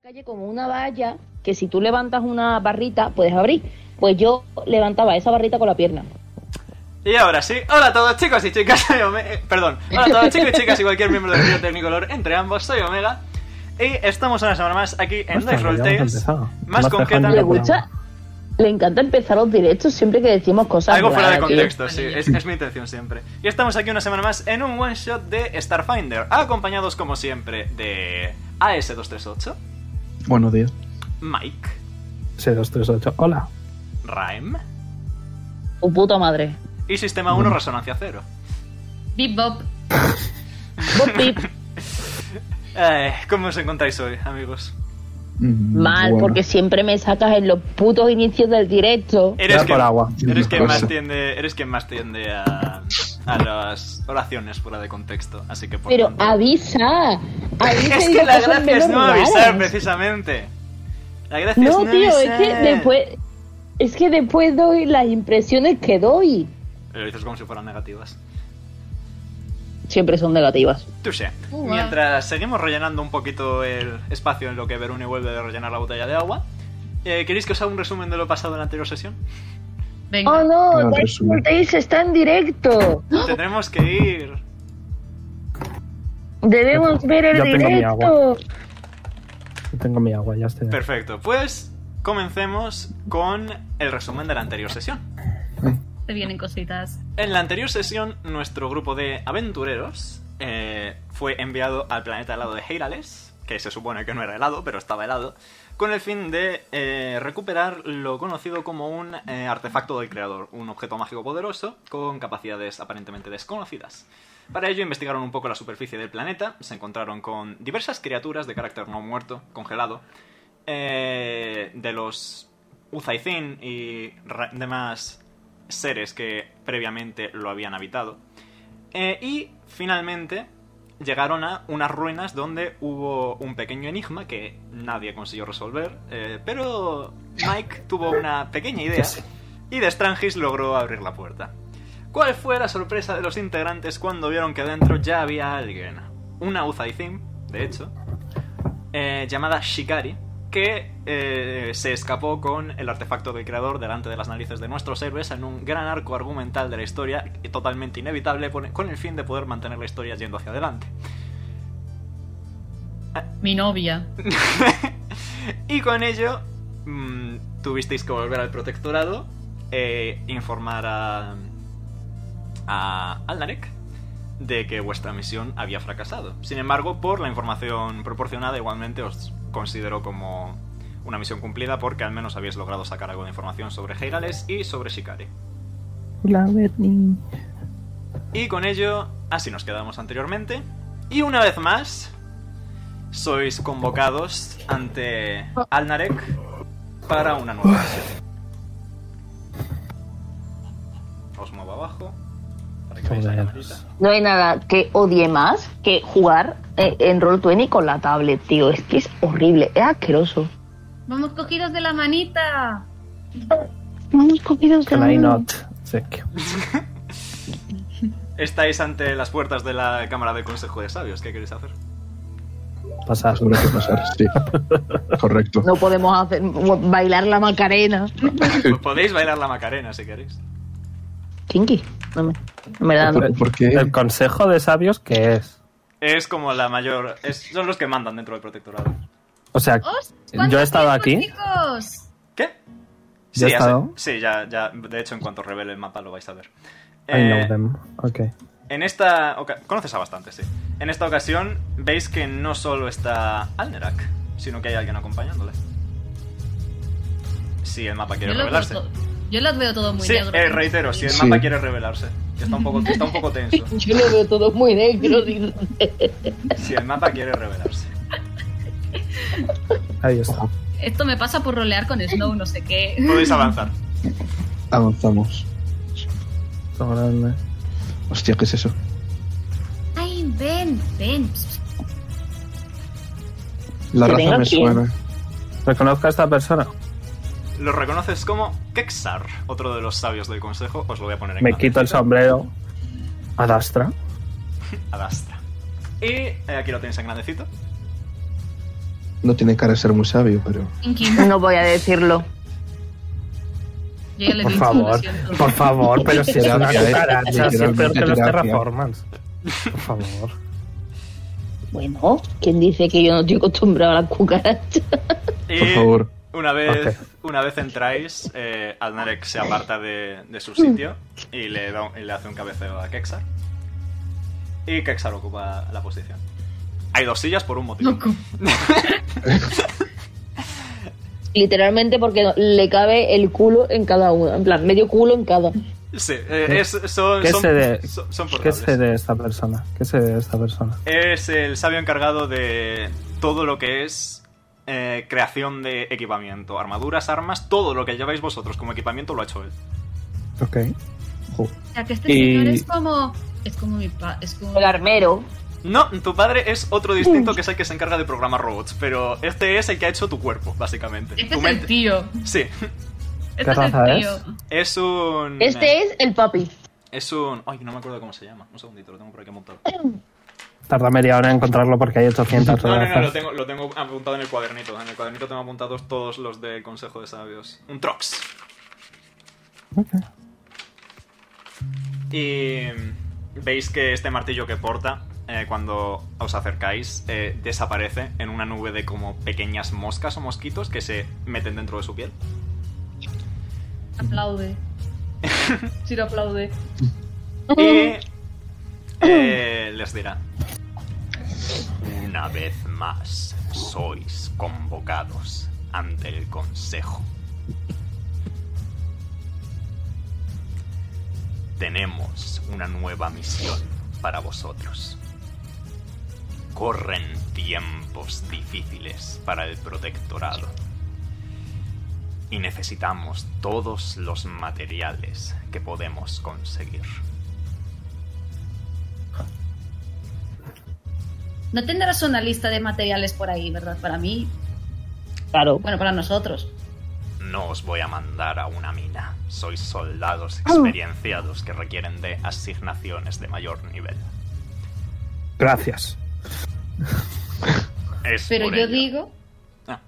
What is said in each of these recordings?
calle como una valla que si tú levantas una barrita puedes abrir. Pues yo levantaba esa barrita con la pierna. Y ahora sí, hola a todos chicos y chicas, soy Ome- eh, perdón, hola a todos chicos y chicas y cualquier miembro del trío Tecnicolor, entre ambos, soy Omega. Y estamos una semana más aquí en Ostras, Dice Roll ya hemos Tales. empezado. Más Más concreta, Alejandro Le Claro, pero- gusta, le encanta empezar los directos siempre que decimos cosas. algo fuera de raras, tío. contexto, sí, es, es mi intención siempre. Y estamos aquí una semana más en un one shot de Starfinder, acompañados como siempre de AS238, Buenos días. Mike, C238. Hola. Rhyme Tu puta madre. y Sistema 1 Resonancia 0. Bip Bop. Bop, bip. Eh, ¿Cómo os encontráis hoy, amigos? Mm, Mal, bueno. porque siempre me sacas en los putos inicios del directo. Eres, Voy a por agua. eres quien Pues- más tiende, eres quien más tiende a, a las oraciones fuera de contexto, así que por Pero tanto- avisa. avisa es y que di la cosas gracia es menos no avisar raras. precisamente. La gracia es No, no tío, es avisar. que después. Es que después doy las impresiones que doy. Lo dices como si fueran negativas. Siempre son negativas. Touché. Ua. Mientras seguimos rellenando un poquito el espacio en lo que Veruni vuelve de rellenar la botella de agua, eh, ¿queréis que os haga un resumen de lo pasado en la anterior sesión? Venga. Oh no, No, Dice for resumen. Days está en directo. Tendremos que ir. Debemos ver el Ya tengo mi agua. directo. Yo Tengo mi agua, ya estoy. Perfecto, pues comencemos con el resumen de la anterior sesión. Te vienen cositas. En la anterior sesión, nuestro grupo de aventureros eh, fue enviado al planeta helado de Heirales, que se supone que no era helado, pero estaba helado, con el fin de eh, recuperar lo conocido como un eh, artefacto del creador, un objeto mágico poderoso con capacidades aparentemente desconocidas. Para ello investigaron un poco la superficie del planeta, se encontraron con diversas criaturas de carácter no muerto, congelado, eh, de los Uzaizin y ra- demás seres que previamente lo habían habitado. Eh, y finalmente llegaron a unas ruinas donde hubo un pequeño enigma que nadie consiguió resolver, eh, pero Mike tuvo una pequeña idea y de Strangis logró abrir la puerta. ¿Cuál fue la sorpresa de los integrantes cuando vieron que dentro ya había alguien? Una Uzaizim, de hecho, eh, llamada Shikari, que eh, se escapó con el artefacto del creador delante de las narices de nuestros héroes en un gran arco argumental de la historia y totalmente inevitable por- con el fin de poder mantener la historia yendo hacia adelante. Mi novia. Y con ello mm, tuvisteis que volver al protectorado e informar a, a Alnarek de que vuestra misión había fracasado. Sin embargo, por la información proporcionada, igualmente os considero como una misión cumplida porque al menos habéis logrado sacar algo de información sobre Heirales y sobre Shikari. Hola, Bernie. Y con ello, así nos quedamos anteriormente. Y una vez más, sois convocados ante Alnarek para una nueva sesión. Os muevo abajo para que veáis la Joder. camarita. No hay nada que odie más que jugar eh, en Roll20 con la tablet, tío. Es que es horrible, es asqueroso. Vamos cogidos de la manita. Vamos cogidos de Can I la mano. not? Check. Estáis ante las puertas de la Cámara del Consejo de Sabios. ¿Qué queréis hacer? Pasar. Seguro que pasar, sí. Correcto. No podemos hacer bailar la macarena. Pues podéis bailar la Macarena si queréis. Kinky. No me, no me da. Pero- ¿Por, por qué? ¿El consejo de sabios qué es? Es como la mayor. es- son los que mandan dentro del protectorado. O sea, ¡Os! yo he estado aquí. Chicos? ¿Qué? ¿Ya sí, he ya, sé. estado? sí ya, ya. De hecho, en cuanto revele el mapa lo vais a ver. I know Eh, them. Ok. En esta oca- Conoces a bastante, sí. En esta ocasión veis que no solo está Alnerak, sino que hay alguien acompañándole. Si el mapa quiere Yo los, revelarse. veo to- yo los veo todo muy Sí, negro. eh, reitero, si el Sí. mapa quiere revelarse. que Está un poco, está un poco tenso. Yo lo veo todo muy negro. dice. Si el mapa quiere revelarse. Ahí está. Esto me pasa por rolear con Snow, no sé qué. Podéis avanzar. Avanzamos. Son grandes. Hostia, ¿qué es eso? Ay, ven, ven. La Que raza venga me quién. suena. Reconozco a esta persona. Lo reconoces como Kexar, otro de los sabios del consejo. Os lo voy a poner en Me grande. quito el sombrero. Adastra. Adastra. Y eh, aquí lo tenéis en grandecito. No tiene cara de ser muy sabio, pero. Inkin. No voy a decirlo. Yo ya le he Por dicho, lo favor, siento. por favor, pero si es Terapia, una eh. cucaracha, si es peor que los Terapia. terraformans. Por favor. Bueno, ¿quién dice que yo no estoy acostumbrado a las cucarachas? Y Por favor. Una vez, una vez entráis, eh, Alnarek se aparta de, de su sitio y le, da, un- y le hace un cabeceo a Kexar. Y Kexar ocupa la posición. Hay dos sillas por un motivo. No, co- Literalmente porque no- le cabe el culo en cada una. En plan, medio culo en cada. Sí, eh, es, son, ¿Qué son, se de- son- son ¿Qué portables. sé de esta persona? ¿Qué sé de esta persona? Es el sabio encargado de todo lo que es eh, creación de equipamiento, armaduras, armas, todo lo que lleváis vosotros como equipamiento lo ha hecho él. Ok. o sea, que este Y- señor es como. Es como mi pa. Es como. El armero. No, tu padre es otro distinto que es el que se encarga de programar robots, pero este es el que ha hecho tu cuerpo, básicamente. Este Tu es el mente. tío. Sí, Este es raza el es? tío. es un... eh, Este es el papi. Es un... Ay, no me acuerdo cómo se llama. Un segundito, lo tengo por aquí apuntado. Pues Tarda media hora en encontrarlo porque hay 800 No, no, no, lo redactas. tengo, lo tengo apuntado en el cuadernito. En el cuadernito tengo apuntados todos los del Consejo de Sabios. Un Trox. Y veis que este martillo que porta, eh, cuando os acercáis, eh, desaparece en una nube de como pequeñas moscas o mosquitos que se meten dentro de su piel. Aplaude. Sí, lo aplaude. Y eh, les dirá. Una vez más sois convocados ante el Consejo. Tenemos una nueva misión para vosotros. Corren tiempos difíciles para el protectorado y necesitamos todos los materiales que podemos conseguir. No tendrás una lista de materiales por ahí, ¿verdad? Para mí. Claro. Bueno, para nosotros. No os voy a mandar a una mina. Sois soldados experienciados que requieren de asignaciones de mayor nivel. Gracias. Es Pero por yo ello- digo. Ah.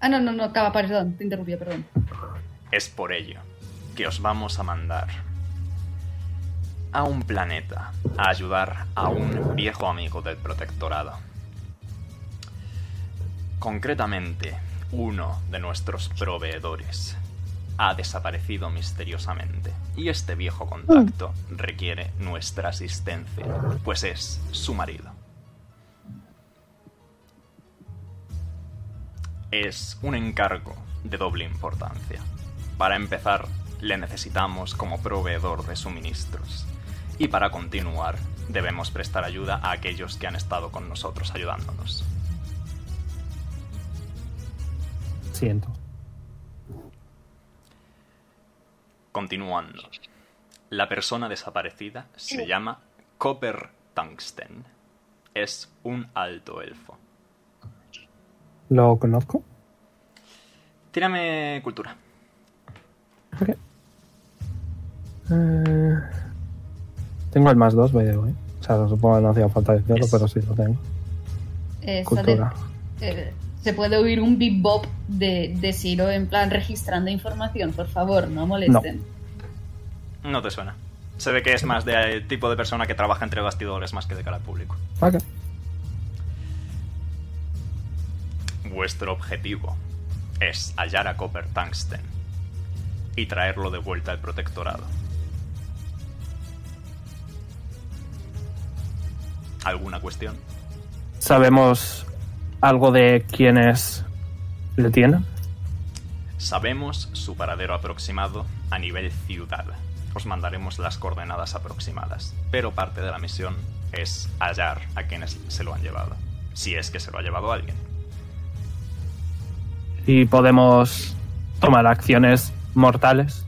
Ah, no, no, no, acaba, perdón, te interrumpí, perdón. Es por ello que os vamos a mandar a un planeta a ayudar a un viejo amigo del protectorado. Concretamente, uno de nuestros proveedores ha desaparecido misteriosamente y este viejo contacto requiere nuestra asistencia, pues es su marido. Es un encargo de doble importancia. Para empezar, le necesitamos como proveedor de suministros. Y para continuar, debemos prestar ayuda a aquellos que han estado con nosotros ayudándonos. Siento. Continuando. La persona desaparecida se llama Copper Tungsten. Es un alto elfo. ¿Lo conozco? Tírame cultura. Ok. Eh, Tengo el más dos, by the way. O sea, supongo que no hacía falta decirlo, Yes. pero sí lo tengo. Eh, Cultura. sale- eh, se puede oír un bebop de, de Ciro en plan registrando información, por favor, no molesten. No te suena. Se ve que es más del tipo de persona que trabaja entre bastidores más que de cara al público. Ok. Vuestro objetivo es hallar a Copper Tungsten y traerlo de vuelta al protectorado. ¿Alguna cuestión? ¿Sabemos algo de quiénes le tienen? Sabemos su paradero aproximado a nivel ciudad. Os mandaremos las coordenadas aproximadas, pero parte de la misión es hallar a quienes se lo han llevado, si es que se lo ha llevado alguien. Y podemos tomar acciones mortales.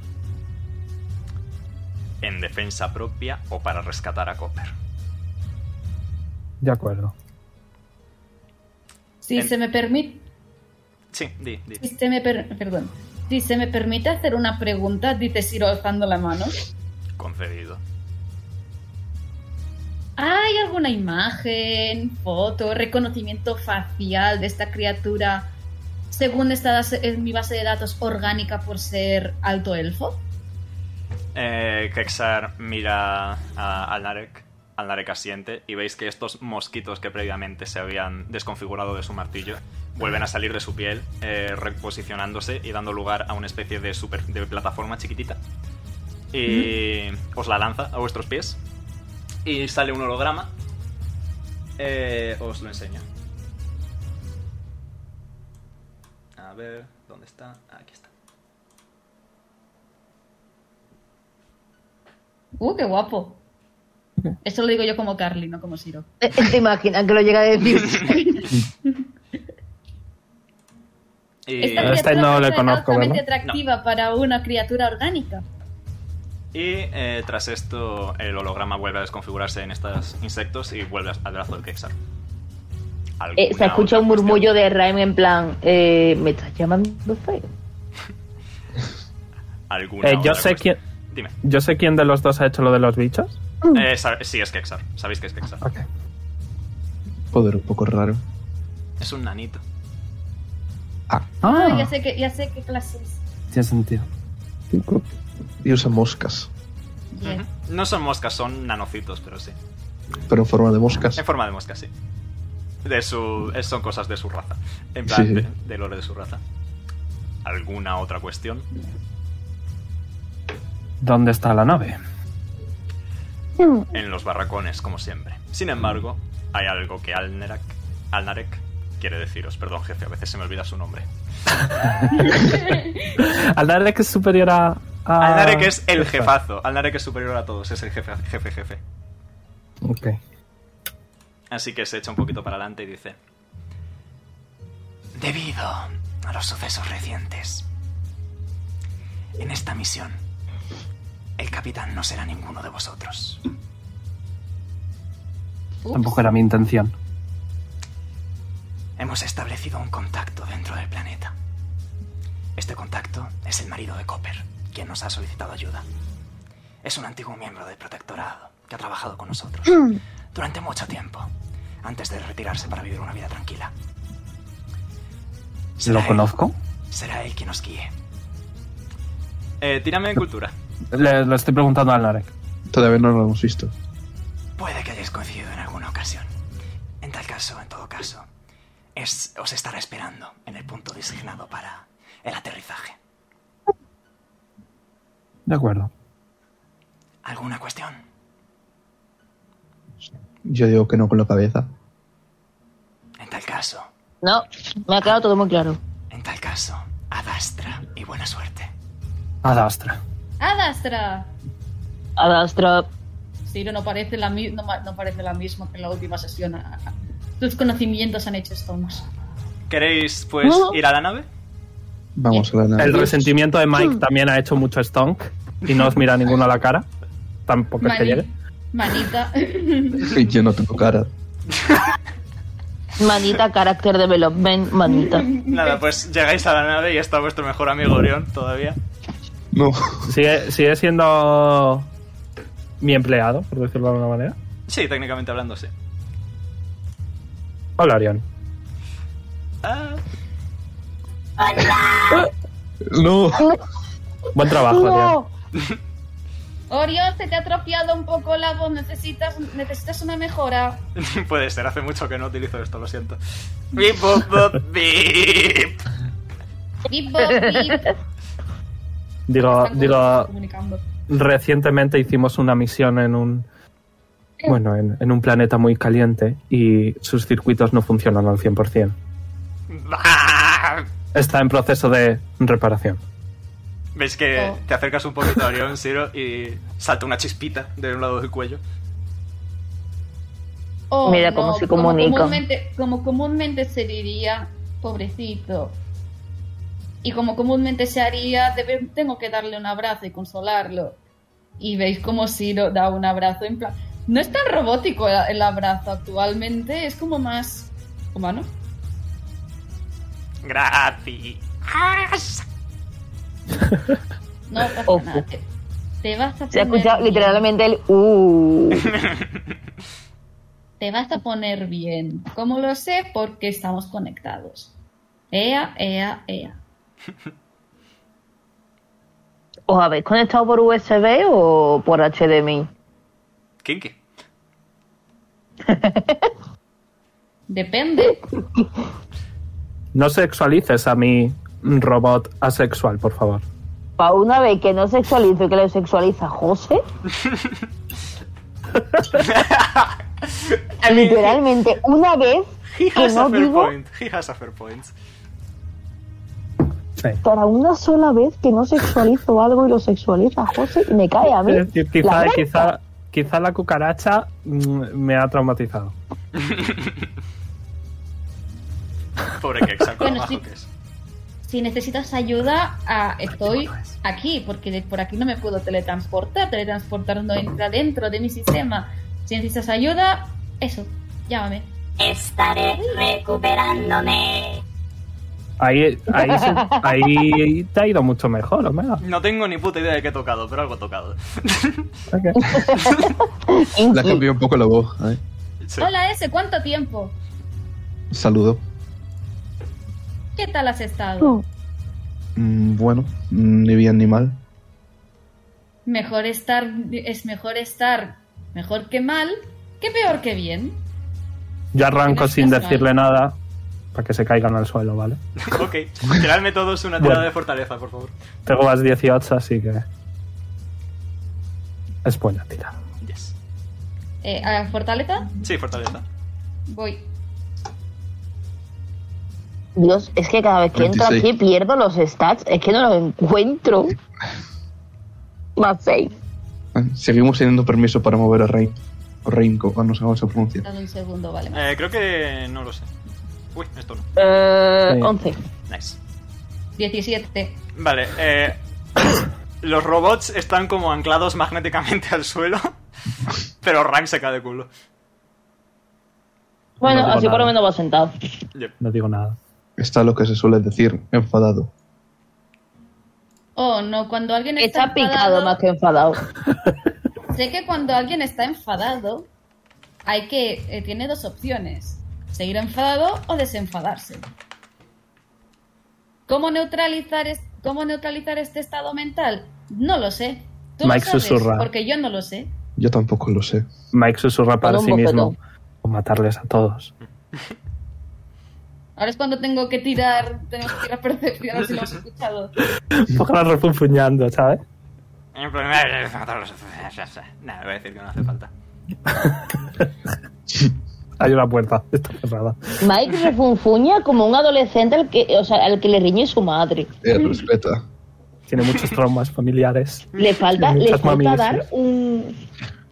en defensa propia o para rescatar a Copper. De acuerdo. Si En- se me permite, Sí, di, di. si se me per- perdón, si se me permite hacer una pregunta, dice Ciro alzando la mano. Concedido. ¿Hay alguna imagen, foto, reconocimiento facial de esta criatura según esta base- es mi base de datos orgánica por ser alto elfo? Eh, Kexar mira a Alnarek. Alnarek asiente y veis que estos mosquitos que previamente se habían desconfigurado de su martillo vuelven a salir de su piel, eh, reposicionándose y dando lugar a una especie de, super, de plataforma chiquitita. Y os la lanza a vuestros pies. Y sale un holograma. Eh, os lo enseño. A ver, ¿dónde está? Aquí está. ¡Uh, qué guapo! Esto lo digo yo como Carly, no como Siro. Eh, ¿Te imaginas que lo llega a decir? Y- Esta Este criatura no le es conozco, altamente ¿verdad? atractiva para una criatura orgánica. Y eh, tras esto, el holograma vuelve a desconfigurarse en estos insectos y vuelve al brazo del Kexar. Eh, se ¿Alguna escucha otra un murmullo de Raim en plan, eh, ¿me estás llamando feo? cuestión? ¿Alguna Eh, yo otra sé cuestión? quién. Dime. Yo sé quién de los dos ha hecho lo de los bichos. Mm. Eh, sab- sí, es Kexar. Sabéis que es Kexar. Ok. Poder un poco raro. Es un nanito. Ah, ya Ah, sé que ya sé qué clase es. tiene sentido. Y usa moscas. Yes. Ujú. No son moscas, son nanocitos, pero sí. Pero en forma de moscas. En forma de mosca, sí. De su, eh, son cosas de su raza. En plan, Sí. de, de lore de su raza. ¿Alguna otra cuestión? ¿Dónde está la nave? en los barracones, como siempre. Sin embargo, hay algo que Alnerak, Alnarek quiere deciros. Perdón, jefe, a veces se me olvida su nombre. Aldarek es superior a. a- Alnarek es el Esta. jefazo. Alnarek es superior a todos, es el jefe, jefe, jefe. Ok. Así que se echa un poquito para adelante y dice... Debido a los sucesos recientes, en esta misión, el capitán no será ninguno de vosotros. Ups. Tampoco era mi intención. Hemos establecido un contacto dentro del planeta. Este contacto es el marido de Copper, quien nos ha solicitado ayuda. Es un antiguo miembro del protectorado que ha trabajado con nosotros durante mucho tiempo, antes de retirarse para vivir una vida tranquila. ¿Lo él- conozco? será él quien nos guíe. "Eh, tírame en cultura. Le, lo estoy preguntando a Aldarek. Todavía no lo hemos visto. Puede que hayáis coincidido en alguna ocasión. En tal caso, en todo caso, es- os estará esperando en el punto designado para el aterrizaje. De acuerdo. ¿Alguna cuestión? Yo digo que no con la cabeza. En tal caso, No, me ha quedado todo muy claro. en tal caso, adastra y buena suerte. Adastra. ¡Adastra! Adastra, Ciro no parece la, mi- no, ma- no parece la misma que en la última sesión. Ah, ah. Tus conocimientos han hecho esto más. ¿Queréis, pues, No. ir a la nave? Vamos a la nave. El resentimiento de Mike también ha hecho mucho stonk y no os mira ninguno a la cara. Tampoco es que Mani- llegue. manita. Y yo no tengo cara. manita, character development, manita. Nada, pues llegáis a la nave y está vuestro mejor amigo Orión todavía. No. Sigue, sigue siendo mi empleado, por decirlo de alguna manera. Sí, técnicamente hablando, sí. Hola, Orión. Ah, No. Buen trabajo, Orión. Orión, se te ha atrofiado un poco la voz. Necesitas, necesitas una mejora. puede ser, hace mucho que no utilizo esto, lo siento. Bip, bop, bop, bip. Bip, bop, bip. Ah, Digo, Están digo, comunicando. recientemente hicimos una misión en un Eh. bueno, en, en un planeta muy caliente y sus circuitos no funcionan al 100%. Bah. Está en proceso de reparación. Veis que Oh. te acercas un poquito a Orión, Ciro, y salta una chispita de un lado del cuello. Oh, Mira cómo se comunican. comúnmente, como comúnmente se diría, pobrecito. Y como comúnmente se haría, debe- tengo que darle un abrazo y consolarlo. Y veis cómo Ciro da un abrazo en plan... No es tan robótico el, el abrazo actualmente, es como más humano. Gratis. No pasa Ojo. nada. Te, te vas a Se ha poner escuchado bien. literalmente el uh. te vas a poner bien. ¿Cómo lo sé? Porque estamos conectados. Ea, ea, ea. ¿Os habéis conectado por USB o por HDMI? Kinky. Depende. No sexualices a mi robot asexual, por favor. Para una vez que no sexualizo y que lo sexualiza José, I mean, literalmente una vez he que has no a fair digo, point. He has a fair point. para una sola vez que no sexualizo algo y lo sexualiza José, y me cae a mí. Es decir, la quizá, bronca. quizá, quizá la cucaracha mm, me ha traumatizado. Pobre que exacto Bueno, bajo sí. que es. Si necesitas ayuda, ah, estoy aquí, porque de- por aquí no me puedo teletransportar. Teletransportar no entra dentro de mi sistema. Si necesitas ayuda, eso, llámame. Estaré recuperándome. Ahí, ahí, se- ahí te ha ido mucho mejor, Omega. No tengo ni puta idea de qué he tocado, pero algo he tocado. Ok. Le ha cambiado un poco la voz. ¿eh? Sí. Hola, ese, ¿cuánto tiempo? Saludo. ¿Qué tal has Oh. estado? Mm, bueno, mm, ni bien ni mal. Mejor estar, es mejor estar mejor que mal, que peor que bien. Yo arranco Tienes sin que decirle saber. nada para que se caigan al suelo, ¿vale? Ok, tiradme todos una tirada Bueno. de fortaleza, por favor. Tengo más 18, así que. Es buena tirada. Yes. Eh, ¿A fortaleza? Sí, fortaleza. Voy. Dios, es que cada vez que entro 26. aquí pierdo los stats, es que no los encuentro. Más 6. Ah, Seguimos teniendo permiso para mover a Rein. O Reinco, o no sé cómo se pronuncia. Dame un segundo, vale. Eh, creo que no lo sé. Uy, esto no. Eh, Sí. 11. Nice. 17. Vale, eh, los robots están como anclados magnéticamente al suelo, pero Rhyme se cae de culo. Bueno, No digo así por nada. lo menos va sentado. Yep. No digo nada. Está lo que se suele decir, enfadado. Oh, no, cuando alguien está, Está picado enfadado- más que enfadado. Sé que cuando alguien está enfadado, hay que. eh, tiene dos opciones: seguir enfadado o desenfadarse. ¿Cómo neutralizar, es- cómo neutralizar este estado mental? No lo sé. Tú Mike lo sabes, susurra. porque yo no lo sé. Yo tampoco lo sé. Mike susurra para Con un sí mismo. bofetón. O matarles a todos. Ahora es cuando tengo que tirar. Tenemos que tirar percepción, a ver si lo has escuchado. Ojalá refunfuñando, ¿sabes? El problema es matarlos. Nah, voy a decir que no hace falta. Hay una puerta, está cerrada. Mike refunfuña como un adolescente al que, o sea, al que le riñe su madre. Eh, respeta. Tiene muchos traumas familiares. Le falta, Muchas le falta mamillas. dar un.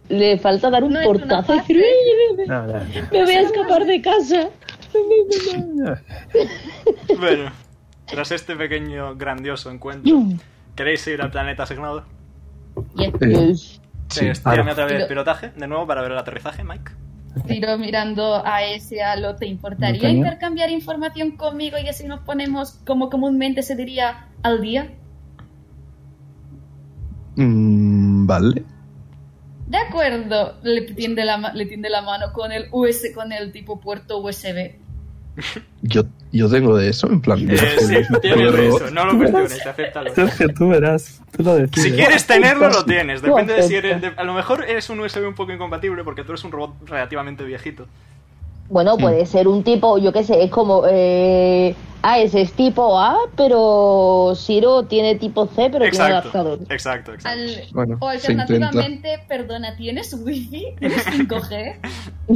Le falta dar un No es una portazo y decir, parte. "Ay, me- No, no, no. me voy a escapar de casa. Bueno, tras este pequeño grandioso encuentro, ¿queréis ir al planeta asignado? Y es- Eh, Sí, sí. Tírame otra vez Pero- pilotaje, de nuevo para ver el aterrizaje, Mike. Tiro mirando a ese halo, ¿te importaría Montaña. intercambiar información conmigo y así nos ponemos, como comúnmente se diría, al día? Mm, vale. De acuerdo, le tiende la, ma- le tiende la mano con el US, con el tipo puerto USB. Yo, yo tengo de eso, en plan. Eh, sí, tienes de eso, no lo cuestiones, acéptalo. Sergio, tú verás. Tú lo decides. Si quieres tenerlo, lo tienes. Depende de si Perfecto. eres. de- a lo mejor eres un USB un poco incompatible porque tú eres un robot relativamente viejito. Bueno, puede ser un tipo, yo qué sé, es como. Eh, ah, ese es tipo A, pero Ciro tiene tipo C, pero tiene Exacto, adaptador. exacto, exacto. Al- Bueno, o se intenta. alternativamente, perdona, ¿tienes wifi? ¿Tienes 5G?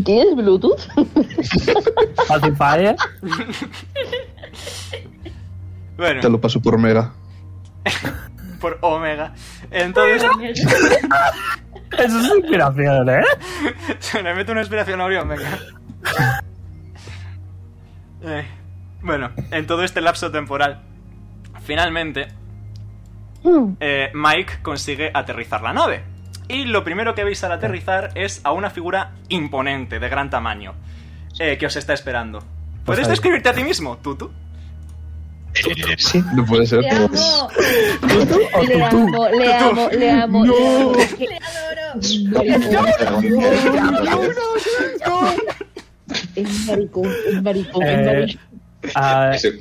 ¿Tienes Bluetooth? Pacifier. Te Bueno, lo paso por Mega. por Omega. Entonces, Eso es inspiración, ¿eh? se le mete una inspiración a Orión, venga. Eh, bueno, en todo este lapso temporal, finalmente, Mm. eh, Mike consigue aterrizar la nave. Y lo primero que veis al aterrizar es a una figura imponente, de gran tamaño, eh, que os está esperando. Pues ¿Puedes ahí. describirte a ti mismo, Tutu? Sí, no puede ser. ¡Te pero- amo! Le amo, le amo, le amo. le amo. ¡Te adoro! No, no, no, no, no. Es maricón, es maricón, es Eh, maricón. a, Es un,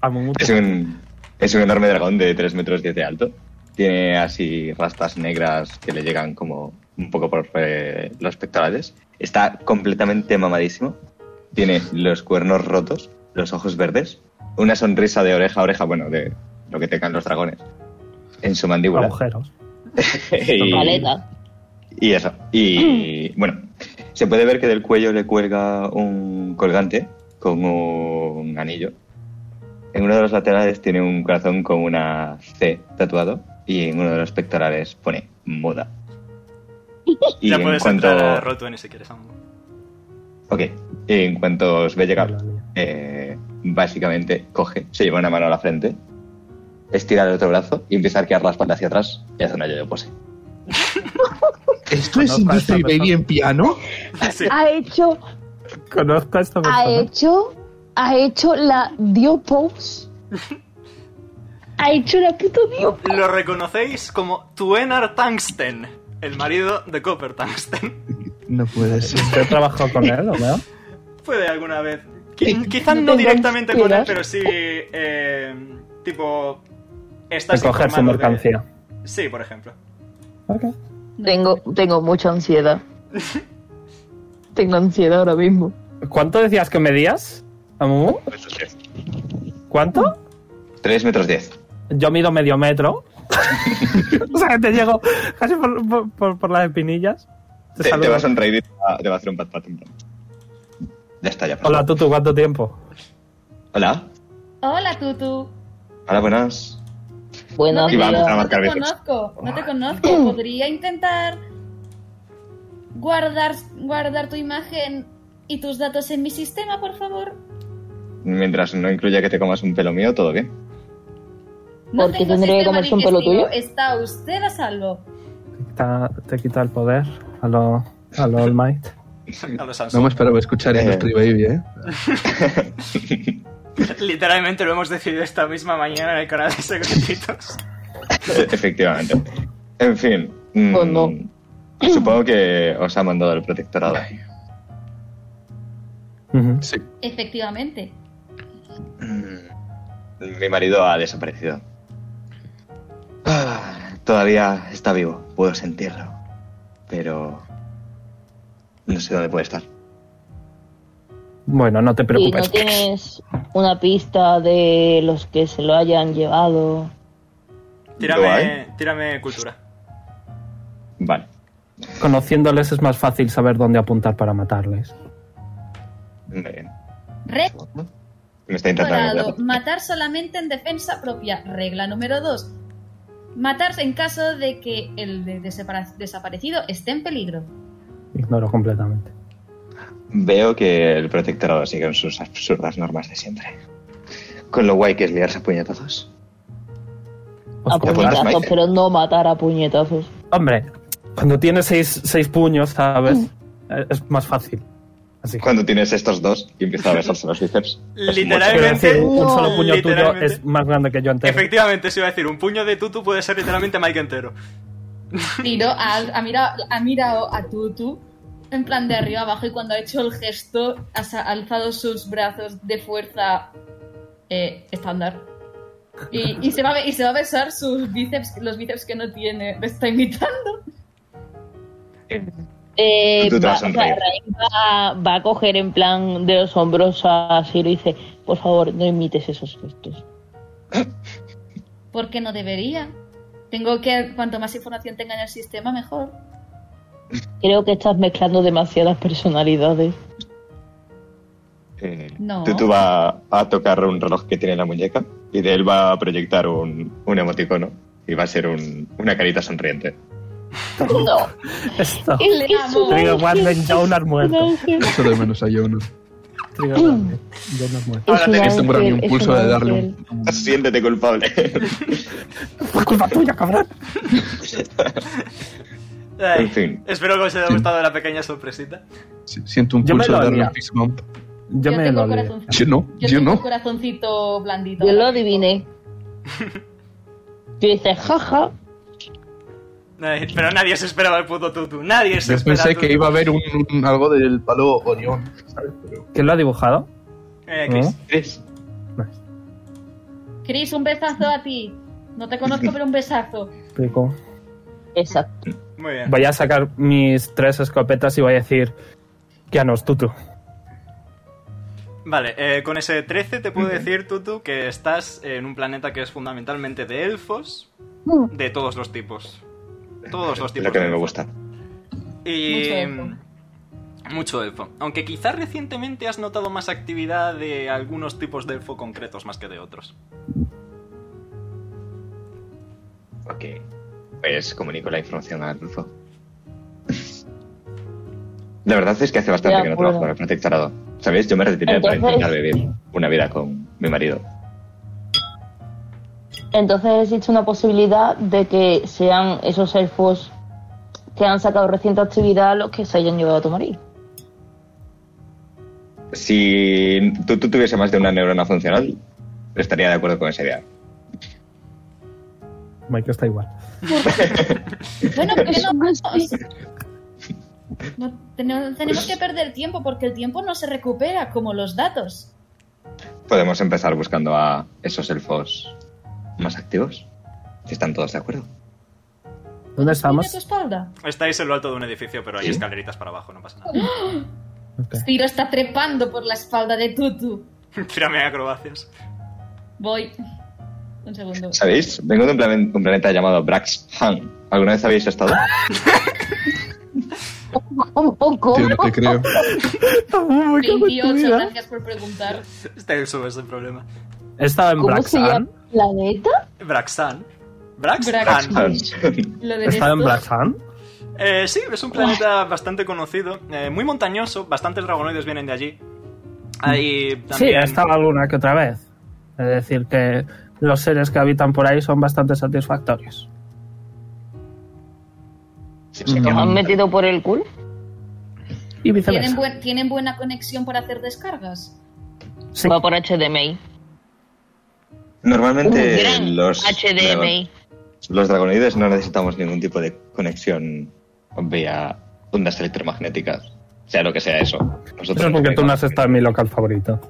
a Mumuko. es un- es un enorme dragón de 3 metros 10 de alto. Tiene así rastas negras que le llegan como un poco por eh, los pectorales. Está completamente mamadísimo. Tiene los cuernos rotos, los ojos verdes, una sonrisa de oreja a oreja, bueno, de lo que tengan los dragones, en su mandíbula. agujeros. Y- Paleta. Y eso. Y bueno, se puede ver que del cuello le cuelga un colgante con un anillo. En uno de los laterales tiene un corazón con una C tatuado y en uno de los pectorales pone moda. Y ya en puedes cuanto, entrar a Roll20 si quieres, Ambo. ok, y en cuanto os ve llegar, Madre mía. eh, básicamente coge, se lleva una mano a la frente, estira el otro brazo y empieza a arquear la espalda hacia atrás y hace una yo de pose. ¿Esto es Conozco a esta Industry Baby persona. en piano? Sí. Ah. Ha hecho, Conozco a esta ha persona. hecho, ha hecho la Dio Pose. Ha hecho la puta Dio Pose. Lo reconocéis como Tuenar Tungsten, el marido de Copper Tungsten. No puede ser. Yo trabajo con él, ¿lo veo? Puede alguna vez. Qui- Quizás no no tengo directamente con él, ansiedad. pero sí. eh, tipo. Estás Recoger su informado de- mercancía. Sí, por ejemplo. Ok. Tengo, tengo mucha ansiedad. tengo ansiedad ahora mismo. ¿Cuánto decías que medías? ¿Amumu? ¿Cuánto? 3 metros 10. Yo mido medio metro. o sea que te llego casi por, por- por- por las espinillas. Te Te, te saludo. va a sonreír y te va, te va a hacer un pat pat. en plan. Ya está, ya. Hola Tutu, ¿cuánto tiempo? Hola. Hola, Tutu. Hola, buenas. Bueno, No te, Y vamos no a te marcar besos. conozco, no te conozco. Podría intentar guardar, guardar tu imagen y tus datos en mi sistema, por favor. Mientras no incluya que te comas un pelo mío, todo bien. No ¿Por qué tengo tendría que sistema comerse un pelo digestivo, tuyo? Está usted a salvo. Te quita, te quita el poder a lo, a lo All Might. A los Samsung. No me esperaba escuchar Eh. Industry Baby, ¿eh? Literalmente lo hemos decidido esta misma mañana en el canal de secretitos. E-, Efectivamente. En fin. mm, Oh, Pues no. Supongo que os ha mandado el protectorado. Ujú. Sí. Efectivamente. Mi marido ha desaparecido. Ah, Todavía está vivo, puedo sentirlo. Pero. No sé dónde puede estar. Bueno, no te y preocupes. no tienes una pista de los que se lo hayan llevado. Tírame, tírame cultura. Vale. Conociéndoles es más fácil saber dónde apuntar para matarles. Muy bien. Red Me está intentando. dorado. Matar solamente en defensa propia. Regla número 2. Matarse en caso de que el de- desapara- desaparecido esté en peligro. Ignoro completamente. Veo que el protectorado sigue en sus absurdas normas de siempre. Con lo guay que es liarse a puñetazos. A Oscar. apuntas, puñetazos, Maite? pero no matar a puñetazos. Hombre, cuando tienes seis, seis puños, ¿sabes? Eh, Es más fácil. Así que. Cuando tienes estos dos y empieza a besarse los bíceps. es Literal- Quiero decir, un No, solo puño tuyo literalmente. es más grande que yo entero. Efectivamente, se iba a decir, un puño de tutu puede ser literalmente Mike entero. Tiro, ha, ha mirado, ha mirado a Tutu en plan de arriba abajo y cuando ha hecho el gesto ha sa- ha alzado sus brazos de fuerza eh, estándar. Y, y se va, a be- y se va a besar sus bíceps, los bíceps que no tiene. Me está imitando. Eh, Tú te va, vas a o sea, reír. Raín va- va a coger en plan de los hombros a Ciro y dice, por favor, no imites esos gestos. Porque no debería. Tengo que, cuanto más información tenga en el sistema, mejor. Creo que estás mezclando demasiadas personalidades. Eh, No. Tutu va a tocar un reloj que tiene en la muñeca y de él va a proyectar un, un emoticono y va a ser un- una carita sonriente. No, Esto. es, Le es un amo. Trigger ángel, Warning, es Jonar un muerto. ángel, Eso de menos a uno. Trigger Warning, Jonar muerto. es Ahora un te- Este hombre ni ángel, un es pulso un de darle ángel. un... un- Siéntete culpable. Por culpa tuya, cabrón. Ay, En fin. Espero que os haya gustado la pequeña sorpresita. sí, Siento un Yo me pulso lo de darle haría. un fist bump. Yo me tengo lo el leí. corazón- Yo no, yo yo tengo no. un corazoncito blandito. Yo lo adiviné. Yo dice, jaja, Nadie- Pero nadie se esperaba el puto tutu. Nadie se Yo esperaba. pensé que iba a haber un, un- algo del palo Orión, ¿sabes? Pero... ¿Quién lo ha dibujado? Eh, Chris. ¿No? Tres. Chris, un besazo a ti. No te conozco, pero un besazo. Pico. Exacto. Muy bien. Voy a sacar mis tres escopetas y voy a decir. Kianos, tutu. Vale, eh, con ese 13 te puedo decir, Tutu, que estás en un planeta que es fundamentalmente de elfos Mm. de todos los tipos. Todos los Es tipos. lo que a de mí me elfos. gusta. Y... Mucho elfo. Mucho elfo. Aunque quizás recientemente has notado más actividad de algunos tipos de elfo concretos más que de otros. Ok. Pues comunico la información a Rufo. La verdad es que hace bastante De que no acuerdo. trabajo en el protectorado. ¿Sabéis? Yo me retiré para Entonces- intentar vivir una vida con mi marido. Entonces existe una posibilidad de que sean esos elfos que han sacado reciente actividad los que se hayan llevado a Tomorí. Si tú, tú tuviese más de una neurona funcional, estaría de acuerdo con esa idea. Mike está igual. Bueno, ¿por qué no vamos? No, te- no Pues tenemos que perder tiempo porque el tiempo no se recupera como los datos. Podemos empezar buscando a esos elfos más activos. Si están todos de acuerdo. ¿Dónde Mira tu estamos? espalda. Estáis en lo alto de un edificio, pero hay ¿Sí? escaleritas para abajo, no pasa nada. Ok. Ciro está trepando por la espalda de Tutu. Tírame acrobacias. Voy. Un segundo. ¿Sabéis? Vengo de un, plamen- un planeta llamado Braxhan. ¿Alguna vez habéis estado? Un poco. Tío, no te creo. 28, gracias por preguntar. Este sube ese problema. He estado en ¿Cómo se llama Braxan. el planeta? Braxan. Braxan. Braxan. Lo He de estado en esto- Braxan. Eh, sí, es un planeta bastante conocido, eh, muy montañoso, bastantes dragonoides vienen de allí. Hay Sí, también... he estado alguna que otra vez. Es decir, que los seres que habitan por ahí son bastante satisfactorios. ¿Se los han metido por el culo? Y ¿Tienen, viceversa. buen- ¿Tienen buena conexión para hacer descargas? Sí. Va por HDMI. Normalmente Gran los, HDMI. los dragonoides no necesitamos ningún tipo de conexión vía ondas electromagnéticas. Sea lo que sea eso. Nosotros Eso Pues es porque tú no has estado en mi local favorito.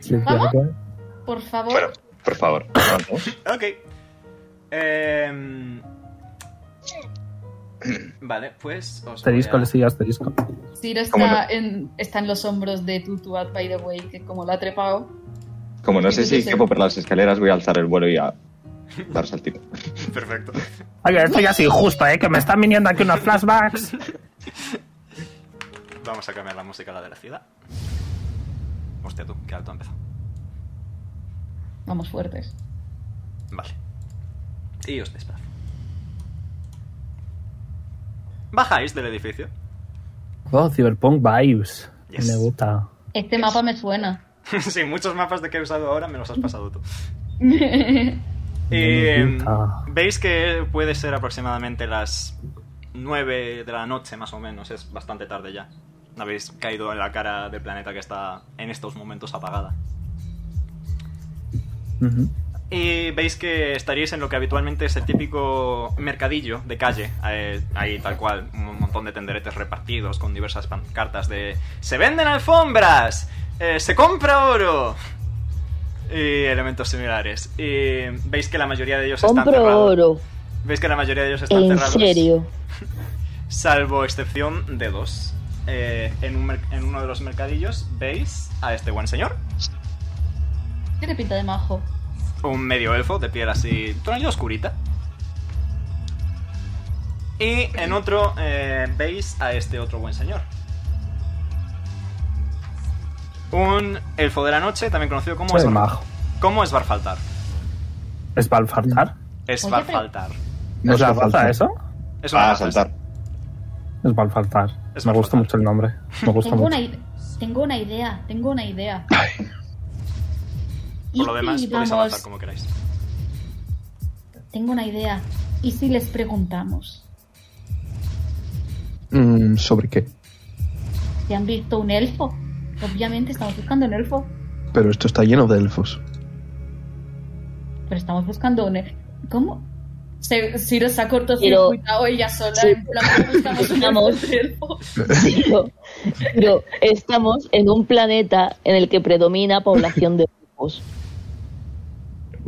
Sí, ¿Vamos? claro. Por favor. Bueno, por favor. vamos. Ok. Em, Vale, pues... Os voy Asterisco, a- Este le sigue asterisco. Ciro ¿Cómo no? está, en, está en los hombros de Tutu, at- by the way, que como la ha trepado. Como no sé Sí, sí, si sí. quepo por las escaleras, voy a alzar el vuelo y a dar saltito. Perfecto. Oye, esto ya es injusto, ¿eh? Que me están viniendo aquí unos flashbacks. Vamos a cambiar la música a la de la ciudad. Hostia tú, qué alto ha empezado. Vamos fuertes. Vale. Y os desplazo. Bajáis del edificio. Oh, Cyberpunk vibes. Yes. Me gusta. Este mapa me suena. sí, muchos mapas de que he usado ahora me los has pasado tú. Me Eh, gusta. Veis que puede ser aproximadamente las 9 de la noche, más o menos. Es bastante tarde ya. Habéis caído en la cara del planeta que está en estos momentos apagada. Ujú. Y veis que estaríais en lo que habitualmente es el típico mercadillo de calle. Eh, Ahí tal cual, un montón de tenderetes repartidos con diversas pancartas de... ¡Se venden alfombras! Eh, ¡Se compra oro! Y elementos similares. Y veis que la mayoría de ellos están Compro cerrados. oro. Veis que la mayoría de ellos están En cerrados. serio. Salvo excepción de dos. Eh, en, un mer- en uno de los mercadillos veis a este buen señor. Tiene pinta de majo. Un medio elfo de piel así tonalidad oscurita. Y en otro eh, veis a este otro buen señor. Un elfo de la noche, también conocido como Soy Esbar- majo. ¿Cómo es Barfaltar? ¿Es Balfartar? Es Oye, Barfaltar. ¿No es la raza falta eso? Es una Ah, Va a raza, Ah, saltar. Es Balfartar. Es Me gusta Balfartar. mucho el nombre. Me gusta Tengo mucho. una, ide- tengo una idea, tengo una idea. Por lo Y demás, si podéis damos- avanzar como queráis. Tengo una idea. ¿Y si les preguntamos? Mm, ¿Sobre qué? ¿Se han visto un elfo? Obviamente estamos buscando un elfo. Pero esto está lleno de elfos. pero estamos buscando un... e- ¿Cómo? Se- Ciro se ha cortocircuitado ella sola. Sí. En plan, ¿cómo buscamos un Vamos. elfo? Pero, pero estamos en un planeta en el que predomina población de grupos.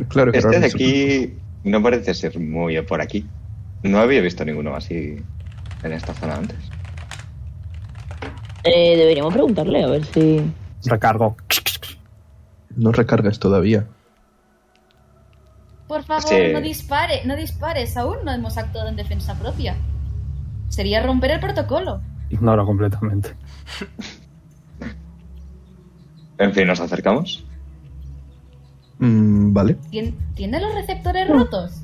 Claro que Este raro de eso. aquí no parece ser muy por aquí. No había visto ninguno así en esta zona antes. Eh, deberíamos preguntarle a ver si. Recargo. No recargas todavía. Por favor, Sí. no dispare, no dispares. Aún no hemos actuado en defensa propia. Sería romper el protocolo. Ignoro completamente. En fin, nos acercamos. Mm, vale. ¿Tien- ¿Tiene los receptores rotos?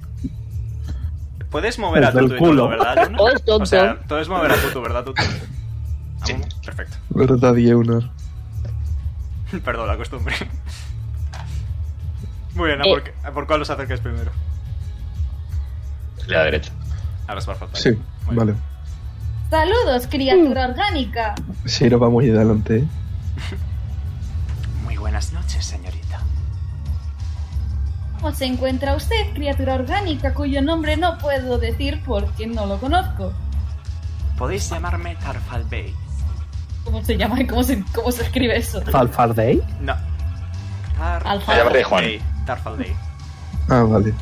Puedes mover a Desde el Tutu y todo, culo. ¿verdad, Yuna? Todo es tonto. O sea, puedes mover a Tutu, ¿verdad, Tutu? Sí. Perfecto. Verdad, Yeunar. Perdón, la costumbre. Muy Eh. bien, ¿a por, qué- a por cuál los acercáis primero? La derecha. A los Barfat. Sí, Muy vale. Saludos, criatura orgánica. Shiro va muy adelante. ¿eh? bien. Muy buenas noches, señorita. ¿Cómo se encuentra usted, criatura orgánica, cuyo nombre no puedo decir porque no lo conozco? Podéis llamarme Tarfal Bey. ¿Cómo se llama y cómo se, cómo se escribe eso? Falfar Day. No. Alfa. Tarfal Llámate Juan. Bey. Tarfal Bey. Ah, vale.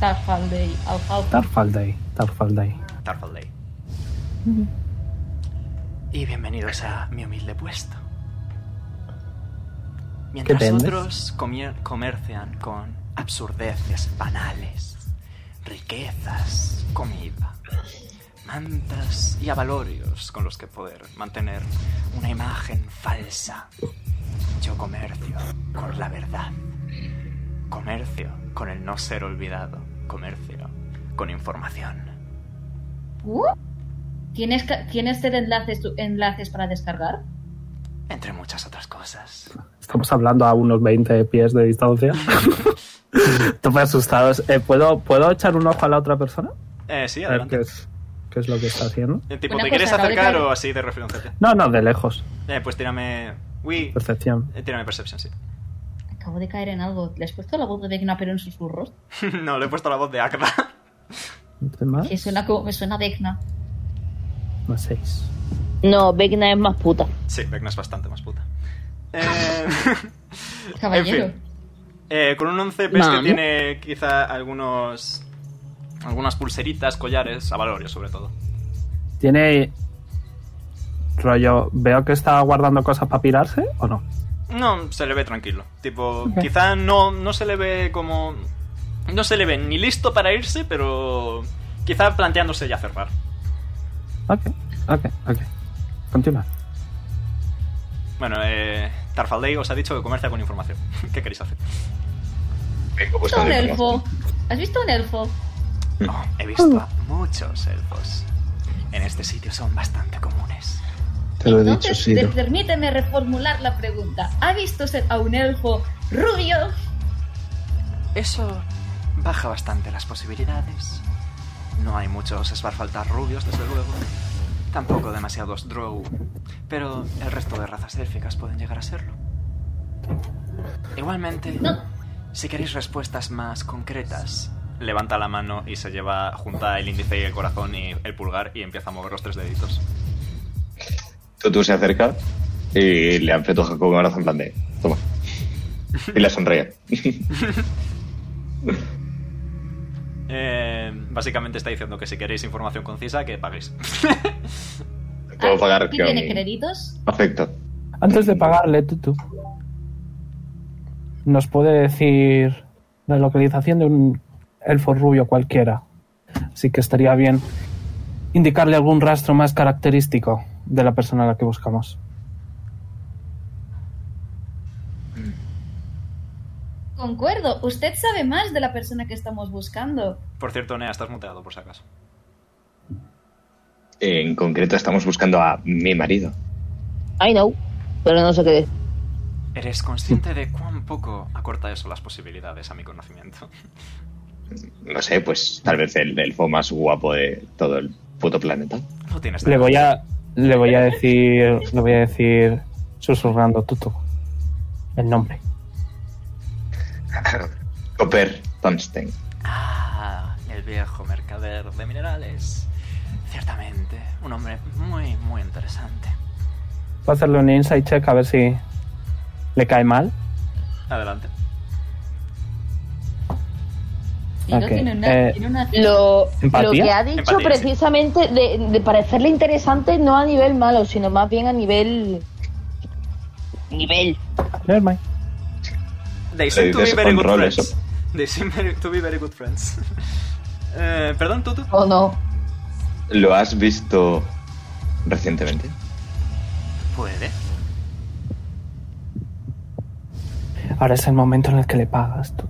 Tarfaldey, alfalfa. Tarfal Day. Tarfal Day. Tarfal Day. Y bienvenidos a mi humilde puesto. Mientras vendes? otros comier- comercian con absurdeces banales, riquezas, comida, mantas y avalorios con los que poder mantener una imagen falsa, yo comercio con la verdad. Comercio con el no ser olvidado. Comercio con información. Uh, ¿Tienes, ca- ¿Tienes usted enlaces, enlaces para descargar? Entre muchas otras cosas. Estamos hablando a unos 20 pies de distancia. Estoy asustado. Eh, ¿puedo, ¿Puedo echar un ojo a la otra persona? Eh, sí, A ver qué adelante. es, qué es lo que está haciendo. Eh, tipo, Una ¿te cosa, quieres acabo de acercar caer. o así de refilóncete? No, no, de lejos. Eh, pues tírame. Uy, Percepción. eh, tírame Perception, sí. Acabo de caer en algo. ¿Le has puesto la voz de Vecna pero en susurros? no, le he puesto la voz de Akra. ¿No te más? Que suena como, me suena Vecna. Más 6. No, Vecna es más puta. sí, Vecna es bastante más puta. Eh, Caballero. En fin. eh, con un 11 ves que Vale. tiene quizá algunos. Algunas pulseritas, collares, avalorios sobre todo. Tiene. Rollo. Veo que está guardando cosas para pirarse o no. No, se le ve tranquilo. Tipo, quizá no, no se le ve como. No se le ve ni listo para irse, pero. Quizá planteándose ya cerrar. Ok, ok, ok. Continúa. Bueno, eh, Tarfaldey os ha dicho que comercia con información. ¿Qué queréis hacer? Vengo ¿Has visto un buscando elfo? información. ¿Has visto un elfo? Oh, he visto a muchos elfos. En este sitio son bastante comunes. Te lo he dicho, Entonces, Shiro. per- permíteme reformular la pregunta. ¿Ha visto usted a un elfo rubio? Eso baja bastante las posibilidades. No hay muchos esbarfaltas rubios, desde luego. Tampoco demasiados drow. Pero el resto de razas élficas pueden llegar a serlo. Igualmente, No. si queréis respuestas más concretas... Levanta la mano y se lleva junta el índice y el corazón y el pulgar y empieza a mover los tres deditos. Tutu se acerca y le apretuja con un abrazo en plan de toma. Y le sonríe. Eh, básicamente está diciendo que si queréis información concisa, que paguéis. Puedo Ah, pagar ¿Y con tiene créditos? afecto. Antes de pagarle, Tutu, ¿nos puede decir la localización de un elfo rubio cualquiera? Así que estaría bien indicarle algún rastro más característico de la persona a la que buscamos. Concuerdo, usted sabe más de la persona que estamos buscando. Por cierto, Nea, estás muteado por si acaso. En concreto estamos buscando a mi marido. I know, pero no sé qué decir. ¿Eres consciente de cuán poco acorta eso las posibilidades a mi conocimiento? No sé, pues tal vez el elfo más guapo de todo el puto planeta. No tienes Le nada. voy a, le voy a decir, le voy a decir susurrando Tutu el nombre. Copper Tonstein. Ah, el viejo mercader de minerales. Ciertamente, un hombre muy, muy interesante. Voy a hacerle un insight check a ver si le cae mal. Adelante. Y no Ok, tiene nada, eh, tiene una Lo, ¿Empatía? lo que ha dicho Empatía, sí. precisamente de, de parecerle interesante no a nivel malo, sino más bien a nivel... Nivel. Nevermind. They seem Eh, to be very good descontrol, friends. eso. They seem very- to be very good friends. Eh, perdón, Tutu. ¿O no? ¿Lo has visto recientemente? Puede. Ahora es el momento en el que le pagas. tú.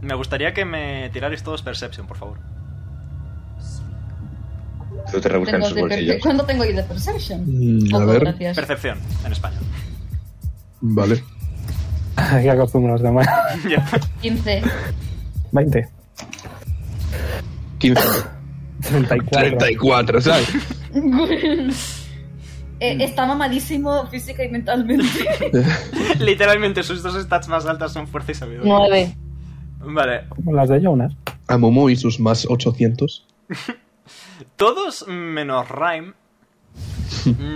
Me gustaría que me tirarais todos Perception, por favor. Tú te rebuscas en Tengo sus de perce- bolsillos. ¿Cuándo tengo yo de Perception? Mm, a Poco, ver, gracias. Percepción, en español. vale. ya acostumbro los demás. Ya. 15. 20. 15. 34. 34, ¿sabes? Eh, estaba malísimo física y mentalmente. Literalmente, sus dos stats más altas son fuerza y sabiduría. Nueve. Vale, Como las de Jonas. A Momo y sus más 800. Todos menos Rhyme,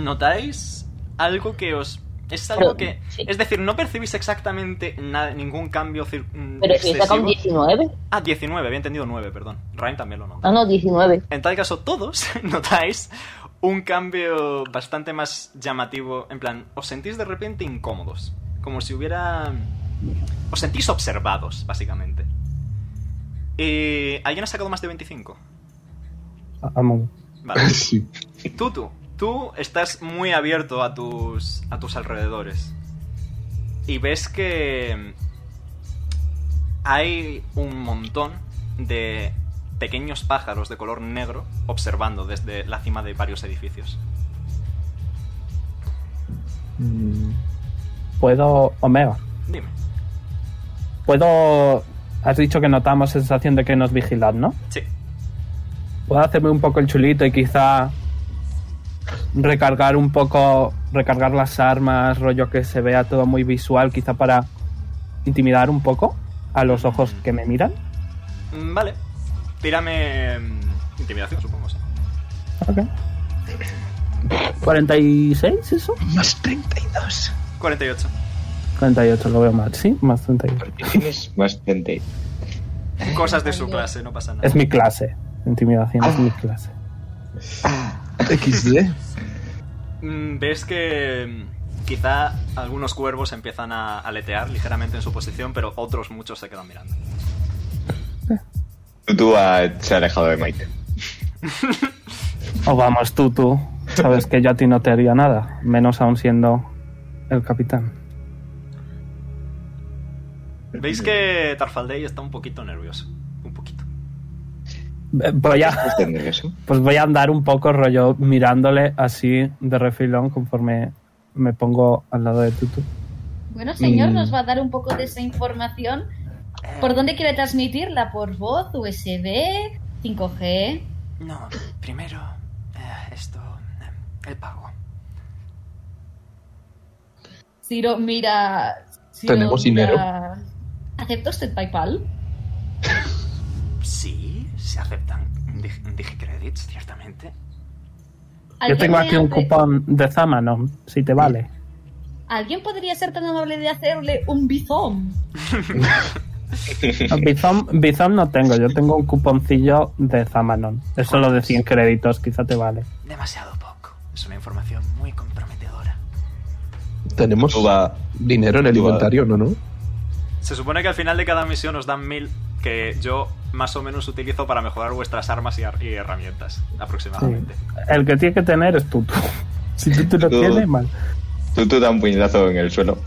¿notáis algo que os... Es algo que... Sí. Es decir, no percibís exactamente nada, ningún cambio cir- mm, Pero si está con excesivo. 19. Ah, 19, había entendido 9, perdón. Rhyme también lo nota. Ah, no, 19. En tal caso, todos notáis un cambio bastante más llamativo. En plan, os sentís de repente incómodos. Como si hubiera... Os sentís observados, básicamente. Eh, ¿Alguien ha sacado más de 25? A- a Momo. Vale. Sí. Tutu, tú estás muy abierto a tus, a tus alrededores. Y ves que mm, hay un montón de pequeños pájaros de color negro observando desde la cima de varios edificios. Mm, Puedo. Omega. Dime. Puedo. Has dicho que notamos sensación de que nos vigilan, ¿no? Sí. Puedo hacerme un poco el chulito y quizá recargar un poco, recargar las armas, rollo que se vea todo muy visual, quizá para intimidar un poco a los ojos que me miran. Mm, Vale. Tírame mm, intimidación, supongo. sí. Ok. 46, eso. Más 32. 48. 38, lo veo mal, sí, más 38. Tienes más 30. Cosas de su clase, no pasa nada. Es mi clase, intimidación Ah. es mi clase. XD. Mm, Ves que mm, quizá algunos cuervos empiezan a aletear ligeramente en su posición, pero otros muchos se quedan mirando. Tú ha- se ha alejado de Mike. O vamos tú, tú, sabes que yo a ti no te haría nada, menos aún siendo el capitán. Veis que Tarfaldey está un poquito nervioso. Un poquito. Eh, Voy a, ¿Estás nervioso? Pues voy a andar un poco rollo mirándole así de refilón conforme me pongo al lado de Tutu. Bueno, señor, Mm. nos va a dar un poco de esa información. ¿Por dónde quiere transmitirla? ¿Por voz, USB, 5G? No, primero, eh, esto, eh, el pago. Ciro mira. Ciro Tenemos mira- dinero. ¿Acepta usted PayPal? Sí, se aceptan dig- digicredits, ciertamente. Yo ¿Alguien tengo me aquí un hace- cupón de Zamanon, si te vale. ¿Alguien podría ser tan amable de hacerle un bizón? Bizom, Bizom no tengo, yo tengo un cuponcillo de Zamanon. Es solo de 100 créditos, quizá te vale. Demasiado poco. Es una información muy comprometedora. Tenemos Tú va- dinero en el tú va- inventario, ¿no? no? Se supone que al final de cada misión os dan mil que yo más o menos utilizo para mejorar vuestras armas y, ar- y herramientas, aproximadamente. El que tiene que tener es Tutu. Si Tutu lo Tú- tiene, mal. Tú, tú da un puñetazo en el suelo,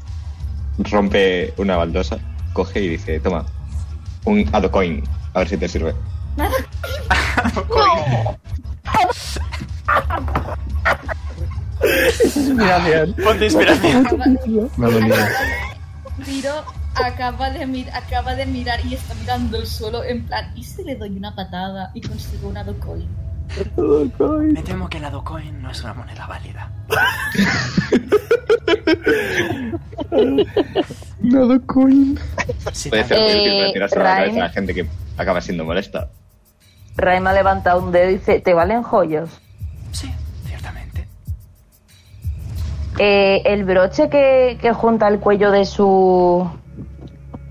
rompe una baldosa, coge y dice, toma, un Adocoin, a ver si te sirve. Inspiración. Ponte inspiración. Me ha dolido. Ciro acaba de, mir- acaba de mirar y está mirando el suelo en plan, ¿y si le doy una patada y consigo una docoin? Me temo que la Docoin no es una moneda válida. Nada coin. Sí, Puede ser también. muy Eh, útil mencionarse a la Raim. cabeza de la gente que acaba siendo molesta. Raima levanta un dedo y dice, ¿te valen joyos? Sí, ciertamente. Eh, el broche que, que junta el cuello de su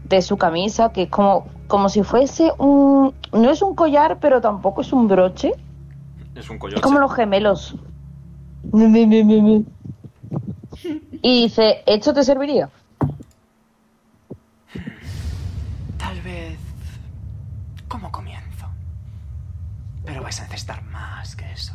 de su camisa, que es como, como si fuese un... No es un collar, pero tampoco es un broche. Es un Es coyote. como los gemelos. Mi, mi, mi, mi, mi. Y dice, ¿esto te serviría? Tal vez... ¿Cómo comienzo? Pero vais a necesitar más que eso.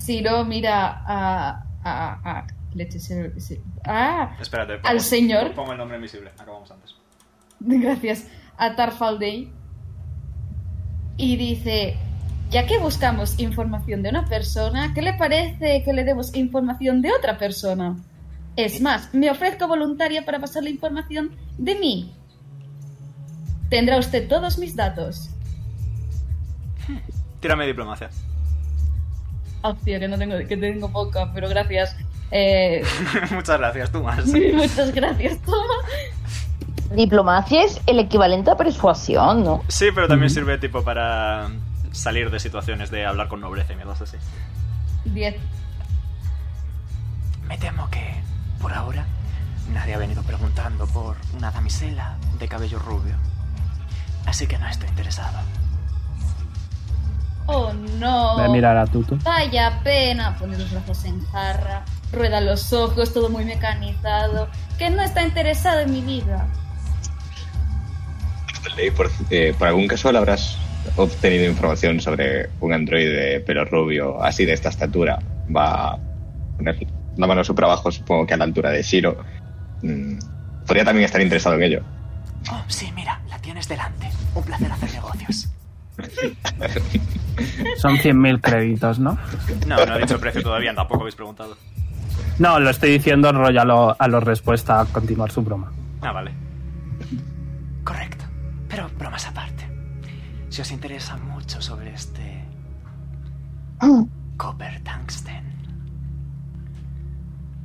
Ciro mira a. a. a. leche, se- se- ah, Espérate. pongo- señor? Pongo el nombre invisible. Acabamos antes. gracias. A Tarfaldey. Y dice: Ya que buscamos información de una persona, ¿qué le parece que le demos información de otra persona? Es más, me ofrezco voluntaria para pasar la información de mí. Tendrá usted todos mis datos. Tírame diplomacia. Hostia, Ah, que no tengo, que tengo poca, pero gracias. Eh, Muchas gracias, tú más. muchas gracias, Toma. Diplomacia es el equivalente a persuasión, ¿no? Sí, pero también sirve tipo para salir de situaciones de hablar con nobleza y mierdas así. Diez. Me temo que, por ahora, nadie ha venido preguntando por una damisela de cabello rubio. Así que no estoy interesado. Oh no. Voy a mirar a Tutu. Vaya pena. Pone los brazos en jarra, rueda los ojos, todo muy mecanizado. Que no está interesado en mi vida. Ley, Por, eh, por algún casual habrás obtenido información sobre un androide de pelo rubio, así de esta estatura. Va a poner la mano súper abajo, supongo que a la altura de Shiro. Mm, Podría también estar interesado en ello. Oh, sí, mira, la tienes delante. Un placer hacer negocios. Son 100.000 créditos, ¿no? No, no he dicho el precio todavía, tampoco habéis preguntado. No, lo estoy diciendo en rollo a lo, a lo respuesta a continuar su broma. Ah, vale. Correcto. Pero bromas aparte. Si os interesa mucho sobre este. Mm. Copper Tungsten.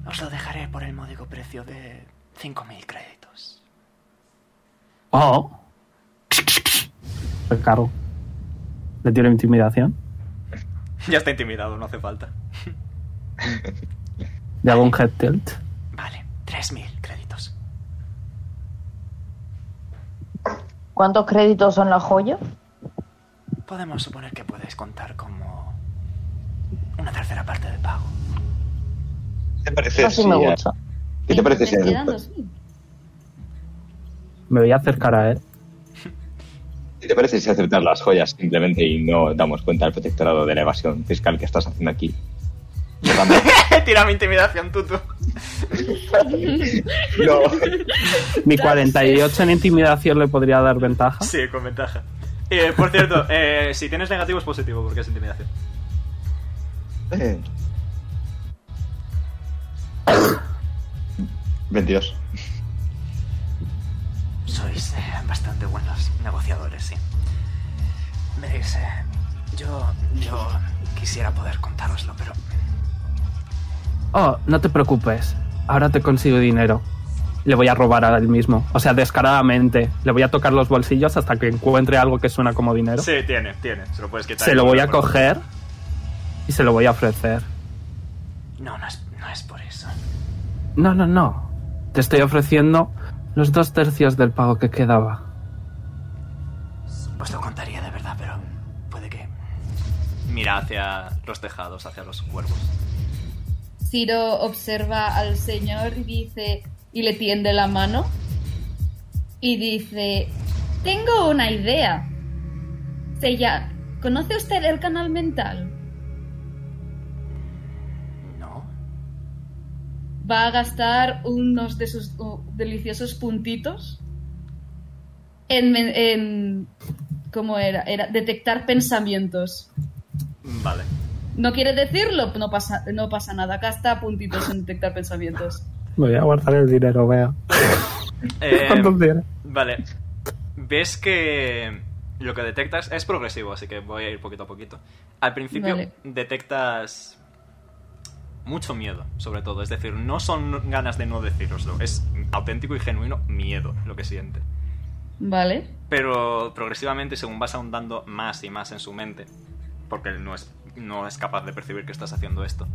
Os lo dejaré por el módico precio de 5.000 créditos. Oh. Recargo. Le tiro intimidación. Ya está intimidado, no hace falta. Le hago un head tilt. Vale, 3.000 créditos. ¿Cuántos créditos son las joyas? Podemos suponer que puedes contar como. una tercera parte del pago. ¿Qué te parece? Eso sí si, me eh, gusta. ¿Qué te parece si- Me quedan dos mil. Me voy a acercar a él. ¿Qué te parece si aceptas las joyas simplemente y no damos cuenta al protectorado de la evasión fiscal que estás haciendo aquí? Tira mi intimidación, tutu. no. Mi 48 en intimidación le podría dar ventaja. Sí, con ventaja. Eh, por cierto, eh, si tienes negativo es positivo porque es intimidación. Eh. 22. Sois eh, bastante buenos negociadores, sí. Veis, eh, yo, yo quisiera poder contároslo, pero Oh, no te preocupes. Ahora te consigo dinero. Le voy a robar a él mismo. O sea, descaradamente. Le voy a tocar los bolsillos hasta que encuentre algo que suena como dinero. Sí, tiene, tiene. Se lo puedes quitar. Se lo voy a coger y se lo voy a ofrecer. No, no es, no es por eso. No, no, no. Te estoy ofreciendo los dos tercios del pago que quedaba. Pues lo contaría de verdad, pero puede que... Mira hacia los tejados, hacia los cuervos. Ciro observa al señor y dice y le tiende la mano y dice tengo una idea. Sella, ¿conoce usted el canal mental? No. Va a gastar unos de sus uh, deliciosos puntitos en, men- en- cómo era, era detectar pensamientos. Vale. No quiere decirlo, no pasa, no pasa nada. Gasta puntitos en detectar pensamientos. Me voy a guardar el dinero, vea. Eh, ¿Cuánto tiene? Vale. Ves que lo que detectas es progresivo, así que voy a ir poquito a poquito. Al principio Vale. detectas mucho miedo, sobre todo. Es decir, no son ganas de no decíroslo, es auténtico y genuino miedo lo que siente. Vale. Pero progresivamente, según vas ahondando más y más en su mente, porque él no es, no es capaz de percibir que estás haciendo esto,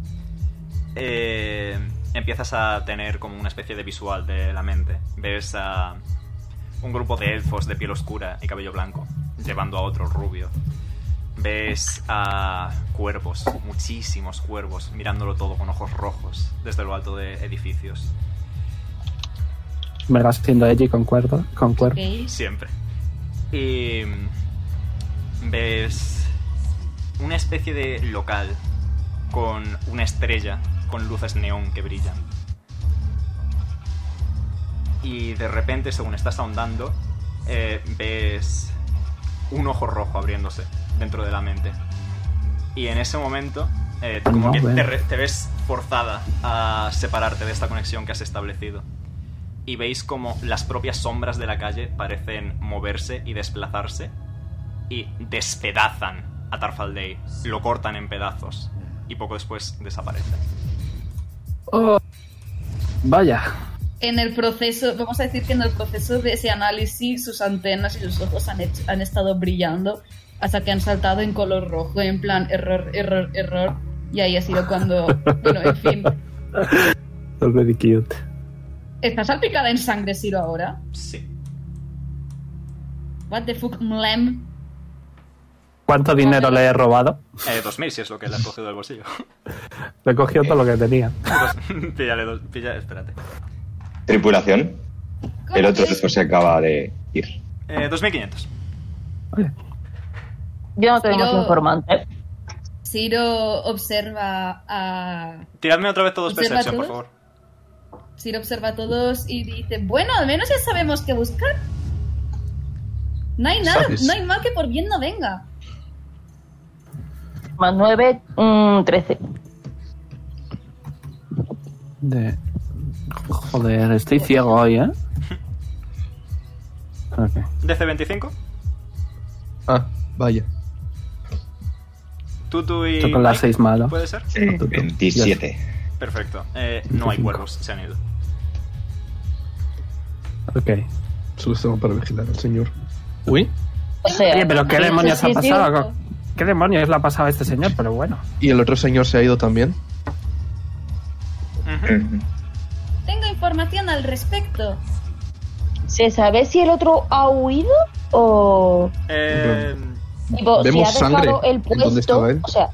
eh, empiezas a tener como una especie de visual de la mente. Ves a un grupo de elfos de piel oscura y cabello blanco, llevando a otro rubio. Ves a cuervos, muchísimos cuervos, mirándolo todo con ojos rojos desde lo alto de edificios. Me vas haciendo allí con cuerda, con cuerda. Ok. Siempre. Y mm, ves una especie de local con una estrella con luces neón que brillan. Y de repente, según estás ahondando, eh, ves un ojo rojo abriéndose dentro de la mente. Y en ese momento, eh, como No, que bueno. te, re- te ves forzada a separarte de esta conexión que has establecido y veis como las propias sombras de la calle parecen moverse y desplazarse y despedazan a Tarfaldey, lo cortan en pedazos y poco después desaparece. Oh, vaya. En el proceso, vamos a decir que en el proceso de ese análisis, sus antenas y sus ojos han, hecho- han estado brillando hasta que han saltado en color rojo, en plan error, error, error. Y ahí ha sido cuando, bueno, en fin. That's very cute. ¿Está salpicada en sangre, Siro, ahora? Sí. What the fuck, mlem. ¿Cuánto dinero le he robado? Eh, 2000 si es lo que le has cogido del bolsillo. Le he cogido todo lo que tenía. Dos- píllale, dos- pilla- espérate. Tripulación. El otro ¿Cómo elfo se acaba de ir. Eh, 2500. Yo no tengo Pero- más informante. que Ciro observa a. Tiradme otra vez todos ¿Observa Perception, por todos? favor. Ciro observa a todos y dice: Bueno, al menos ya sabemos qué buscar. No hay nada, ¿Sabes? no hay mal que por bien no venga. Más mm, 9, 13. De... Joder, estoy ciego hoy, ¿eh? Ok. DC 25. Ah, vaya. Tutu y. Esto con las Mike, seis manos. ¿Puede ser? 27. Perfecto. Eh, no hay 25. cuervos, se han ido. Ok. Solo estaba para vigilar al señor. Uy. O sea, Oye, pero ¿qué sí, demonios sí, ha sí, sí. pasado? ¿Qué demonios le ha pasado a este señor? Pero bueno. Y el otro señor se ha ido también. Ujú. Ujú. Tengo información al respecto. ¿Se sabe si el otro ha huido o Eh, tipo, Vemos si ha dejado sangre. el ¿En dónde puesto? estaba él? O sea,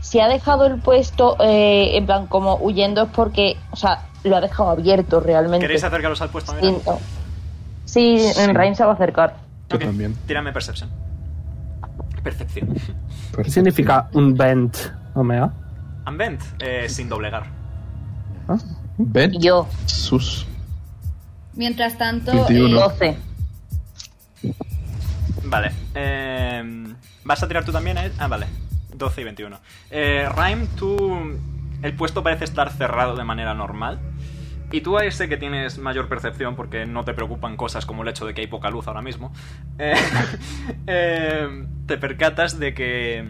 si ha dejado el puesto eh, en plan como huyendo es porque, o sea, lo ha dejado abierto realmente. ¿Queréis acercaros al puesto? Sí, Mira. no. Sí, en Rain se va a acercar. Yo Ok, también. Tírame Perception. Percepción. ¿Qué significa un vent, Omega? Unbent, eh, sin doblegar. ¿Ah? Ven. Yo, Sus. Mientras tanto, 21. eh, 12. Vale. eh, ¿Vas a tirar tú también? eh? Ah, vale. 12 y 21. Eh, Rhyme, tú... El puesto parece estar cerrado de manera normal. Y tú a ese que tienes mayor percepción porque no te preocupan cosas como el hecho de que hay poca luz ahora mismo. eh, eh, te percatas de que...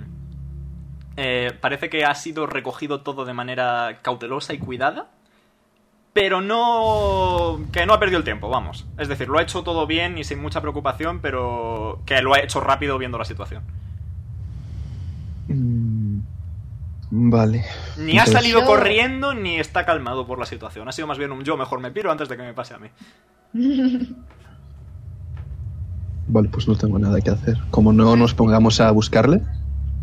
eh, parece que ha sido recogido todo de manera cautelosa y cuidada. pero no que no ha perdido el tiempo, vamos. Es decir, lo ha hecho todo bien y sin mucha preocupación, pero que lo ha hecho rápido viendo la situación. Mm, Vale. Ni ha Entonces- salido Yo- corriendo ni está calmado por la situación. Ha sido más bien un yo mejor me piro antes de que me pase a mí. Vale, pues no tengo nada que hacer. Como no nos pongamos a buscarle.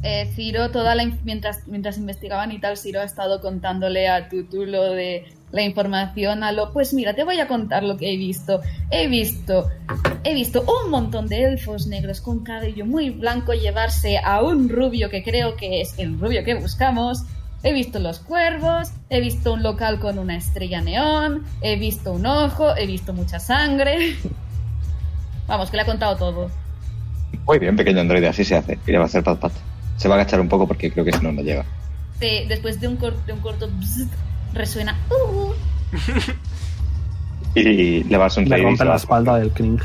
eh, Ciro, toda la inf- mientras, mientras investigaban y tal, Ciro ha estado contándole a Tutu lo de la información a lo. Pues mira, te voy a contar lo que he visto. He visto, he visto un montón de elfos negros con cabello muy blanco llevarse a un rubio que creo que es el rubio que buscamos. He visto los cuervos, he visto un local con una estrella neón, he visto un ojo, he visto mucha sangre. Vamos, que le ha contado todo. Muy bien, pequeño androide, así se hace. Y le va a hacer pat pat. Se va a agachar un poco porque creo que si no, no llega. Te- después de un, cor- de un corto bzzzt, resuena "Uh". Y le va a Le sonreír y se rompe va, la espalda del cringe.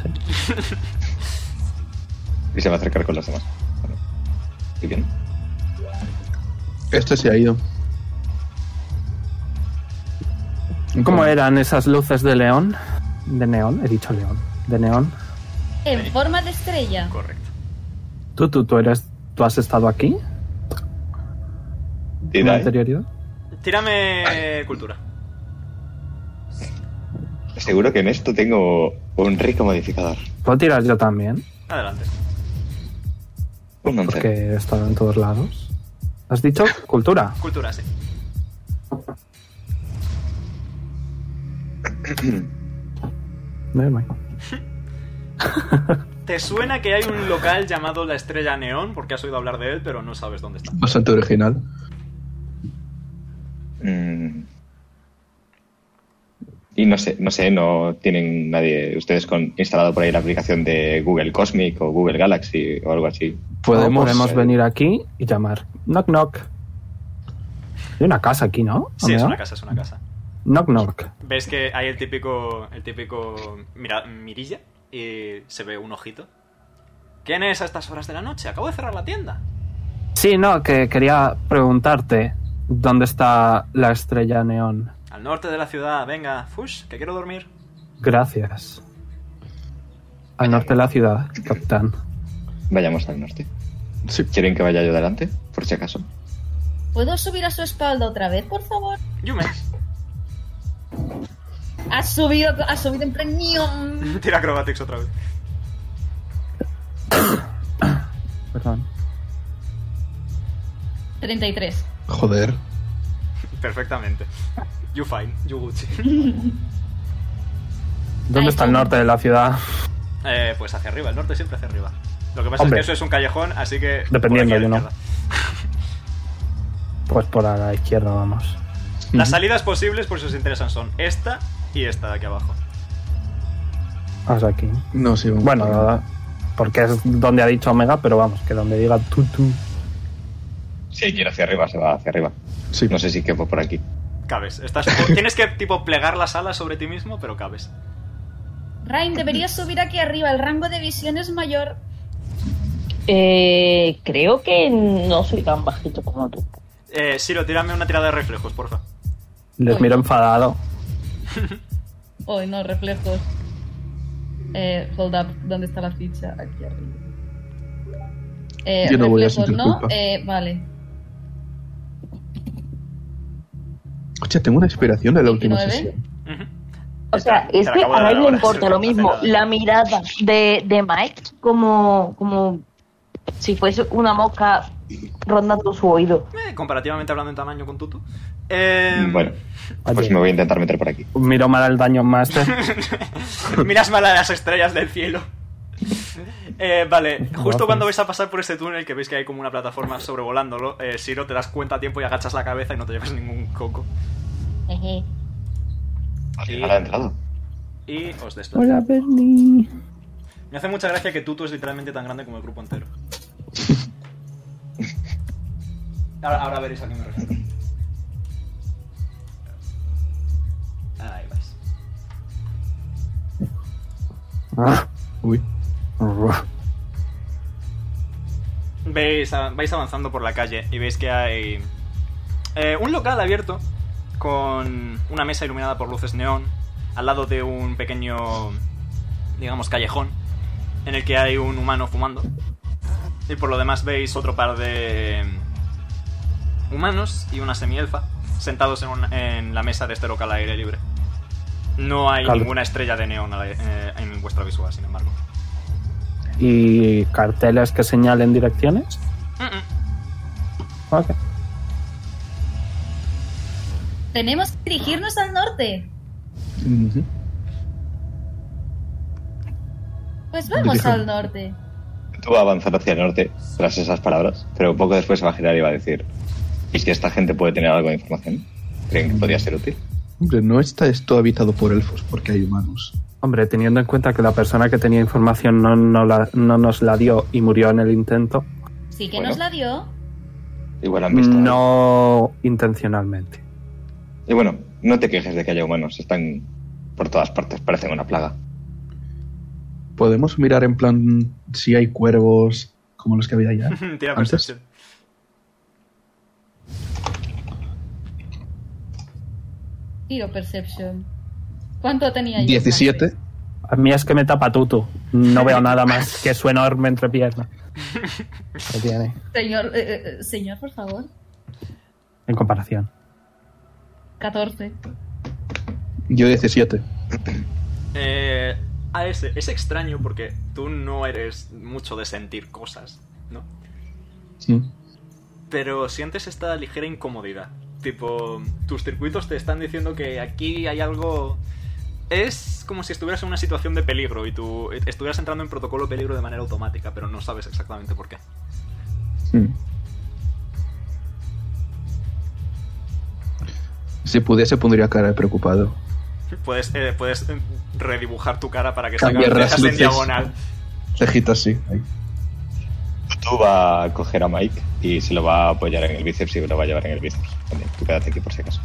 y se va a acercar con los demás. Bueno. Muy bien. Este se ha ido. ¿Cómo eran esas luces de león? De neón, he dicho león. De neón. En forma de estrella. Correcto. ¿Tú, tú, tú, eres, ¿Tú has estado aquí con Didai, anterioridad? Tírame eh, cultura. Seguro que en esto tengo un rico modificador. Puedo tirar yo también, Adelante. Un 11. porque he estado en todos lados. ¿Has dicho cultura? Cultura, sí. Never mind. Te suena que hay un local llamado La Estrella Neón, porque has oído hablar de él, pero no sabes dónde está. Bastante original. Mm. Y no sé, no sé, no tienen nadie, ustedes con instalado por ahí la aplicación de Google Cosmic o Google Galaxy o algo así. Podemos, eh, venir aquí y llamar. Knock, knock. Hay una casa aquí, ¿no? Sí, es Amigo? una casa, es una casa. Knock, knock. Ves que hay el típico, el típico mira- mirilla y se ve un ojito. ¿Quién es a estas horas de la noche? Acabo de cerrar la tienda. Sí, no, que quería preguntarte dónde está la estrella neón. Al norte de la ciudad, venga, fush, que quiero dormir. Gracias. Al norte de la ciudad, capitán. Vayamos al norte. Sí. ¿Quieren que vaya yo delante? Por si acaso. ¿Puedo subir a su espalda otra vez, por favor? Yume, Ha subido, ha subido en premium. tira acrobatics otra vez. Perdón. 33. Joder. Perfectamente. You fine, you Gucci. ¿Dónde Ay, está el ¿cómo? norte de la ciudad? Eh, pues hacia arriba, el norte siempre hacia arriba. Lo que pasa Hombre. es que eso es un callejón, así que. por Dependiendo, aquí a la yo no. izquierda. Pues por a la izquierda vamos. Las salidas posibles, por si os interesan, son esta y esta de aquí abajo. Hasta aquí. No, sí. vamos. Bueno, porque es donde ha dicho Omega, pero vamos, que donde diga tú, tú. Si quiere hacia arriba, se va hacia arriba. sí. No sé si quepo por aquí. Cabes. Estás, tienes que tipo plegar las alas sobre ti mismo, pero cabes. Rain, deberías subir aquí arriba. El rango de visión es mayor. Eh, creo que no soy tan bajito como tú. Eh, Siro, tírame una tirada de reflejos, porfa. Les Uy. miro enfadado. Hoy no, reflejos. Eh, hold up, ¿dónde está la ficha? Aquí arriba. Eh, Yo no voy a reflejos, sentir ¿no? culpa. Eh, vale. Hostia, tengo una inspiración de la última 19. sesión. Ujú. O sea, Te la es que acabo de a dar él le ahora, importa sí, lo no hace mismo nada. la mirada de, de Mike como, como si fuese una mosca rondando su oído. Eh, comparativamente hablando en tamaño con Tutu. Em, Eh, Bueno, pues Oye. me voy a intentar meter por aquí. Miro mal al daño master. Miras mal a las estrellas del cielo. Eh, vale, justo Gracias. cuando vais a pasar por ese túnel, que veis que hay como una plataforma sobrevolándolo, eh, Siro, te das cuenta a tiempo y agachas la cabeza y no te llevas ningún coco. Al final ha entrado. Y os desplazas. Hola, Bernie. Me hace mucha gracia que Tutu es literalmente tan grande como el grupo entero. Ahora, ahora veréis a qué me refiero. Ahí vais. Ah, Uy. ruah. Veis, a- vais avanzando por la calle y veis que hay eh, un local abierto con una mesa iluminada por luces neón al lado de un pequeño, digamos, callejón en el que hay un humano fumando. Y por lo demás veis otro par de eh, humanos y una semielfa sentados en, una- en la mesa de este local al aire libre. No hay Claro. ninguna estrella de neón a la- eh, en vuestra visual, sin embargo. ¿Y carteles que señalen direcciones? Mm, mm. Ok. Tenemos que dirigirnos al norte. Ujú. Pues vamos Dijo- al norte. Tú vas a avanzar hacia el norte tras esas palabras, pero poco después se va a girar y va a decir: ¿Y si esta gente puede tener algo de información? ¿Creen que podría ser útil? Hombre, no está esto habitado por elfos porque hay humanos. Hombre, teniendo en cuenta que la persona que tenía información no, no la- no nos la dio y murió en el intento, Sí que Bueno. nos la dio. Igual han visto. algo. no intencionalmente. Y bueno, no te quejes de que haya humanos, están por todas partes, parecen una plaga. Podemos mirar en plan si hay cuervos como los que había allá. Tira Antes. percepción. Tiro Perception. ¿Cuánto tenía yo? 17. A mí es que me tapa Tutu. No veo nada más que su enorme entrepierna. Que tiene, Señor, eh, eh, señor, por favor. en comparación. 14. Yo 17. Eh, a ese, es extraño porque tú no eres mucho de sentir cosas, ¿no? Sí. Pero sientes esta ligera incomodidad. Tipo, tus circuitos te están diciendo que aquí hay algo... Es como si estuvieras en una situación de peligro y tú estuvieras entrando en protocolo peligro de manera automática, pero no sabes exactamente por qué. Mm. Si pudiese pondría cara de preocupado. Puedes, eh, puedes eh, redibujar tu cara para que Cambiar salgan las cejas en luces. diagonal. Cejitas sí. ahí. Tú va a coger a Mike y se lo va a apoyar en el bíceps y lo va a llevar en el bíceps. También. Tú quédate aquí por si acaso.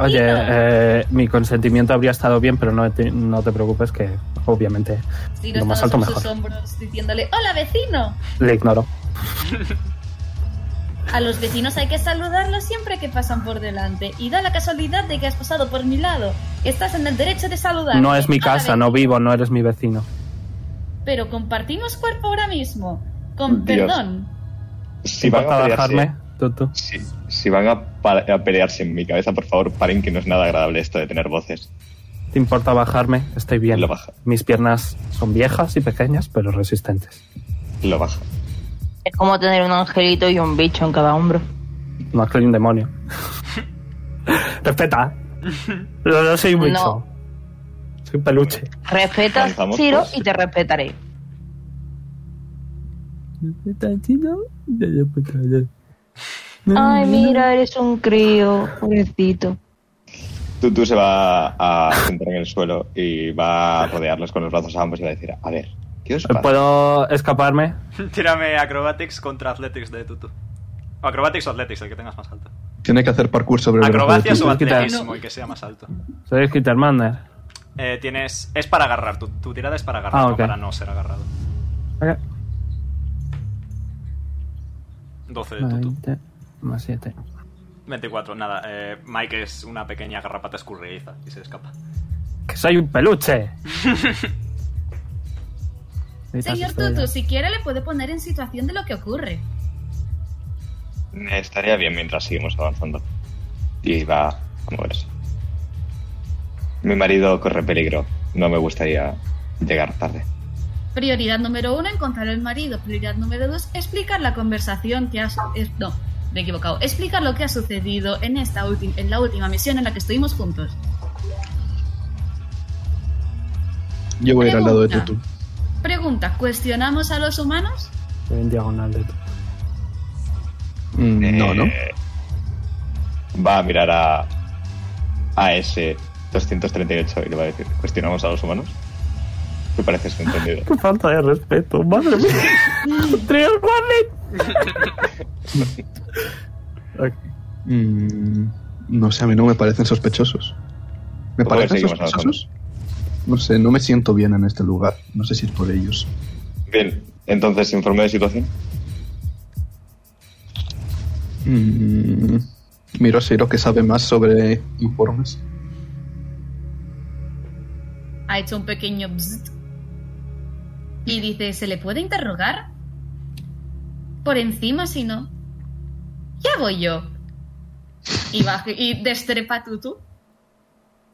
Oye, eh, mi consentimiento habría estado bien, pero no te, no te preocupes que obviamente Si Lo no más estamos alto en sus mejor. hombros diciéndole, ¡Hola, vecino! le ignoro. A los vecinos hay que saludarlos siempre que pasan por delante. Y da la casualidad de que has pasado por mi lado. Estás en el derecho de saludar. No es mi casa, no vivo, no eres mi vecino. Pero compartimos cuerpo ahora mismo. Con Dios. perdón. Si ¿Te van importa a bajarme, pelearse, Tutu? si, si van a, pa- a pelearse en mi cabeza, por favor, paren que no es nada agradable esto de tener voces. ¿Te importa bajarme? Estoy bien. Lo baja. Mis piernas son viejas y pequeñas, pero resistentes. Lo baja. Es como tener un angelito y un bicho en cada hombro. No es que hay un demonio. Respeta. No, no soy un bicho. No. Soy un peluche. Respetas, Lanzamos, Ciro, pues. y te respetaré. Ay, mira, eres un crío, pobrecito. Tutu se va a sentar en el suelo y va a rodearlos con los brazos a ambos y va a decir, a ver, ¿qué Eh, os pasa? Eh, ¿Puedo escaparme? Tírame acrobatics contra athletics de Tutu. O acrobatics o athletics, el que tengas más alto. Tiene que hacer parkour sobre el brazo de Acrobacias Tutu. o Tutu, quita. atletismo, el que sea más alto. Soy Skittermander. Eh, tienes. Es para agarrar, tu, tu tirada es para agarrar, Ah, no ok. para no ser agarrado. Ok. 12 de Tutu. 20 más 7. 24, nada. eh, Mike es una pequeña garrapata escurridiza y se escapa. ¡Que soy un peluche! Necesitas Señor estrellas. Tutu, si quiere le puede poner en situación de lo que ocurre. Estaría bien mientras seguimos avanzando. Y va a moverse. Mi marido corre peligro. No me gustaría llegar tarde. Prioridad número uno, encontrar el marido. Prioridad número dos, explicar la conversación que has... es- No, me he equivocado. Explicar lo que ha sucedido en, esta ulti- en la última misión en la que estuvimos juntos. Yo voy a ir al lado de Pregunta. Tutu. Pregunta, ¿cuestionamos a los humanos? Estoy en diagonal de Tutu. Mm, No, no. Eh, Va a mirar a. a ese 238 y le va a decir: ¿Cuestionamos a los humanos? Tú pareces entendido. ¡Qué falta de respeto! ¡Madre mía! ¡Trial Warning! Mm, no sé, a mí no me parecen sospechosos. ¿Me Pues parecen seguimos sospechosos? No sé, no me siento bien en este lugar. No sé si es por ellos. Bien, entonces, informe de situación. Mm, miro a Ciro que sabe más sobre informes. Ha hecho un pequeño bzzzt. Y dice, ¿se le puede interrogar? Por encima, si no. Ya voy yo. Y, baja, y destrepa a Tutu.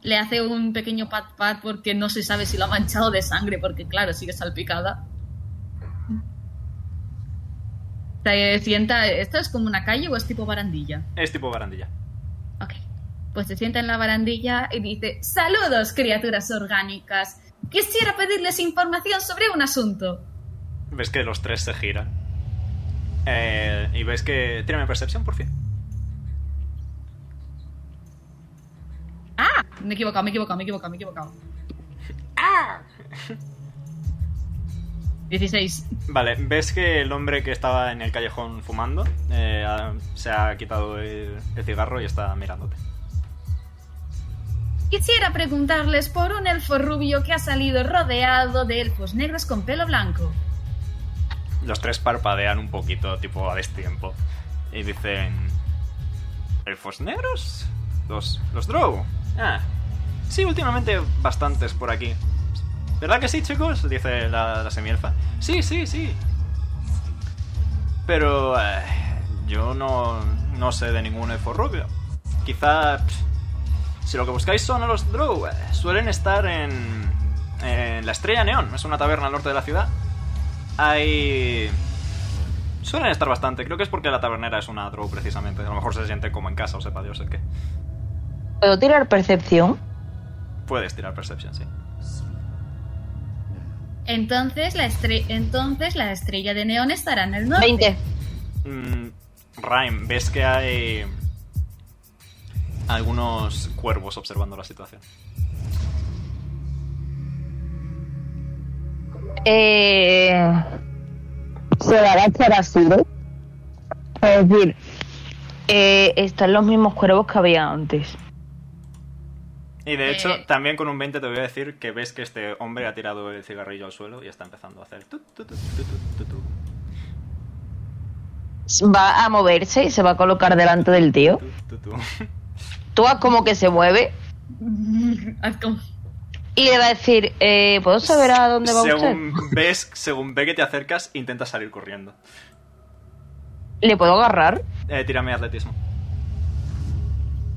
Le hace un pequeño pat pat porque no se sabe si lo ha manchado de sangre, porque claro, sigue salpicada. Se sienta. ¿Esto es como una calle o es tipo barandilla? Es tipo barandilla. Ok. Pues se sienta en la barandilla y dice, saludos, criaturas orgánicas. Quisiera pedirles información sobre un asunto. Ves que los tres se giran. Eh, y ves que. Tírame percepción, por fin. Ah, me he equivocado, me he equivocado, me he equivocado, me he equivocado. Ah. Ah. 16. Vale, ves que el hombre que estaba en el callejón fumando eh, ha- se ha quitado el, el cigarro y está mirándote. Quisiera preguntarles por un elfo rubio que ha salido rodeado de elfos negros con pelo blanco. Los tres parpadean un poquito, tipo a destiempo. Y dicen... ¿Elfos negros? ¿Los, los Drow? Ah, sí, últimamente bastantes por aquí. ¿Verdad que sí, chicos? Dice la, la semielfa. Sí, sí, sí. Pero eh, yo no, no sé de ningún elfo rubio. Quizá pff, si lo que buscáis son a los Drow, eh, suelen estar en, en la Estrella Neón. Es una taberna al norte de la ciudad. Hay... Suelen estar bastante. Creo que es porque la tabernera es una Drow, precisamente. A lo mejor se siente como en casa, o sepa Dios el qué. ¿Puedo tirar percepción? Puedes tirar Perception, sí. Entonces la, estre- Entonces la estrella de neón estará en el norte. 20. Mm, Rhyme, ves que hay algunos cuervos observando la situación. Eh, se dará a echar así, ¿no? Es decir, eh, están los mismos cuervos que había antes. Y de Eh. hecho, también con un 20 te voy a decir que ves que este hombre ha tirado el cigarrillo al suelo y está empezando a hacer... tu, tu, tu, tu, tu, tu, tu. Va a moverse y se va a colocar delante del tío. Tu, tu, tu. Tú vas como que se mueve Haz como- y le va a decir, eh, ¿puedo saber a dónde va usted? Según ves, según ve que te acercas, intenta salir corriendo. ¿Le puedo agarrar? Eh, tírame atletismo.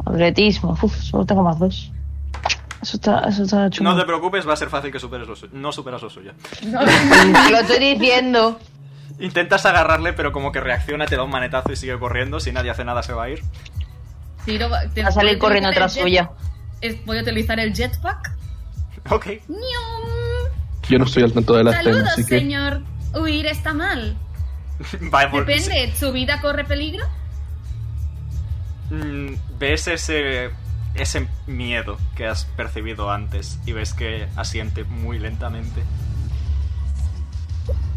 Atletismo. Uf, solo tengo más dos. Eso está, eso está chulo. No te preocupes, va a ser fácil que superes lo suyo. No superas lo suyo. Lo estoy diciendo. Intentas agarrarle, pero como que reacciona, te da un manetazo y sigue corriendo. Si nadie hace nada, se va a ir. Tiro- te- Va a salir voy corriendo utilizar tras el jet- suya. es- Voy a utilizar el jetpack. Ok. ¡Nium! Yo no estoy al tanto de la escena, Saludos, así que. señor. Huir está mal. Va a vol- Depende, ¿su vida corre peligro? Mm, ves ese ese miedo que has percibido antes y ves que asiente muy lentamente.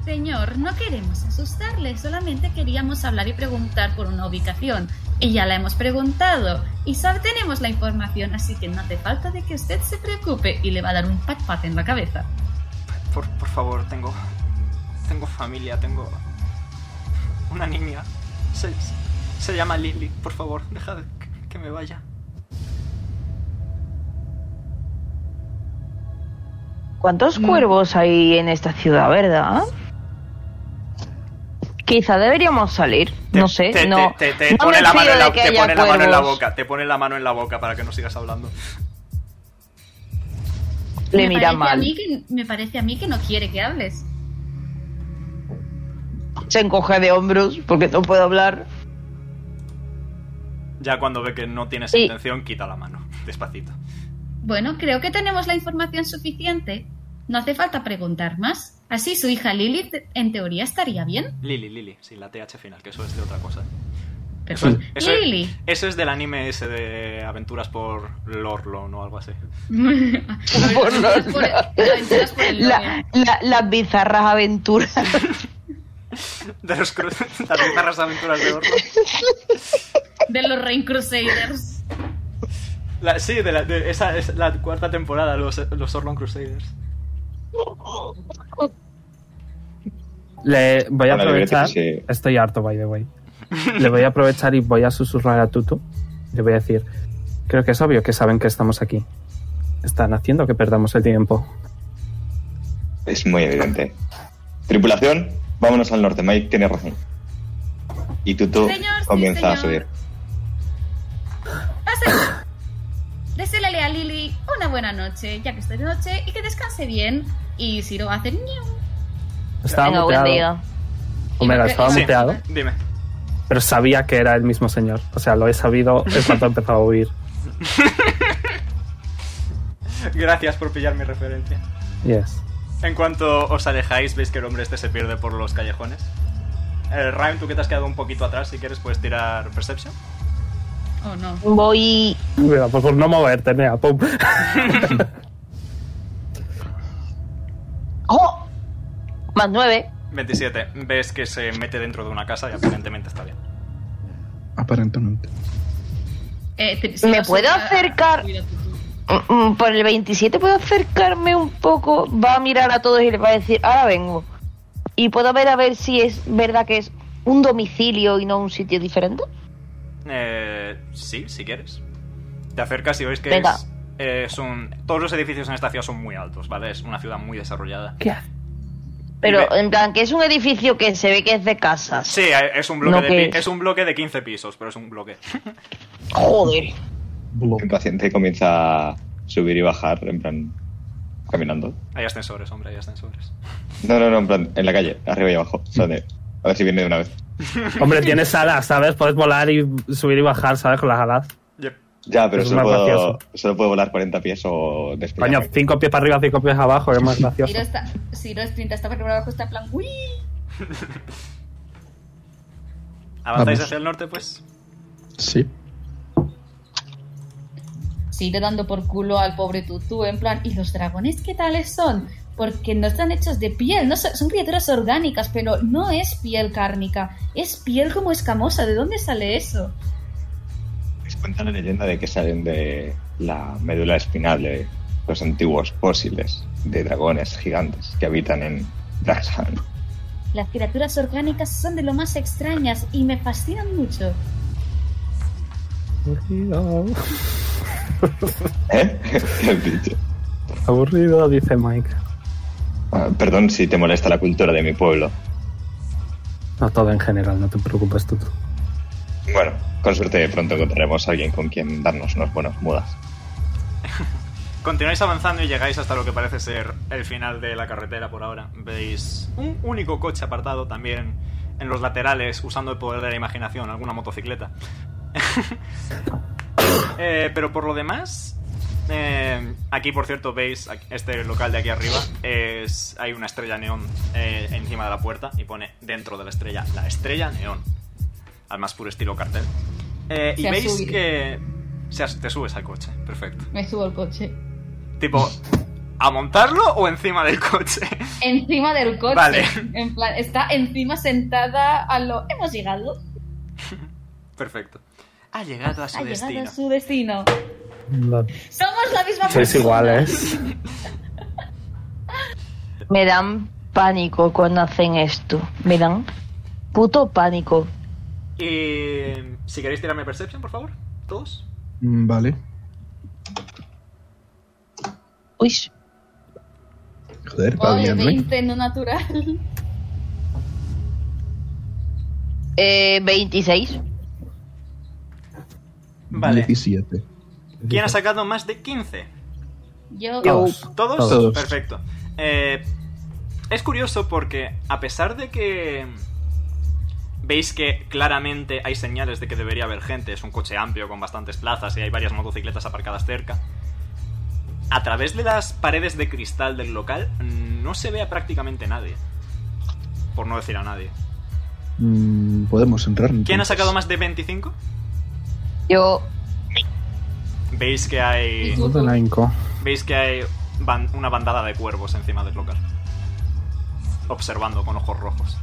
Señor, no queremos asustarle, solamente queríamos hablar y preguntar por una ubicación. Y ya la hemos preguntado, y ya tenemos la información, así que no hace falta de que usted se preocupe y le va a dar un pat pat en la cabeza. Por, por favor, tengo tengo familia, tengo una niña. Se, se llama Lily, por favor, dejad que- que me vaya. ¿Cuántos cuervos hay en esta ciudad, verdad? Quizá deberíamos salir. Te- no sé, te, no. te- te no pone, me la mano, fío en de la, que te haya pone la mano en la cuervos. boca, te pone la mano en la boca para que no sigas hablando. Le me mira parece a mal. mí que- me parece a mí que no quiere que hables. Se encoge de hombros porque no puedo hablar. Ya cuando ve que no tienes Sí. intención, quita la mano, despacito. Bueno, creo que tenemos la información suficiente. No hace falta preguntar más. Así su hija Lilith, en teoría, estaría bien. Lily, Lily, sin la TH final, que eso es de otra cosa. Eso es, Perdón. eso es- Lily. eso es del anime ese de aventuras por Lorlon o algo así. Por los- Por- aventuras por el la- lore. la- las bizarras aventuras. De los cru- las bizarras aventuras de Lorlon. de los Rain Crusaders. La- sí, de, la, de esa es la cuarta temporada, los, los Orlon Crusaders. Le voy a Bueno, yo creo que aprovechar. sí. Estoy harto, by the way. Le voy a aprovechar y voy a susurrar a Tutu. Le voy a decir: Creo que es obvio que saben que estamos aquí. Están haciendo que perdamos el tiempo. Es muy evidente. Tripulación, vámonos al norte. Mike tiene razón. Y Tutu Señor, sí, comienza a señor. subir. Pasen. Desélale a Lily una buena noche, ya que es de noche, y que descanse bien. Y Siro hace ñiu. Estaba Venga, buen muteado. día. Omega, estaba Sí. muteado, Dime. pero sabía que era el mismo señor. O sea, lo he sabido en cuanto he empezado a huir. Gracias por pillar mi referencia. Yes. En cuanto os alejáis, veis que el hombre este se pierde por los callejones. Eh, Ryan, tú que te has quedado un poquito atrás, si quieres puedes tirar Perception. Oh no. Voy. Mira, pues por no moverte, nea, pum. ¡Oh! Más nueve. 27. Ves que se mete dentro de una casa y aparentemente está bien. Aparentemente. Eh, te- Ciro ¿Me puedo se va a- acercar? Mira tú, tú. Mm, mm, Por el 27 puedo acercarme un poco. Va a mirar a todos y les va a decir, ahora vengo. Y puedo ver a ver si es verdad que es un domicilio y no un sitio diferente. Eh, sí, si quieres. Te acercas y ves que Venga. es eh, son. Todos los edificios en esta ciudad son muy altos, ¿vale? Es una ciudad muy desarrollada. ¿Qué hace? Pero Ve- en plan, que es un edificio que se ve que es de casas. Sí, eh, es un bloque, No, de, ¿qué pi- es? es un bloque de 15 pisos, pero es un bloque. Joder. El paciente comienza a subir y bajar, en plan, caminando. Hay ascensores, hombre, hay ascensores. No, no, no, en plan, en la calle, arriba y abajo. O sea, de- A ver si viene de una vez. Hombre, tienes alas, ¿sabes? Puedes volar y subir y bajar, ¿sabes? Con las alas. Yep. Ya, pero Es solo más puedo, gracioso. solo puedo volar 40 pies o despegar. Coño, cinco pies para arriba, cinco pies abajo, que es más gracioso. Ciro está, Ciro esprinta hasta arriba abajo, está en plan, uy. ¿Avanzáis Vamos. hacia el norte, pues? Sí. Ciro dando por culo al pobre tutú, en plan, ¿y los dragones qué tales son? Porque no están hechos de piel, no son, son criaturas orgánicas, pero no es piel cárnica, es piel como escamosa, ¿de dónde sale eso? Les Cuenta la leyenda de que salen de la médula espinal de los antiguos fósiles de dragones gigantes que habitan en Draxan. Las criaturas orgánicas son de lo más extrañas y me fascinan mucho. Aburrido. ¿Eh? ¿Qué has dicho? Aburrido, dice Mike. Ah, perdón si te molesta la cultura de mi pueblo. No todo en general, no te preocupes tú. Bueno, con suerte pronto encontraremos a alguien con quien darnos unas buenas mudas. Continuáis avanzando y llegáis hasta lo que parece ser el final de la carretera por ahora. Veis un único coche apartado también en los laterales, usando el poder de la imaginación, alguna motocicleta. Eh, pero por lo demás, eh, aquí por cierto veis aquí- este local de aquí arriba, es, hay una estrella neón eh, encima de la puerta y pone dentro de la estrella, la estrella neón, al más puro estilo cartel. Eh, y Se ha veis subido. que se as- te subes al coche, perfecto. Me subo al coche. Tipo, ¿a montarlo o encima del coche? Encima del coche. Vale. En plan, está encima sentada a lo... Hemos llegado. Perfecto. Ha llegado a su Ha llegado destino. a su destino. No, Somos la misma sois ¿eh? persona. iguales. Me dan pánico cuando hacen esto. Me dan puto pánico. Y si queréis tirarme Perception, por favor, todos. Mm, Vale. Uy, Joder, va Oye, bien, ¿eh? 20 no natural. eh, 26. Vale. 17. ¿Quién ha sacado más de 15? Yo... Todos. ¿Todos? Todos. Perfecto. Eh, es curioso porque a pesar de que veis que claramente hay señales de que debería haber gente, es un coche amplio con bastantes plazas y hay varias motocicletas aparcadas cerca, a través de las paredes de cristal del local no se ve a prácticamente nadie. Por no decir a nadie. Mm, podemos entrar. ¿Quién ha entonces. sacado más de 25? Yo, Veis que hay... tú? Todo en ahínco. Veis que hay ban- una bandada de cuervos encima del local. Observando con ojos rojos.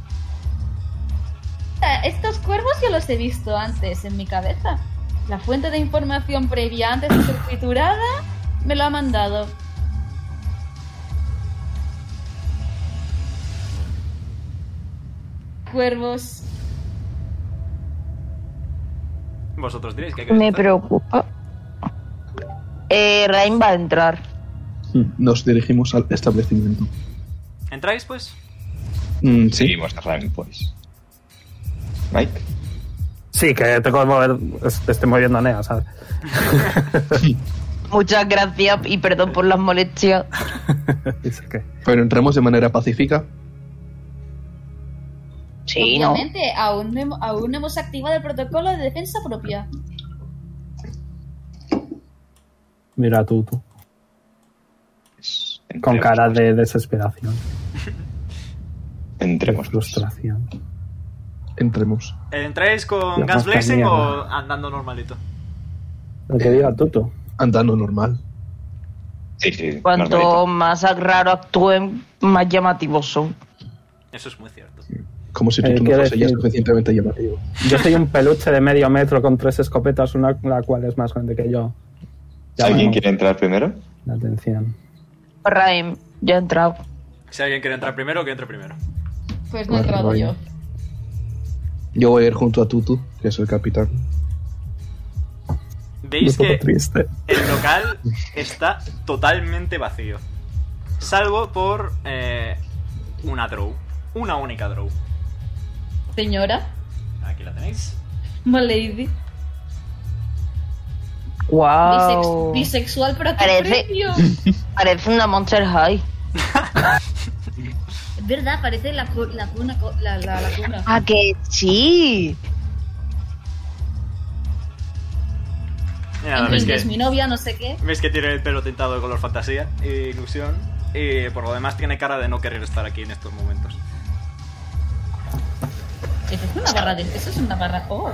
Ah, Estos cuervos yo los he visto antes en mi cabeza. La fuente de información previa antes de ser triturada me lo ha mandado. Cuervos. Vosotros diréis que hay que me hacer. preocupa. Eh, Rain va a entrar. Mm, Nos dirigimos al establecimiento. ¿Entráis, pues? Mm, sí. Seguimos a Ram, pues. Mike, Sí, que tengo que mover. es- Estoy moviendo a Nea, ¿sabes? Muchas gracias y perdón por las molestias. Dice que. Pero entramos de manera pacífica. Sí, ¿no? Obviamente, aún, no hemo- aún no hemos activado el protocolo de defensa propia. Mira tú, tú. pues, Con entremos, cara pues. de desesperación, de Entremos. pues. frustración. Entremos. ¿Entráis con La Gas pasta Blazing mía, o ¿no? andando normalito? Lo que diga Tutu. Andando normal. Sí, sí, Cuanto normalito. más raro actúen, más llamativos son. Eso es muy cierto. Como si Eh, tú no quiero fuese ya decir- suficientemente llamativo. Yo soy un peluche de medio metro con tres escopetas, una la cual es más grande que yo. ¿Alguien Llama quiere entrar primero? La atención. Rain, ya ha entrado. Si alguien quiere entrar primero, que entre primero. Pues no he Bueno, entrado voy. yo. Yo voy a ir junto a Tutu, que es el capitán. Veis Un poco que triste. el local está totalmente vacío. Salvo por eh, una draw. Una única draw. Señora, Aquí la tenéis. my lady. ¡Wow! Bisex- bisexual, pero a qué Parece- precio. Parece una Monster High. Es verdad, parece la, cu- la cuna. co- La, la- la cuna. ¡Ah, que sí! Mira, En veis fin, que, es mi novia, no sé qué. veis que tiene el pelo tintado de color fantasía e ilusión. Y por lo demás tiene cara de no querer estar aquí en estos momentos. Eso es una barra de. Eso es una barra. Oh.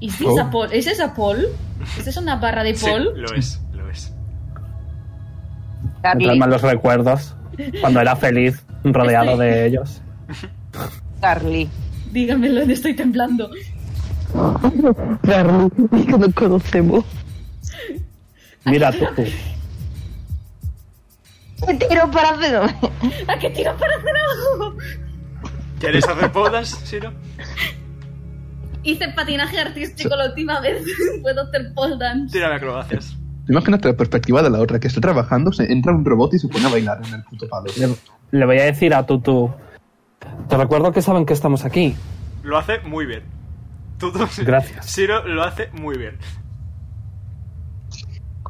¿Es esa Paul? ¿Es esa Paul? ¿Esa es una barra de Sí, Paul? lo es, lo es. Me Carly, calman los recuerdos. Cuando era feliz, rodeado de ellos. Carly. Dígamelo, estoy temblando. Carly, que nos conocemos. Mira tú. tú. Tiro para hacer. ¿A qué tiro para hacer algo? ¿Quieres hacer bodas, Siro? Hice patinaje artístico la última vez. Puedo hacer pole dance. Tírame acrobacias. Imagínate la perspectiva de la otra que está trabajando, se entra un robot y se pone a bailar en el puto palo. Le, le voy a decir a Tutu. Te recuerdo que saben que estamos aquí. Lo hace muy bien. Tú, tú- Gracias. Siro lo hace muy bien.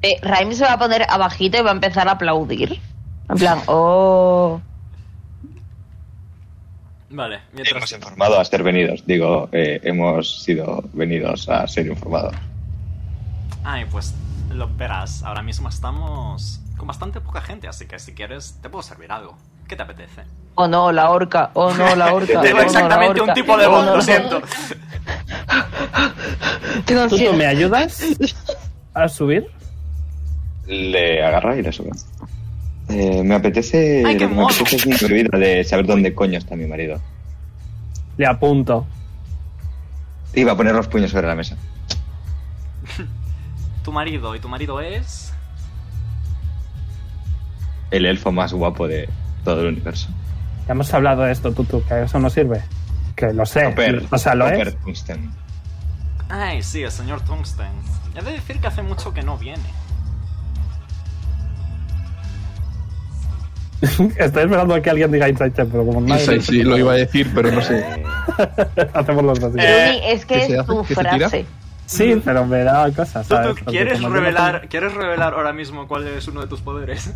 Eh, Raim se va a poner abajito y va a empezar a aplaudir. En plan, oh. Vale, mientras. Hemos informado a ser venidos. Digo, eh, hemos sido venidos a ser informados. Ay, pues lo verás. Ahora mismo estamos con bastante poca gente, así que si quieres, te puedo servir algo. ¿Qué te apetece? Oh no, la horca, oh no, la horca. Tengo oh, no, exactamente la un horca. tipo de Oh, voz, no, lo la- siento. Tengo Tutu, ansiedad. ¿me ayudas a subir? Le agarra y le sube. Eh, me apetece. Ay, qué me mono. apetece mi bebida de saber dónde coño está mi marido. Le apunto. Iba a poner los puños sobre la mesa. Tu marido, y tu marido es. El elfo más guapo de todo el universo. Ya hemos hablado de esto, Tutu, que eso no sirve. Que lo sé. Hopper- o sea, lo Hopper es. Tungsten. Ay, sí, el señor Tungsten. He de decir que hace mucho que no viene. Estoy esperando a que alguien diga Inside Check, pero como No nadie sé si lo iba a decir, pero no sé. hacemos los dos. Eh, Luni, es que ¿qué se es hace? tu ¿Qué se tira? frase. Sí, pero me da cosas. Tú, ¿sabes? tú, Porque ¿quieres como yo no revelar, ¿quieres revelar ahora mismo cuál es uno de tus poderes?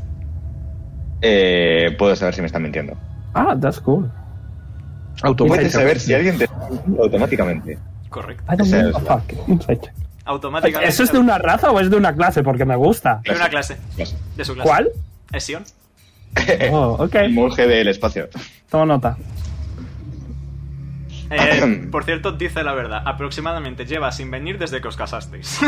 Eh, puedo saber si me están mintiendo. tengo- Ah, that's cool. Puedes Automáticamente. saber si alguien te está mintiendo automáticamente. Correcto. I don't Ese give es a la- fuck. Inside check. Automáticamente. ¿Eso es de una raza o es de una clase? Porque me gusta. de una clase. Clase. De su clase. ¿Cuál? Es Sion. Eh. Oh, ok. Monje del espacio. Tomo nota. Eh, por cierto, dice la verdad. Aproximadamente lleva sin venir desde que os casasteis.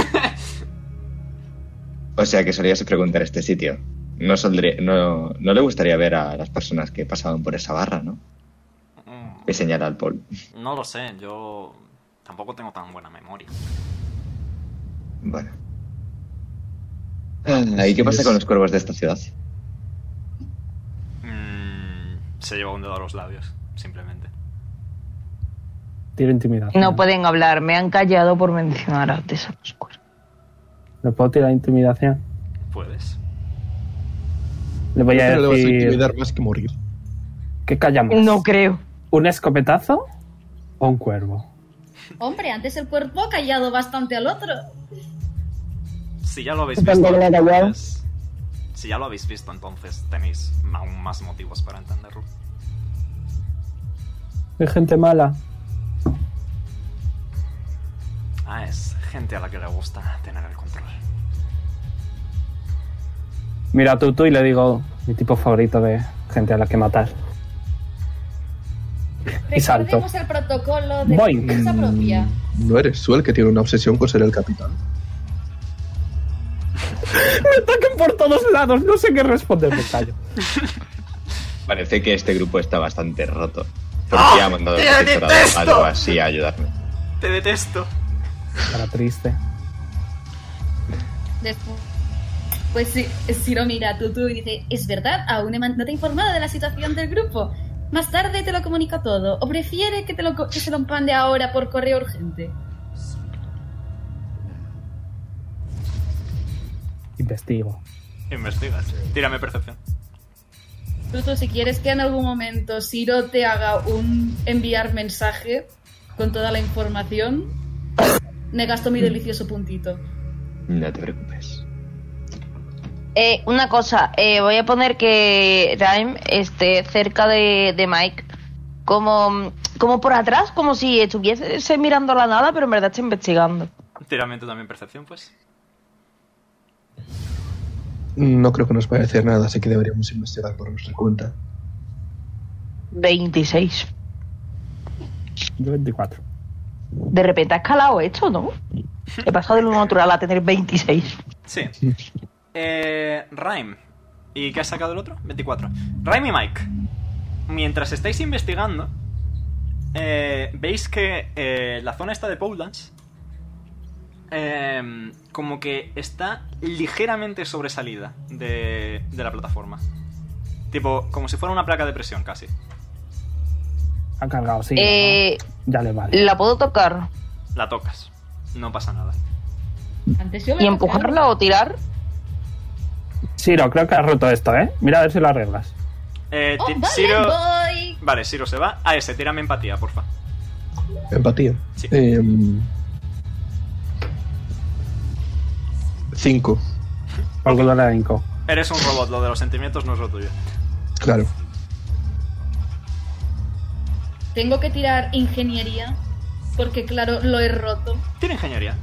O sea que solías preguntar este sitio. No, soldría- no, no le gustaría ver a las personas que pasaban por esa barra, ¿no? Mm, Y señala al Paul. no lo sé, yo tampoco tengo tan buena memoria. Bueno. Ah, ¿Y qué pasa con los cuervos de esta ciudad? Mm, se lleva un dedo a los labios, simplemente. Tiro intimidación. No pueden hablar, me han callado por mencionar a Tesoros Cuervos. ¿Le puedo tirar intimidación? ¿Puedes? Le voy a Pero le vas a decir. intimidar más que morir. ¿Qué callamos? No creo. ¿Un escopetazo o un cuervo? Hombre, antes el cuerpo ha callado bastante al otro. Si ya lo habéis Depende visto. de la edad. entonces- Si ya lo habéis visto, entonces tenéis aún más motivos para entenderlo. Hay gente mala. Ah, es gente a la que le gusta tener el control. Mira a Tutu y le digo mi tipo favorito de gente a la que matar. Y salto. Recordemos el protocolo de Boing. defensa propia. Mm, No eres tú el que tiene una obsesión con ser el capitán. Me atacan por todos lados, no sé qué responder, me callo. Parece que este grupo está bastante roto. Porque ha mandado te el protectorado detesto! algo así a ayudarme. ¡Te detesto! Cara triste. Después. Pues sí, Siro mira a Tutu y dice, es verdad, aún he man- no te he informado de la situación del grupo. Más tarde te lo comunico todo. ¿O prefiere que, te lo, co- que se lo mande ahora por correo urgente? Investigo. Investigas. Tírame percepción. Incluso si quieres que en algún momento Siro te haga un enviar mensaje con toda la información, me gasto mi delicioso puntito. No te preocupes. Eh, una cosa, eh, voy a poner que Rhyme esté cerca de, de Mike, como, como por atrás, como si estuviese mirando la nada, pero en verdad está investigando. Tírame tú también percepción, pues. No creo que nos vaya a decir nada, así que deberíamos investigar por nuestra cuenta. 26. Yo 24. De repente ha escalado esto, ¿no? He pasado del 1 natural a tener 26. Sí. Eh, Rhyme. ¿Y qué has sacado el otro? 24. Rhyme y Mike. Mientras estáis investigando, eh, veis que eh, la zona esta de Powlands eh, como que está ligeramente sobresalida de, de la plataforma. Tipo, como si fuera una placa de presión casi. Ha cargado, sí. Eh, ¿no? Ya le vale. ¿La puedo tocar La tocas. No pasa nada. Antes yo me y empujarla o tirar? Siro, creo que has roto esto, ¿eh? Mira a ver si lo arreglas. Eh, ¡Oh, ti- vale, Ciro- voy! Vale, Siro se va. A ese, tírame empatía, porfa. Empatía. Sí. Em, cinco, Por culpa de la Inco. Eres un robot, lo de los sentimientos no es lo tuyo. claro. Tengo que tirar ingeniería, porque claro, lo he roto. Tiene ingeniería.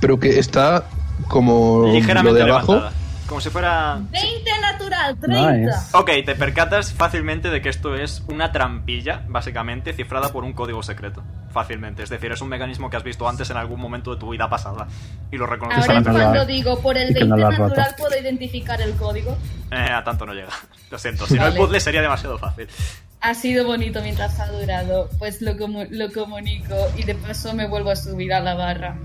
Pero que está como lo Ligeramente de abajo. levantada. Como si fuera. 20 natural, 30. Nice. Ok, te percatas fácilmente de que esto es una trampilla, básicamente, cifrada por un código secreto. Fácilmente. Es decir, es un mecanismo que has visto antes en algún momento de tu vida pasada. Y lo reconoces Ahora a es la no lo cuando has- digo, por el y que 20 no lo has roto. natural puedo identificar el código. Eh, a tanto no llega. Lo siento. Si no, Vale. el puzzle sería demasiado fácil. Ha sido bonito mientras ha durado, pues lo, comu- lo comunico y de paso me vuelvo a subir a la barra.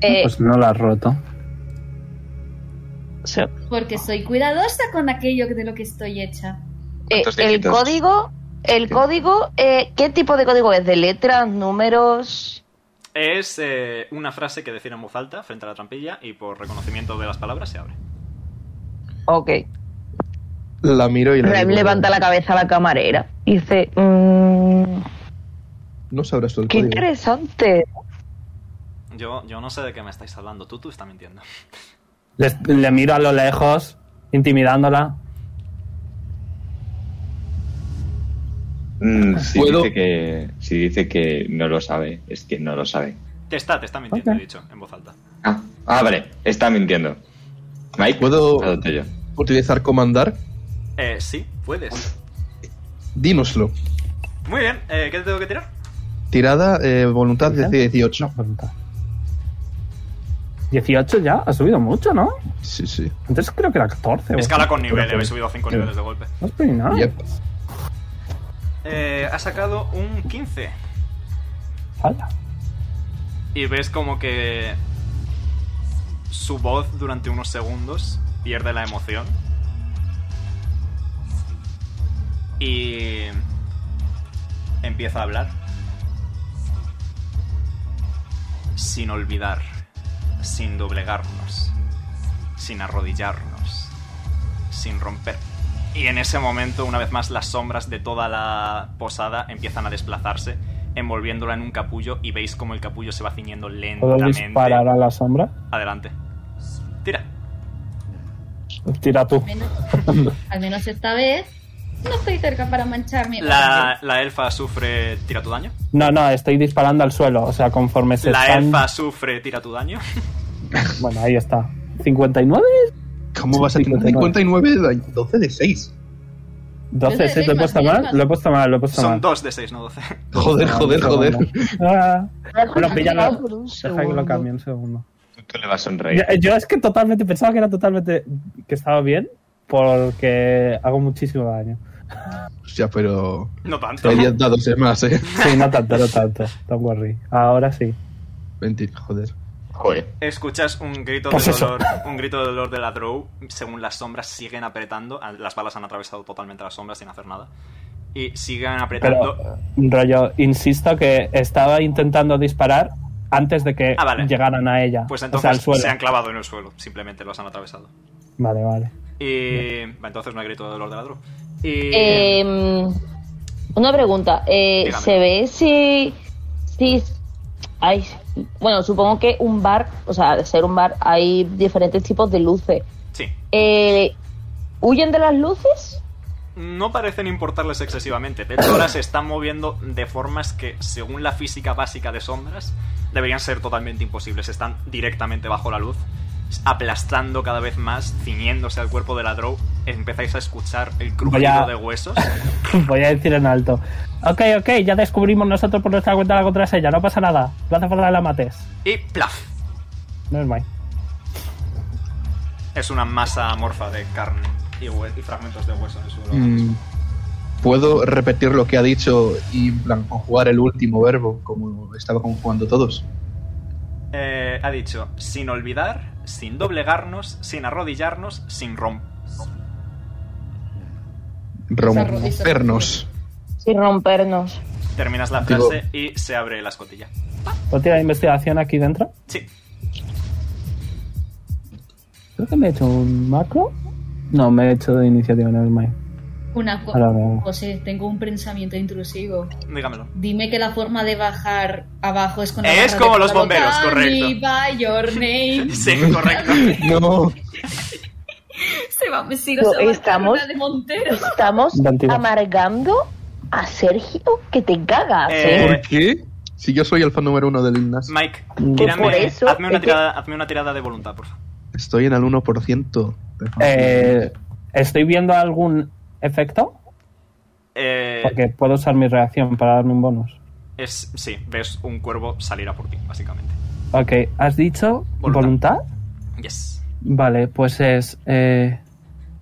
Eh, Pues no lo has roto. se- Porque soy cuidadosa con aquello de lo que estoy hecha. eh, ¿Cuántos el dígitos? código, el Sí. código, eh, ¿qué tipo de código es? ¿De letras, números? Es eh, una frase que decir en voz alta frente a la trampilla y por reconocimiento de las palabras se abre. Ok. La miro y la Rem digo, levanta la cabeza a la camarera. y Dice, "Mm, No sabrás tú el qué código. interesante. Yo, yo no sé de qué me estáis hablando. Tú, tú está mintiendo. Le, le miro a lo lejos, intimidándola. Mm, si, ¿Puedo? dice que, si dice que no lo sabe, es que no lo sabe. Te está, te está mintiendo, Ok. he dicho, en voz alta. Ah, ah, vale, está mintiendo. Mike, ¿Puedo- adopto yo. Utilizar comandar, Eh, sí, puedes. dínoslo. Muy bien, eh, ¿qué te tengo que tirar? Tirada, eh, voluntad de ¿Voluntad? 18. No, pregunta. 18 ya, ha subido mucho, ¿no? Sí, sí. Antes creo que era 14. o- Escala con nivel, eh, Pero- habéis subido 5 pero- niveles de golpe. No es por nada. Yep. Eh, ha sacado un 15. Hala. Y ves como que su voz durante unos segundos pierde la emoción. Y empieza a hablar. Sin olvidar, sin doblegarnos, sin arrodillarnos, sin romper. Y en ese momento, una vez más, las sombras de toda la posada empiezan a desplazarse, envolviéndola en un capullo y veis como el capullo se va ciñendo ¿Puedo lentamente. disparar a la sombra? Adelante. Tira. Tira tú. Al menos, al menos esta vez no estoy cerca para mancharme. La, la elfa sufre. Tira tu daño. No, no, estoy disparando al suelo. O sea, conforme se La están- elfa sufre. Tira tu daño. Bueno, ahí está. 59, ¿Cómo vas a tener 59 de daño? 12 de 6. 12, Entonces, sí, lo he más puesto bien, mal, más- lo he puesto mal, lo he puesto Son mal. 2 de 6, no 12. Joder, joder, joder. Ah, Bueno, píllalo. Por un Deja que segundo. lo cambie un segundo. Tú, tú le vas a sonreír. Yo, eh. yo es que totalmente pensaba que era totalmente que estaba bien porque hago muchísimo daño. Hostia, pero. No tanto. Hay 10 dados de más, eh. Sí, no tanto, no tanto. Don't worry. Ahora sí. 20, joder. Joder. Escuchas un grito Pues de eso. dolor, un grito de dolor de la Drow, según las sombras siguen apretando, a- las balas han atravesado totalmente las sombras sin hacer nada. Y siguen apretando. Pero rollo, insisto que estaba intentando disparar antes de que Ah, vale. llegaran a ella. Pues o sea, entonces al suelo. se han clavado en el suelo, simplemente los han atravesado. Vale, vale. Y. va, entonces no hay grito de dolor de ladrón. Y. Eh, una pregunta. eh, Dígame. ¿Se ve si, si hay... Bueno, supongo que un bar, o sea, al ser un bar, hay diferentes tipos de luces. Sí. Eh, ¿Huyen de las luces? No parecen importarles excesivamente. De hecho, ahora se están moviendo de formas que, según la física básica de sombras, deberían ser totalmente imposibles. Están directamente bajo la luz, aplastando cada vez más, ciñéndose al cuerpo de la Drow. Empezáis a escuchar el crujido Vaya. de huesos. Voy a decir en alto. Ok, ok, ya descubrimos nosotros por nuestra cuenta la contraseña, no pasa nada. No hace falta que la mates. Y plaf. No es mal. Es una masa amorfa de carne y, hue- y fragmentos de hueso en el suelo. Mm, ¿Puedo repetir lo que ha dicho y en plan, conjugar el último verbo como estaba conjugando todos? Eh, ha dicho, sin olvidar, sin doblegarnos, sin arrodillarnos, sin romper. Rompernos. Sin rompernos. Terminas la Digo- frase y se abre la escotilla. ¿Puedo tirar investigación aquí dentro? Sí. Creo que me he hecho un macro. No, me he hecho de iniciativa, no es mal. Una cosa, Ahora veo. José, tengo un pensamiento intrusivo. Dígamelo. Dime que la forma de bajar abajo es con la Es barra de como los pantalón. bomberos, Call correcto. me by your name. Sí, correcto. No. Se va a decir, Pero se va a estamos- hacer una de Montero. ¿Estamos 22. amargando a Sergio que te cagas? Eh, ¿eh? ¿Por qué? Si yo soy el fan número uno del Ignas. Mike, Pues por tírame, eso hazme, una es que- tirada, hazme una tirada de voluntad, por favor. Estoy en el 1%. de fan. Eh, ¿Estoy viendo algún efecto? Eh, Porque puedo usar mi reacción para darme un bonus. es, sí, ves un cuervo salir a por ti, básicamente. Ok, ¿has dicho Voluntad. voluntad? Yes. Vale, pues es... Eh,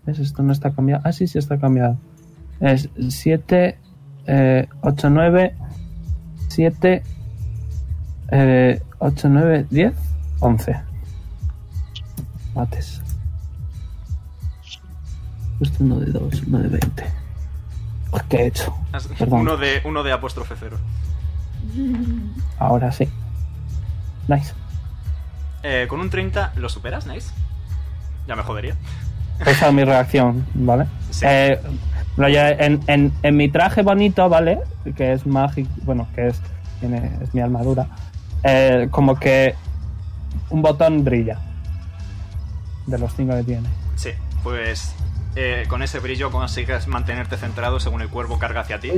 ¿Ves? Esto no está cambiado. Ah, sí, sí está cambiado. Es eh, 7, 8, 9, 7, eh, 8, 9, 10, 11. Mates. Justo uno de 2, uno de 20. Uf, ¿Qué he hecho? Has- Perdón. Uno de, uno de apóstrofe cero. Ahora sí. Nice. Eh, con un 30 lo superas, nice. Ya me jodería. Esa es mi reacción, ¿vale? Sí. Eh, no, ya en, en- en mi traje bonito, ¿vale? Que es mágico, bueno, que es, tiene, es mi armadura. eh, como que un botón brilla. De los cinco que tiene. Sí, pues eh, con ese brillo consigues mantenerte centrado según el cuervo carga hacia ti.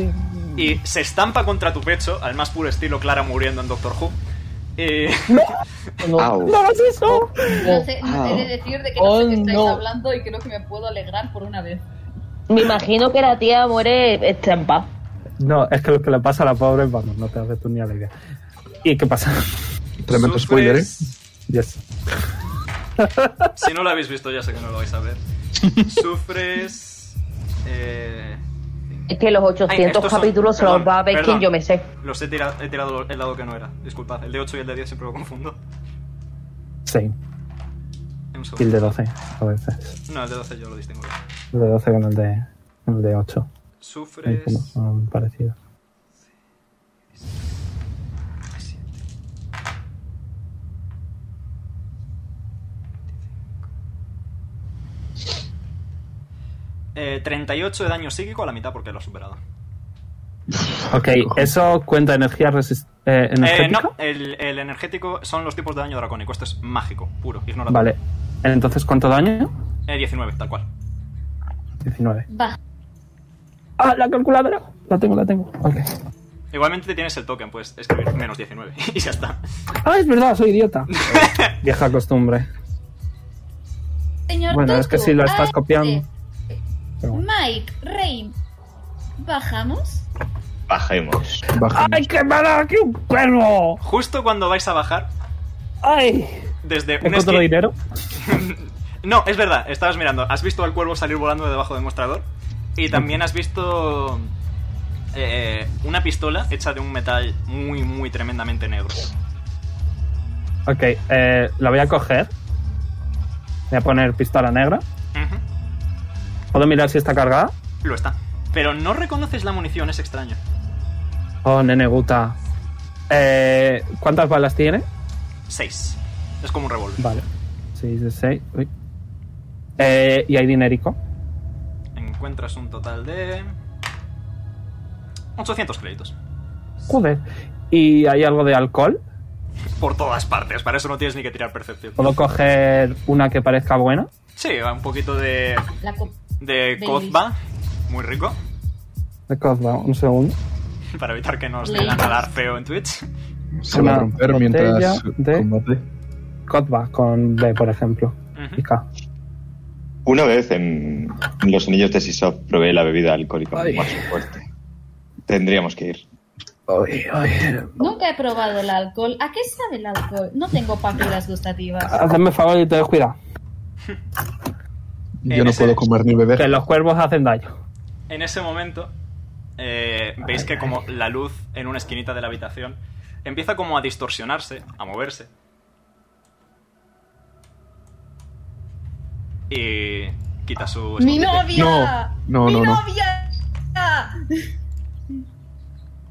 Y se estampa contra tu pecho, al más puro estilo Clara muriendo en Doctor Who. Eh, Au. hagas eso! No sé, no he de decir de qué no sé Oh, qué estáis no. hablando y creo que me puedo alegrar por una vez. Me imagino que la tía muere estampa. No, es que lo que le pasa a la pobre, vamos, no te haces tú ni a la idea. ¿Y qué pasa? Tremendo sufres- spoiler, ¿eh? Yes. Si no lo habéis visto, ya sé que no lo vais a ver. Sufres. Eh, Es que los 800 estos son- capítulos se perdón, los va a ver perdón. quien yo me sé. los he tirado, he tirado el lado que no era. Disculpad, el de 8 y el de 10 siempre lo confundo. Sí. Un Y el segundo. de 12, a veces. No, el de 12 yo lo distingo. bien. El de 12 con el de, el de 8. Ahí como Sufres. son parecidos. Eh, 38 de daño psíquico a la mitad porque lo has superado. Ok, ¿eso cuenta energía resist eh, Eh, energética? no, el, el energético son los tipos de daño dracónico. Esto es mágico, puro, ignorado. Vale. Entonces, ¿cuánto daño? Eh, 19, tal cual. 19. Va, ¡Ah, la calculadora! La tengo, la tengo. Ok. Igualmente tienes el token, pues escribir menos 19 y ya está. ¡Ah, es verdad! Soy idiota. Vieja costumbre. Señor Bueno, es que Totu, si lo estás ah, copiando. Pero bueno. Mike, Rain, ¿bajamos? Bajemos. Bajamos. ¡Ay, que me ha dado aquí un cuervo! Justo cuando vais a bajar, ¡Ay! desde un ¿Encuentro esqui- dinero? No, es verdad, estabas mirando. Has visto al cuervo salir volando de debajo del mostrador. Y también has visto. eh, una pistola hecha de un metal muy, muy tremendamente negro. Ok, eh, la voy a coger. Voy a poner pistola negra. Ujú, ¿Puedo mirar si está cargada? Lo está. Pero no reconoces la munición, es extraño. Oh, nene guta. Eh, ¿Cuántas balas tiene? 6. Es como un revólver. Vale. 6 de 6. Eh, y hay dinerico. Encuentras un total de. 800 créditos. Joder. ¿Y hay algo de alcohol? Por todas partes, para eso no tienes ni que tirar percepción. ¿Puedo coger una que parezca buena? Sí, va un poquito de. La co- de Bailey's. Cozba, muy rico, De Cosba, un segundo. para evitar que nos den Bailey's. a nadar feo en Twitch. Se va a Una romper botella mientras de- combate. Cosba con B, por ejemplo. Ujú. Y K. Una vez en los anillos de Sisov probé la bebida alcohólica Ay. más fuerte. Tendríamos que ir. Ay, ay. Nunca he probado el alcohol. ¿A qué sabe el alcohol? No tengo papilas gustativas. Hazme favor y te descuida. Yo En no ese- puedo comer ni beber. Que los cuervos hacen daño. En ese momento, eh, veis que como la luz en una esquinita de la habitación empieza como a distorsionarse, a moverse. Y quita su... ¡Mi escondite novia! No, no, ¡Mi no, no. novia!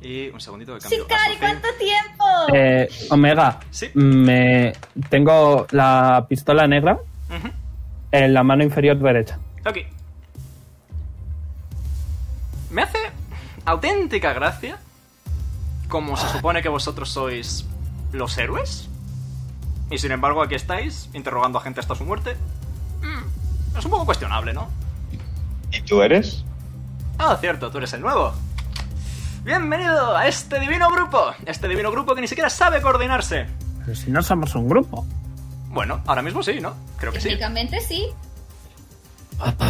Y un segundito que cambio. a ¡Shikari, su cuánto fin. tiempo! Eh, Omega, Sí. me tengo la pistola negra Ujú. en la mano inferior derecha. Ok. Me hace auténtica gracia, como se supone que vosotros sois los héroes, y sin embargo aquí estáis interrogando a gente hasta su muerte. Mm, es un poco cuestionable, ¿no? ¿Y tú eres? Ah, cierto, tú eres el nuevo. Bienvenido a este divino grupo, este divino grupo que ni siquiera sabe coordinarse. Pero si no somos un grupo. Bueno, ahora mismo sí, ¿no? Creo que sí. Técnicamente sí.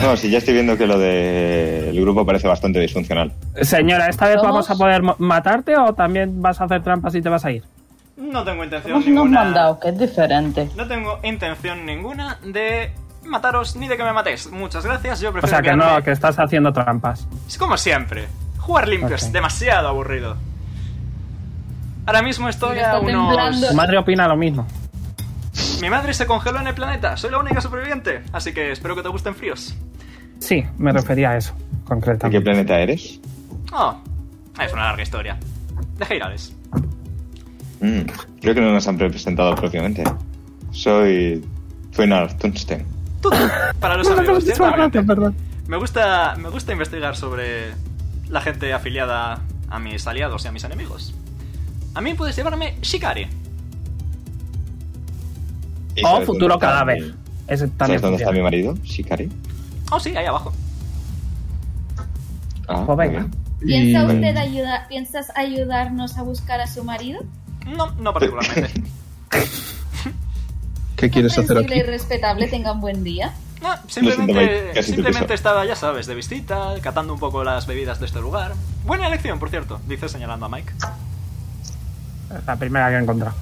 No, sí, ya estoy viendo que lo del grupo parece bastante disfuncional. Señora, ¿esta vez ¿Somos? vamos a poder mo- matarte o también vas a hacer trampas y te vas a ir? No tengo intención Hemos nos ninguna. mandado, que es diferente. No tengo intención ninguna de mataros ni de que me matéis. Muchas gracias, yo O prefiero sea que no, eh. quedarme- que estás haciendo trampas. Es como siempre. Jugar limpio es Ok. demasiado aburrido. Ahora mismo estoy Está a unos... temblando. Tu madre opina lo mismo. Mi madre se congeló en el planeta. Soy la única superviviente. Así que espero que te gusten fríos. Sí, me refería a eso, ¿De qué concretamente. planeta eres? Oh, es una larga historia. De Heirales. Mm, creo que no nos han presentado propiamente. Soy Fuenar Tunsten. Tú, para los amigos, ciertamente. Me gusta, me gusta investigar sobre la gente afiliada a mis aliados y a mis enemigos. A mí puedes llamarme Shikari. ¿Y O sabes dónde futuro está cadáver. mi- Ese también ¿Sabes dónde está mi funciona. marido? Shikari. Oh, sí, ahí abajo. Ah, Pues venga. muy bien. ¿Piensa Y- usted ayuda- ¿Piensas ayudarnos a buscar a su marido? No, no particularmente. ¿Qué quieres hacer Comprensible aquí? y respetable, tengan buen día. No, Mike, simplemente, casi te simplemente piso. estaba, ya sabes, de visita, catando un poco las bebidas de este lugar. Buena elección, por cierto, dice señalando a Mike. La primera que he encontrado.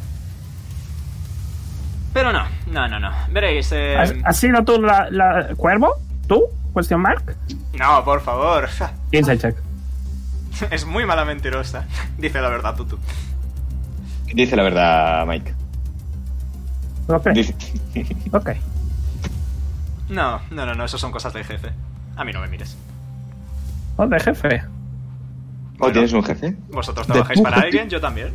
Pero no, no, no, no. Veréis, eh... ¿Has, has sido tú la, la- cuervo? ¿Tú? Question mark. No, por favor. Inside check. Es muy mala mentirosa. Dice la verdad, Tutu. Dice la verdad, Mike. Ok, Dice- Oh, ok. No, no, no, no, eso son cosas del jefe. A mí no me mires. Oh, de jefe. ¿O Bueno. tienes un jefe? Vosotros trabajáis para Desbújate. alguien, yo también.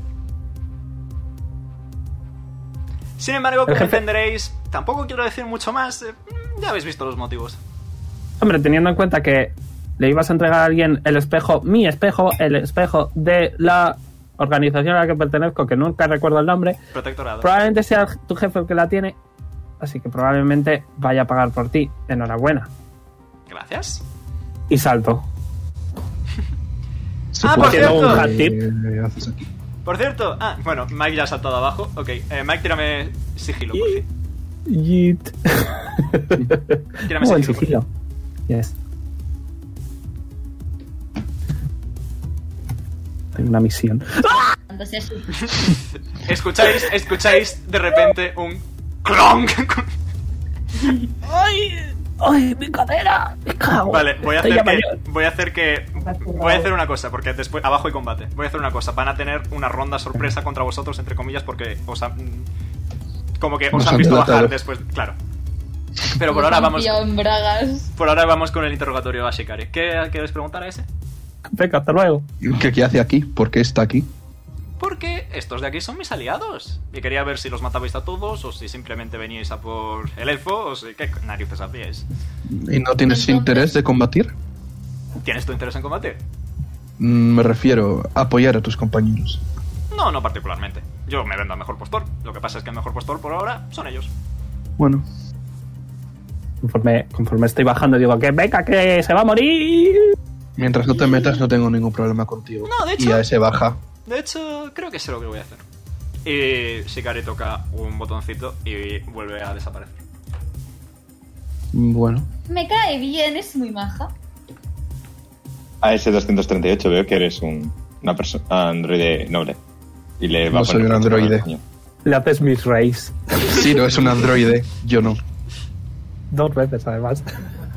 Sin embargo, El como jefe- entenderéis, tampoco quiero decir mucho más. eh, ya habéis visto los motivos. Hombre, teniendo en cuenta que le ibas a entregar a alguien el espejo, mi espejo, el espejo de la organización a la que pertenezco, que nunca recuerdo el nombre, Protectorado. probablemente sea tu jefe el que la tiene, así que probablemente vaya a pagar por ti. Enhorabuena. Gracias. Y salto. Se Ah, puede- por cierto. Eh, Hat tip. eh, haces aquí. Por cierto, ah, bueno, Mike ya ha saltado abajo. Ok, eh, Mike, tírame sigilo, por fin. Yeet. Tírame Oh, el sigilo, por sigilo. Yes. Tengo una misión. Entonces, Escucháis, escucháis de repente un clonk. ¡Ay, mi cadera! ¡Me cago! Vale, voy a Estoy hacer que. ya mayor. Voy a hacer que. Voy a hacer una cosa, porque después. Abajo hay combate. Voy a hacer una cosa. Van a tener una ronda sorpresa contra vosotros, entre comillas, porque os han. Como que os Nos han han visto bajar delatado. después. Claro. Pero por ahora vamos. Confío en Bragas. Por ahora vamos con el interrogatorio a Shikari. ¿Qué queréis preguntar a ese? Venga, hasta luego. eh, ¿Qué, ¿Qué hace aquí? ¿Por qué está aquí? Porque estos de aquí son mis aliados. Y quería ver si los matabais a todos o si simplemente veníais a por el elfo o si qué narices hacíais. ¿Y no tienes interés de combatir? ¿Tienes tu interés en combatir? Mm, Me refiero a apoyar a tus compañeros. No, no particularmente. Yo me vendo al mejor postor. Lo que pasa es que el mejor postor por ahora son ellos. Bueno, Conforme, conforme estoy bajando, digo que venga, que se va a morir. mientras no te metas no tengo ningún problema contigo. No, de Y hecho- a ese baja. De hecho, creo que sé lo que voy a hacer. Y Shikari toca un botoncito y vuelve a desaparecer. Bueno. Me cae bien, es muy maja. A ese 238 veo que eres un, una persona androide noble. Y le va No a soy poner un mucho androide. coño. Le haces mis rays. Ciro es un androide, yo no. Dos veces, además.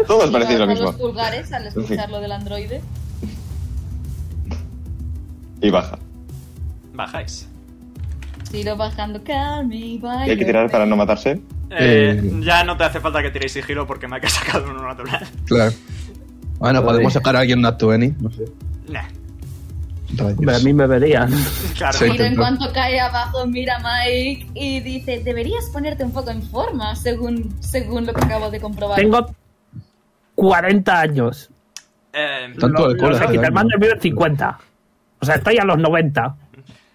Todos Y parecéis Pues lo baja los mismo. pulgares al escuchar lo del androide. Y baja. Bajáis. Tiro bajando, calme y ¿Qué hay que tirar para no matarse? Eh, Eh. Ya no te hace falta que tiréis sigilo porque me ha sacado un uno natural. Claro. Bueno, podemos sacar a alguien Nat 20. No sé. Nah, Rayos. Pero a mí me verían. claro. Sí. Tiro en Intento. cuanto cae abajo, mira a Mike y dice, deberías ponerte un poco en forma, según, según lo que acabo de comprobar. Tengo 40 años. Eh, Tanto alcohol Los hace Equiterman daño. de 50. O sea, estoy a los 90.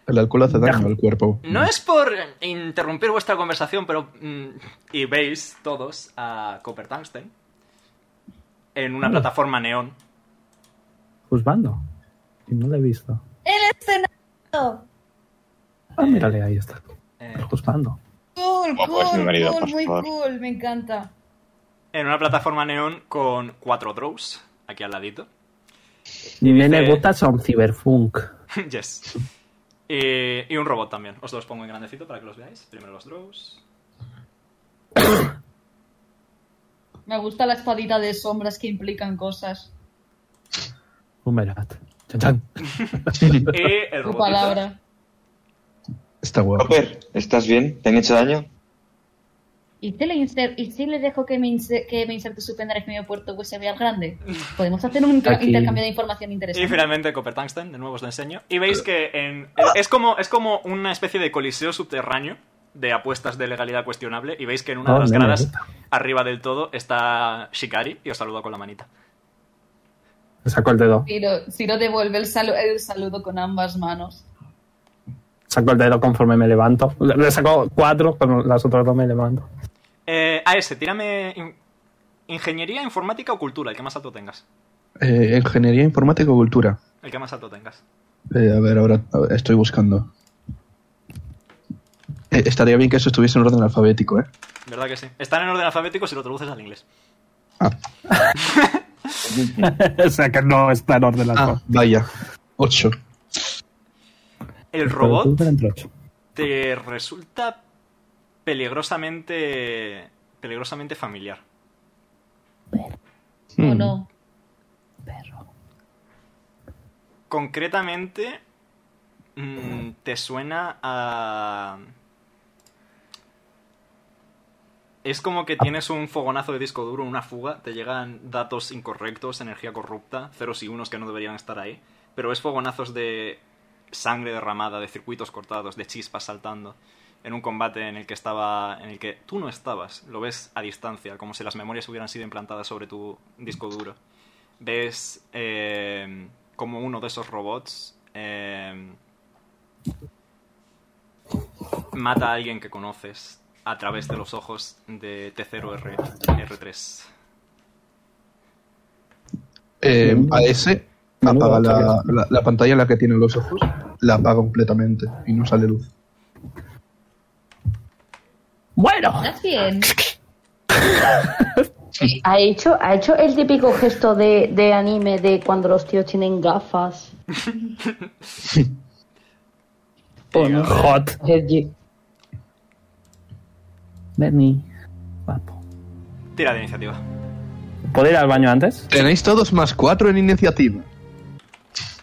El alcohol hace daño al cuerpo. no es por interrumpir vuestra conversación, pero. mm, y veis todos a Copper Tungsten en una plataforma neón. Juzgando. Y no lo he visto. ¡El escenario! Ah, mírale, ahí está. Eh, Juzgando. Cool, Guapo es mi cool, marido, cool, por muy favor. cool, me encanta. en una plataforma neón con cuatro drows aquí al ladito. Mi nene dice- gusta son ciberfunk. yes. Y, y un robot también. Os los pongo en grandecito para que los veáis. Primero los drows. Me gusta la espadita de sombras que implican cosas. Humerat. Chan, chan. Y el Tu robotito. palabra. Está guapo. Copper, ¿estás bien? ¿Te han hecho daño? ¿Y si le, inser- y si le dejo que me, inse- que me inserte su pendrive medio puerto USB al grande? Podemos hacer un ca- Aquí. intercambio de información Y interesante. finalmente Copper Tungsten, de nuevo os lo enseño. Y veis que en- es, como, es como una especie de coliseo subterráneo de apuestas de legalidad cuestionable. Y veis que en una de Oh, las nene, gradas, gusta. arriba del todo, está Shikari y os saluda con la manita. Me saco el dedo. Ciro, Ciro devuelve el, salu- el saludo con ambas manos. Saco el dedo conforme me levanto. Le le saco cuatro, pero las otras dos me levanto. Eh, a ese, tírame in- ingeniería, informática o cultura, el que más alto tengas. Eh, Ingeniería informática o cultura. El que más alto tengas. Eh, a ver, ahora a ver, estoy buscando. Eh, estaría bien que eso estuviese en orden alfabético, ¿eh? ¿Verdad que sí? Están en orden alfabético si lo traduces al inglés. Ah, o sea que no está en orden las Ah, vaya. 8. El robot te resulta peligrosamente peligrosamente familiar. ¿O Hmm. no? Concretamente mm, te suena a es como que tienes un fogonazo de disco duro, una fuga, te llegan datos incorrectos, energía corrupta, ceros y unos que no deberían estar ahí, pero es fogonazos de sangre derramada, de circuitos cortados, de chispas saltando en un combate en el que estaba en el que tú no estabas, lo ves a distancia, como si las memorias hubieran sido implantadas sobre tu disco duro. Ves eh, como uno de esos robots eh, mata a alguien que conoces a través de los ojos de T0R R3. Eh, a ese Menudo apaga la, ataque. la- la pantalla en la que tiene los ojos, la apaga completamente y no sale luz. Bueno, ¿Estás bien? ¿Ha hecho, ha hecho el típico gesto de, de anime de cuando los tíos tienen gafas. o no. hot. Sergi. Benny. Guapo. Tira de iniciativa. ¿Puedo ir al baño antes? Tenéis todos más 4 en iniciativa.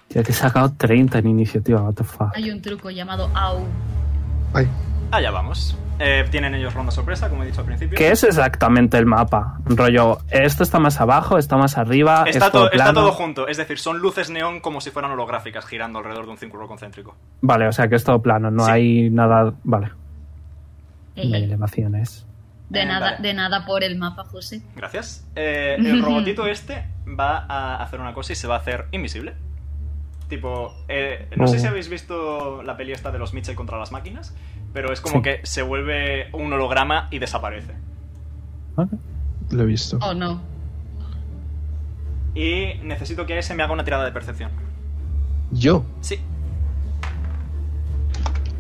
Ya te he sacado 30 en iniciativa, what the fuck. Hay un truco llamado AU. Ay, Allá vamos. Eh, Tienen ellos ronda sorpresa, como he dicho al principio. ¿Qué es exactamente el mapa? Rollo, esto está más abajo, está más arriba, es Está, todo todo, está plano? todo junto, es decir, son luces neón como si fueran holográficas girando alrededor de un círculo concéntrico. Vale, o sea que es todo plano, no Sí. hay nada. Vale. Eh, Ey, De elevaciones. de, Eh, nada, vale. de nada por el mapa, José. Gracias. Eh, el robotito este va a hacer una cosa y se va a hacer invisible. Tipo, eh, no sé Oh. si habéis visto la peli esta de los Mitchell contra las máquinas, pero es como que se vuelve un holograma y desaparece. Lo he visto. Oh, no. Y necesito que ese me haga una tirada de percepción. Yo, Sí,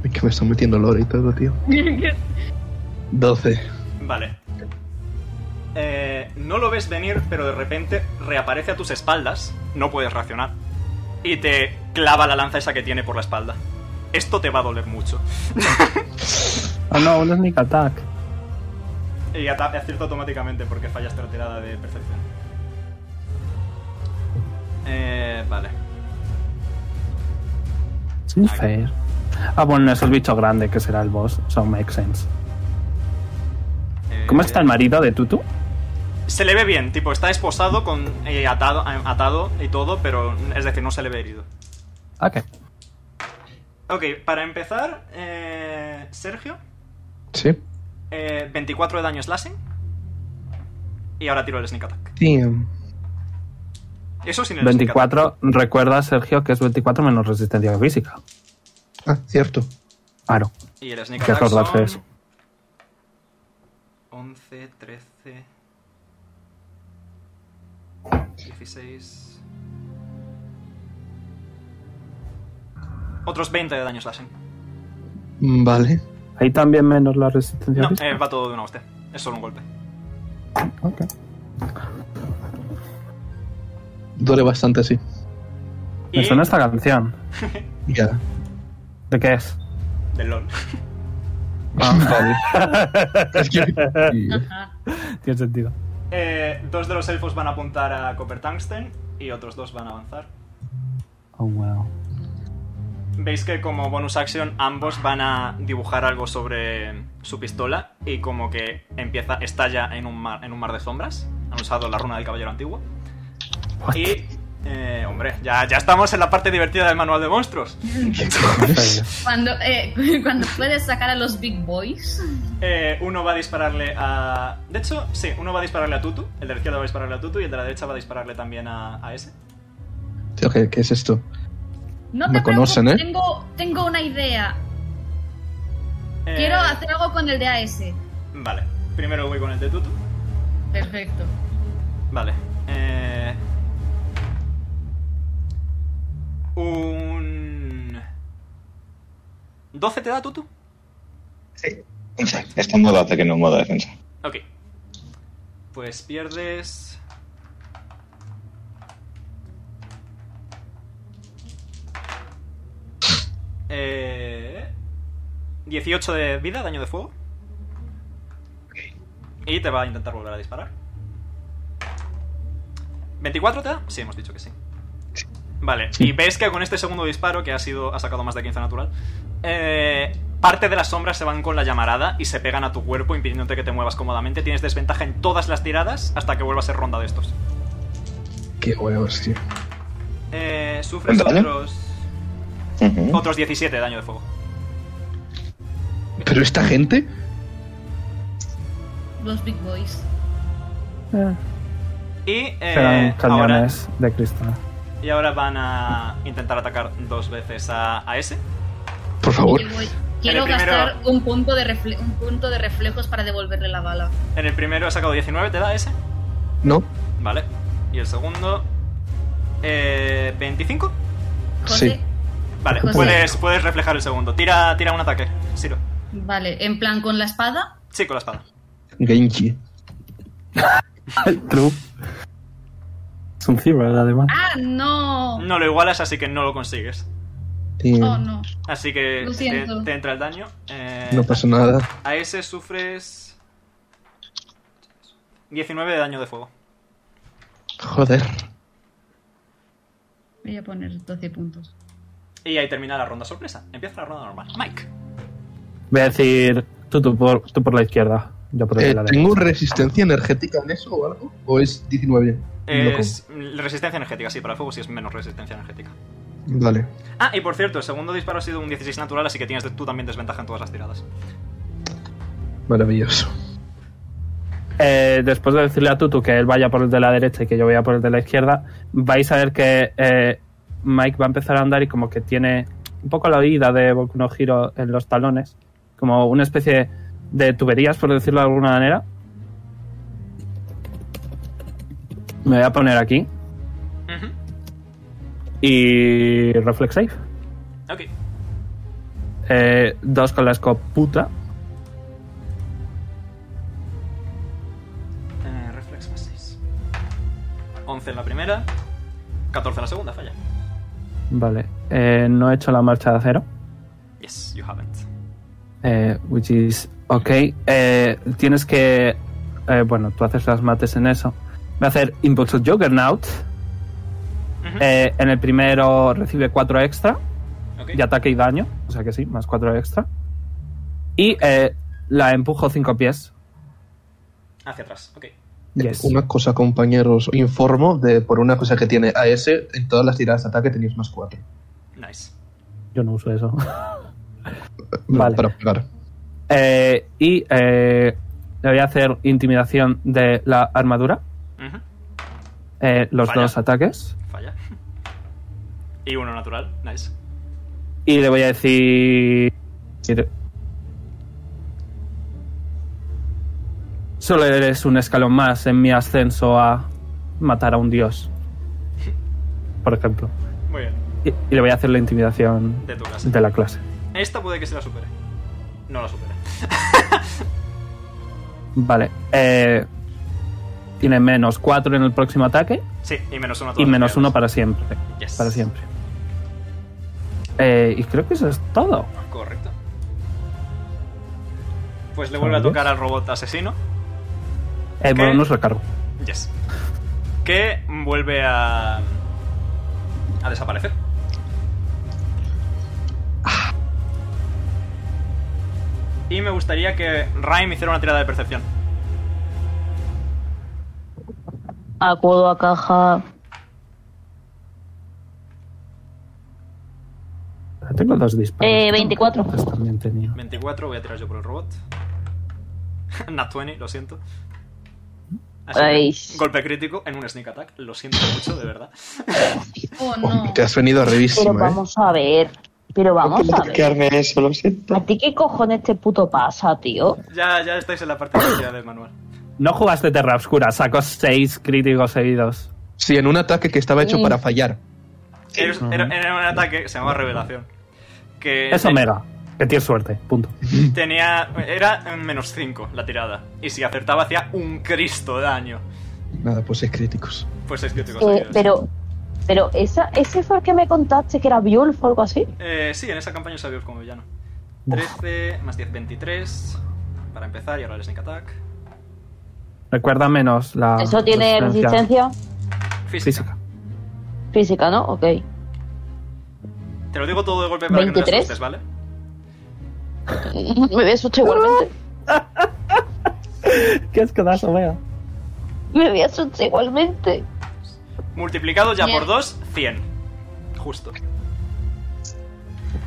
es que me está metiendo lore y todo, tío. 12. Vale. Eh, no lo ves venir, pero de repente reaparece a tus espaldas. No puedes reaccionar. Y te clava la lanza esa que tiene por la espalda. Esto te va a doler mucho. Oh no, un sneak attack. Y ata- acierta automáticamente porque fallaste la tirada de percepción. Eh, vale. Es unfair. Ah, bueno, es el bicho grande que será el boss, so makes sense. Eh, ¿Cómo está el marido de Tutu? Se le ve bien, tipo, está esposado con eh, atado, atado y todo, pero es decir, no se le ve herido. Ah, Ok. Ok, para empezar, eh, Sergio, Sí. eh, 24 de daño slashing. Y ahora tiro el sneak attack. Damn. Eso sin el sneak attack. 24, recuerda Sergio que es 24 menos resistencia física. Ah, Ah, cierto. Claro. Y el sneak Hay que attack acordarse son eso. 11, 13... 16... Otros 20 de daño slashing. Mm, Vale. Ahí también menos la resistencia No, física. eh, va todo de una usted. Es solo un golpe. Ok. Duele bastante, sí. Me Y- suena esta canción. Ya. ¿De qué es? Del LOL. Es que- y- Ah, Ajá. Tiene sentido. Eh, dos de los elfos van a apuntar a Copper Tungsten y otros dos van a avanzar. Oh, wow. Veis que como bonus action ambos van a dibujar algo sobre su pistola y como que empieza, estalla en un mar, en un mar de sombras. Han usado la runa del caballero antiguo. Y... eh, hombre, ya, ya estamos en la parte divertida del manual de monstruos. Cuando, eh, cuando puedes sacar a los big boys. Eh, uno va a dispararle a... De hecho, sí, uno va a dispararle a Tutu. El de la izquierda va a dispararle a Tutu y el de la derecha va a dispararle también a, a ese. Tío, ¿qué, qué es esto? No te Me preocupes, conocen, ¿eh? tengo, tengo una idea. Eh, Quiero hacer algo con el DAS. Vale, primero voy con el de Tutu. Perfecto. Vale. Eh... Un... 12 te da Tutu. Está en modo ataque, no en modo defensa. Ok. Pues pierdes... Eh... 18 de vida, daño de fuego. Y te va a intentar volver a disparar. ¿24 te da? Sí, hemos dicho que sí. Vale, y ves que con este segundo disparo, que ha sido ha sacado más de 15 natural, eh, parte de las sombras se van con la llamarada y se pegan a tu cuerpo impidiéndote que te muevas cómodamente. Tienes desventaja en todas las tiradas hasta que vuelva a ser ronda de estos. Qué huevos, tío. Eh, sufres ¿Vale? otros, Ujú. otros 17 de daño de fuego. Pero esta gente. Los big boys. Eh, Y, eh, serán ahora, cañones de cristal. y ahora van a intentar atacar dos veces a, a ese. Por favor. Y voy- Quiero El primero- gastar un punto, de refle- un punto de reflejos para devolverle la bala. En el primero he sacado 19, ¿te da ese? No. Vale. Y el segundo... Eh, 25. José, Sí. Vale, José. puedes, puedes reflejar el segundo. Tira, tira un ataque, Siro. vale, en plan con la espada. Sí, con la espada. Genji. True. Es un ciber, además. ¡Ah, no! No lo igualas, así que no lo consigues. Tío, Oh, no. Así que Lo te, siento. te entra el daño. Eh, No pasa nada. A ese sufres 19 de daño de fuego. Joder. Voy a poner 12 puntos. Y ahí termina la ronda sorpresa. Empieza la ronda normal. Mike. Voy a decir, tú, tú, por, tú por la izquierda. Yo por la Eh, derecha. ¿Tengo resistencia energética en eso o algo? ¿O es 19? Loco. Es resistencia energética, sí, para el fuego sí es menos resistencia energética. Vale. Ah, y por cierto, el segundo disparo ha sido un 16 natural, así que tienes tú también desventaja en todas las tiradas. Maravilloso. Eh, después de decirle a Tutu que él vaya por el de la derecha y que yo vaya por el de la izquierda, vais a ver que eh, Mike va a empezar a andar y como que tiene un poco la oída de Boku no Hero en los talones, como una especie de tuberías, por decirlo de alguna manera. Me voy a poner aquí Ujú. y reflex save. Ok. Eh, dos con la escoputa. Eh, reflex más 6. 11 en la primera, 14 en la segunda, falla. Vale, eh, no he hecho la marcha de acero. Yes, you haven't. Eh, which is ok. Eh, tienes que. eh, bueno, tú haces las mates en eso. Voy a hacer Impulso Juggernaut. Eh, en el primero recibe 4 extra Ok. de ataque y daño. O sea que sí, más 4 extra. Y eh, la empujo 5 pies. Hacia atrás, ok. Yes. Una cosa, compañeros, informo de por una cosa que tiene AS, en todas las tiradas de ataque tenéis más 4. Nice. Yo no uso eso. Vale. Para pegar. Eh, y eh, le voy a hacer Intimidación de la armadura. Ujú. Eh, los Vaya. dos ataques. Falla. Y uno natural, nice. Y le voy a decir. Solo eres un escalón más en mi ascenso a matar a un dios. Por ejemplo. Muy bien. Y, y le voy a hacer la intimidación De tu clase. de la clase. Esta puede que se la supere. No la supera. Vale. eh, tiene menos 4 en el próximo ataque Sí, y menos uno a y todas las menos 1 tiradas. para siempre. Yes. Para siempre. Eh, y creo que eso es todo. Correcto. Pues le vuelve a Vale. tocar al robot asesino. El ¿Qué? bonus recargo. Yes. Que vuelve a. a desaparecer. Ah. Y me gustaría que Raim hiciera una tirada de percepción. Acudo a caja. Tengo dos disparos. Eh, 24. Antes también tenía. 24, voy a tirar yo por el robot. Nat 20, lo siento. Ay. que, golpe crítico en un sneak attack. Lo siento mucho, de verdad. Oh, no. Te has venido Pero arribísima, ¿eh? vamos a ver. Pero vamos a ver. Carmen, eso, lo siento. ¿A ti qué cojones te puto pasa, tío? Ya, ya estáis en la parte de del manual. No jugaste Terra Obscura, sacó seis críticos seguidos. Sí, en un ataque que estaba hecho Sí. para fallar. Era, era- era un ataque que se llamaba Revelación. Que Es te- Omega, que tienes suerte, punto. tenía. Era en menos 5 la tirada. Y si acertaba, hacía un Cristo de daño. Nada, pues es críticos. Pues es crítico. Eh, pero, pero esa, ese fue el que me contaste que era Biulf o algo así. Eh, sí, en esa campaña salió como villano. 13 más 10, 23. Para empezar, y ahora el sneak attack. Recuerda menos la. Eso tiene resistencia Física. física. física, ¿no? Ok. Te lo digo todo de golpe para que no te 23. asustes, ¿vale? Me voy a asustar igualmente. ¿Qué es que das, Omega? Me voy a asustar igualmente. Multiplicado ya Bien. por 2, 100. Justo.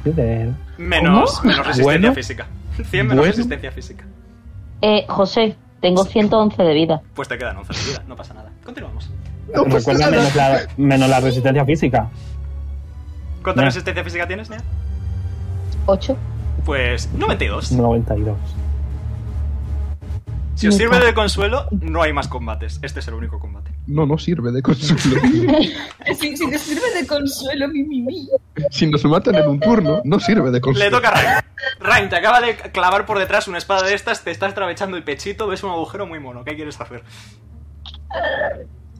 Joder. Menos, menos resistencia Bueno. física. 100 menos Bueno. resistencia física. Eh, José, tengo 111 de vida. Pues te quedan 11 de vida, no pasa nada. Continuamos. Pues Recuerda menos la, menos la resistencia física. ¿Cuánta Nah. resistencia física tienes, Nea? 8. Pues 92. 92. Si os sirve de consuelo, no hay más combates. Este es el único combate. No, no sirve de consuelo. Si, si te sirve de consuelo, mi mi mi. si nos matan en un turno, no sirve de consuelo. Le toca a Rain. Rain, te acaba de clavar por detrás una espada de estas, te estás travechando el pechito, ves un agujero muy mono. ¿Qué quieres hacer?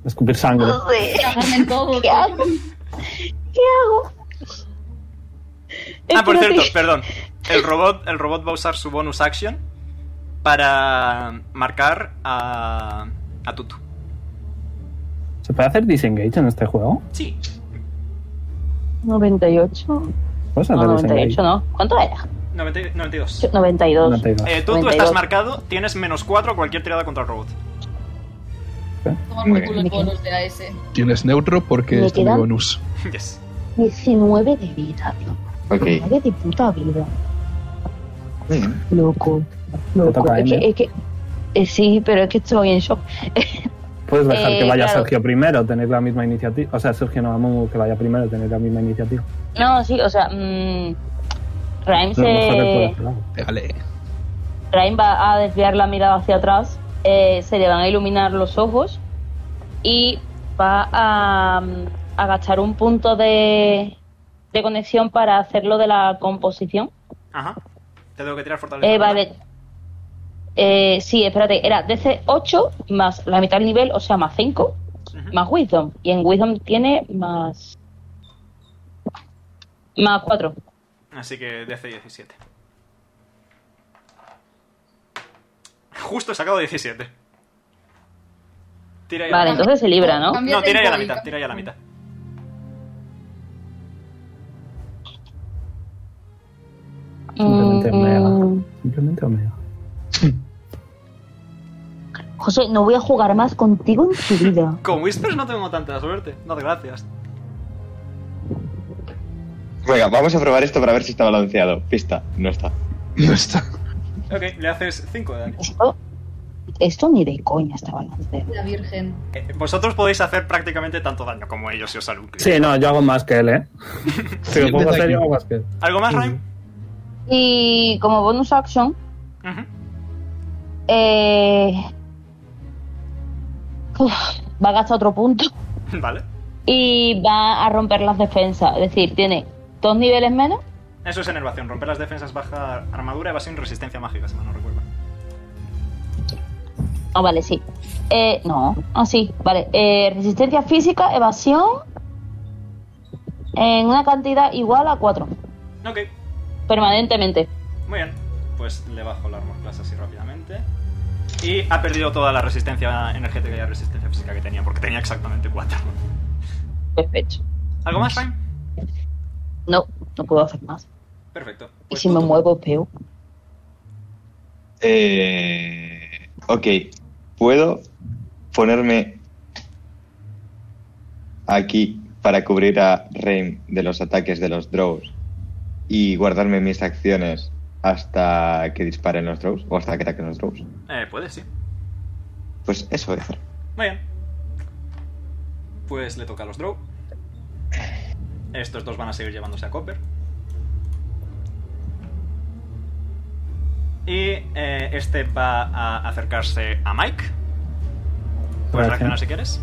Escupir sangre. Ah. Cagarme en todo. ¿Qué hago? ¿Qué hago? Ah, por Espérate. cierto, perdón. El robot, el robot va a usar su bonus action para marcar a, a Tutu. ¿Se puede hacer disengage en este juego? Sí. 98. ¿Puedes No, hacer 98 disengage? no. ¿Cuánto era? 90 92. 92. 92. Eh, tú, tú estás marcado, tienes menos 4 a cualquier tirada contra el robot. Toma Muy por culo el bien. bonus de AS. Tienes neutro porque ¿Me es tu quedan? bonus. Yes. 19 de vida, tío. Ok. 19 de puta vida. Muy bien. Loco. Loco. toca, Es Emma. que, es que- eh, sí, pero es que estoy en shock. Puedes dejar Eh, que vaya claro. Sergio primero, tener la misma iniciativa. O sea, Sergio no, Amumu, que vaya primero, tener la misma iniciativa. No, sí, o sea, mm, Raim Lo mejor que puedes se. hacer, vamos. Pégale. Raim va a desviar la mirada hacia atrás, eh, se le van a iluminar los ojos y va a mm, a gastar un punto de, de conexión para hacerlo de la composición. Ajá. Te tengo que tirar fortaleza. Eh, ¿verdad? vale. Eh, sí, espérate, era DC 8 más la mitad del nivel, o sea, más 5, Ujú. más Wisdom. Y en Wisdom tiene más. Más 4. Así que DC 17. Justo he sacado 17. Tira ya. Vale, la mitad. entonces se libra, ¿no? Cámbiate No, tira el ya la código. mitad, tira ya la mitad. Simplemente Mm, omega. Simplemente omega. José, no voy a jugar más contigo en tu vida. Con Whispers no tengo tanta suerte. No, gracias. Venga, vamos a probar esto para ver si está balanceado. Pista, no está. No está. Ok, le haces 5 de daño. Esto, esto ni de coña está balanceado. La Virgen. Eh, Vosotros podéis hacer prácticamente tanto daño como ellos si os saludan. Sí, no, yo hago más que él, ¿eh? Si me pongo Siguiente serio, hago daño. más que él. ¿Algo más, Ryan? Y como bonus action, Ujú. eh, uf, va a gastar otro punto. Vale. y va a romper las defensas. Es decir, tiene dos niveles menos. Eso es enervación. Romper las defensas, baja armadura, evasión, resistencia mágica, si mal no recuerdo. Ah, vale, sí. Eh, no, ah, sí, vale. Eh, resistencia física, evasión. En una cantidad igual a 4. Ok, Permanentemente. muy bien. Pues le bajo la armor class así rápidamente. Y ha perdido toda la resistencia energética y la resistencia física que tenía, porque tenía exactamente 4. Perfecto. ¿Algo más, Ryan? No, no puedo hacer más. Perfecto. Y Pues si me tú- muevo, peor. Eh, ok. ¿Puedo ponerme aquí para cubrir a Reim de los ataques de los drows y guardarme mis acciones hasta que disparen los drows o hasta que ataquen los drows? Eh, puedes, sí. Pues eso voy a hacer. Muy bien. Pues le toca a los Drow. Estos dos van a seguir llevándose a Copper. Y eh, este va a acercarse a Mike. Puedes Gracias. reaccionar si quieres.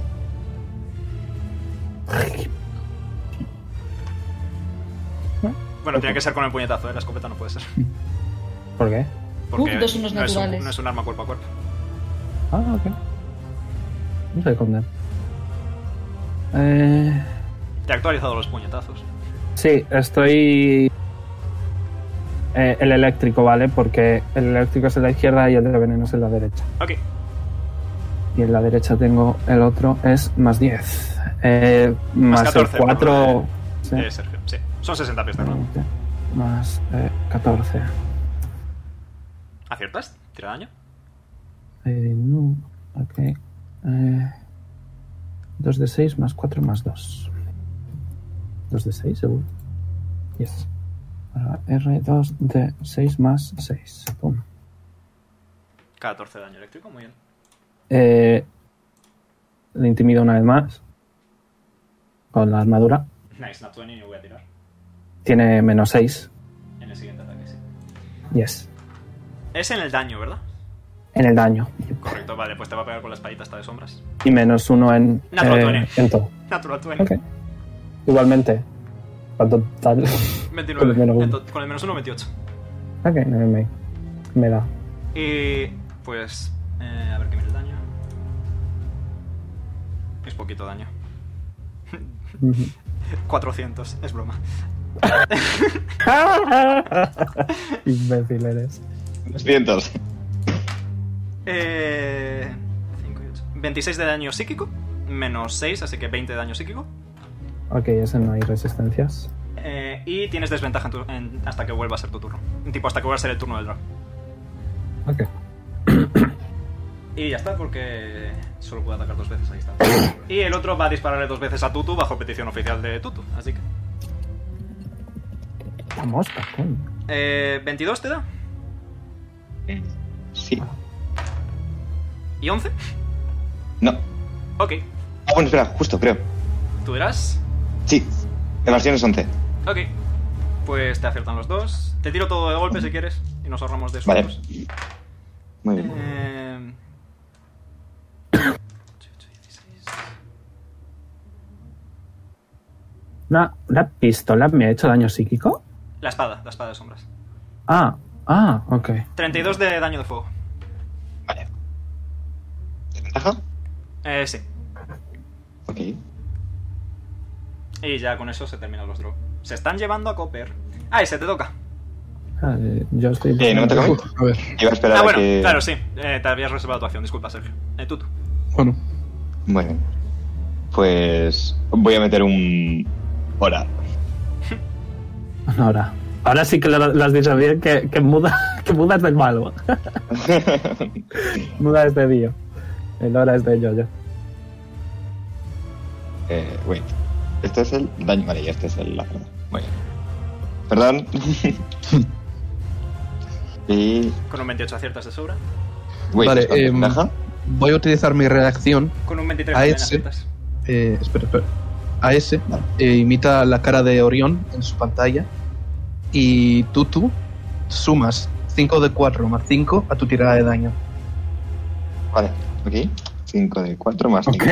Bueno, tiene que ser con el puñetazo, ¿eh? la escopeta no puede ser. ¿Por qué? Porque Uh, dos unos no, es un, naturales. no es un arma cuerpo a cuerpo. Ah, ok. No sé con él. Eh, Te ha actualizado los puñetazos. sí, estoy. eh, el eléctrico, ¿vale? Porque el eléctrico es en la izquierda y el de veneno es en la derecha. Ok, Y en la derecha tengo el otro, es más 10. Eh, Más más 14, el 4. Sí. eh, Sergio, sí. Son 60 pies de rango. Más eh, 14. ¿Aciertas? ¿Tira daño? Eh, no, ok. Eh, 2 de 6 más 4 más 2. 2 de 6, seguro. Yes. Ahora, R2 de 6 más 6. Pum. 14 de daño eléctrico, muy bien. Eh, le intimido una vez más. Con la armadura. Nice, Nat 20 y voy a tirar. Tiene menos 6. En el siguiente ataque, sí. Yes. Es en el daño, ¿verdad? En el daño. Correcto, vale, pues te va a pegar con la espadita esta de sombras. Y menos 1 en, Natural eh, 20. en todo. Natural 20. Ok. Igualmente. ¿Cuánto tal? 29. Con el Pues menos uno. Ento- Con el menos 1, 28. ok, no me, me da. Y. Pues. eh, a ver qué mira el daño. Es poquito daño. Ujú. 400, es broma. Imbécil eres. 200. Eh. 5 y 8. 26 de daño psíquico. Menos 6, así que 20 de daño psíquico. Ok, ese no hay resistencias. Eh, y tienes desventaja en tu- en- hasta que vuelva a ser tu turno. Tipo, hasta que vuelva a ser el turno del dragón. Ok. Y ya está, porque solo puede atacar dos veces, ahí está. Y el otro va a dispararle dos veces a Tutu bajo petición oficial de Tutu, así que... La mosca, coño. Eh, ¿22 te da? Sí. ¿Y 11? No. Ok, Ah, bueno, espera, justo, creo. tú verás. Sí. Evasión es 11. Ok, pues te aciertan los dos. Te tiro todo de golpe si quieres y nos ahorramos de Vale. sustos. Muy bien. Eh, ¿La, ¿La pistola me ha hecho daño psíquico? la espada, la espada de sombras. Ah, ah, ok. 32 de daño de fuego. ¿Desventaja? Eh, sí. Ok. Y ya con eso se terminan los draw. Se están llevando a Copper. Ah, y se te toca. Ah, eh, yo estoy. Eh, no me toca a mí. A ver. Iba a esperar ah, a bueno, que- claro, sí. Eh, te habías reservado tu acción, disculpa, Sergio. Eh, Tutu. Bueno, Bueno, pues voy a meter un... Hola. Ah, Ahora. Ahora sí que lo, lo has dicho bien, que, que, muda, que mudas del malo. muda es de Dio. El hora es de yo, yo. Eh, wait. Este es el daño. Vale, y este es el la verdad. Muy bien. Perdón. y. Con un 28 aciertas de sobra. Wait, Vale, espera, em, desventaja. voy a utilizar mi reacción. Con un 23 Ah, también ese. aciertas. eh, espera, espera. A ese eh, imita la cara de Orión en su pantalla. Y tú, tú, sumas 5 de 4 más 5 a tu tirada de daño. Vale, ok. 5 de 4 más. Ok.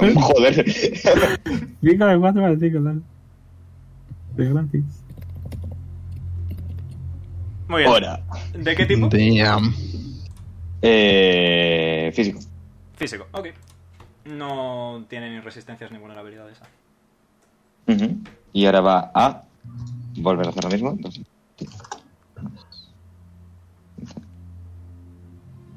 cinco. Joder. 5 de 4 más 5, dale. De gratis. Muy bien. Hola. ¿De qué tipo? Damn. Eh, físico. Físico, ok. No tiene ni resistencias ni vulnerabilidad esa. Ujú. Y ahora va a volver a hacer lo mismo. Dos.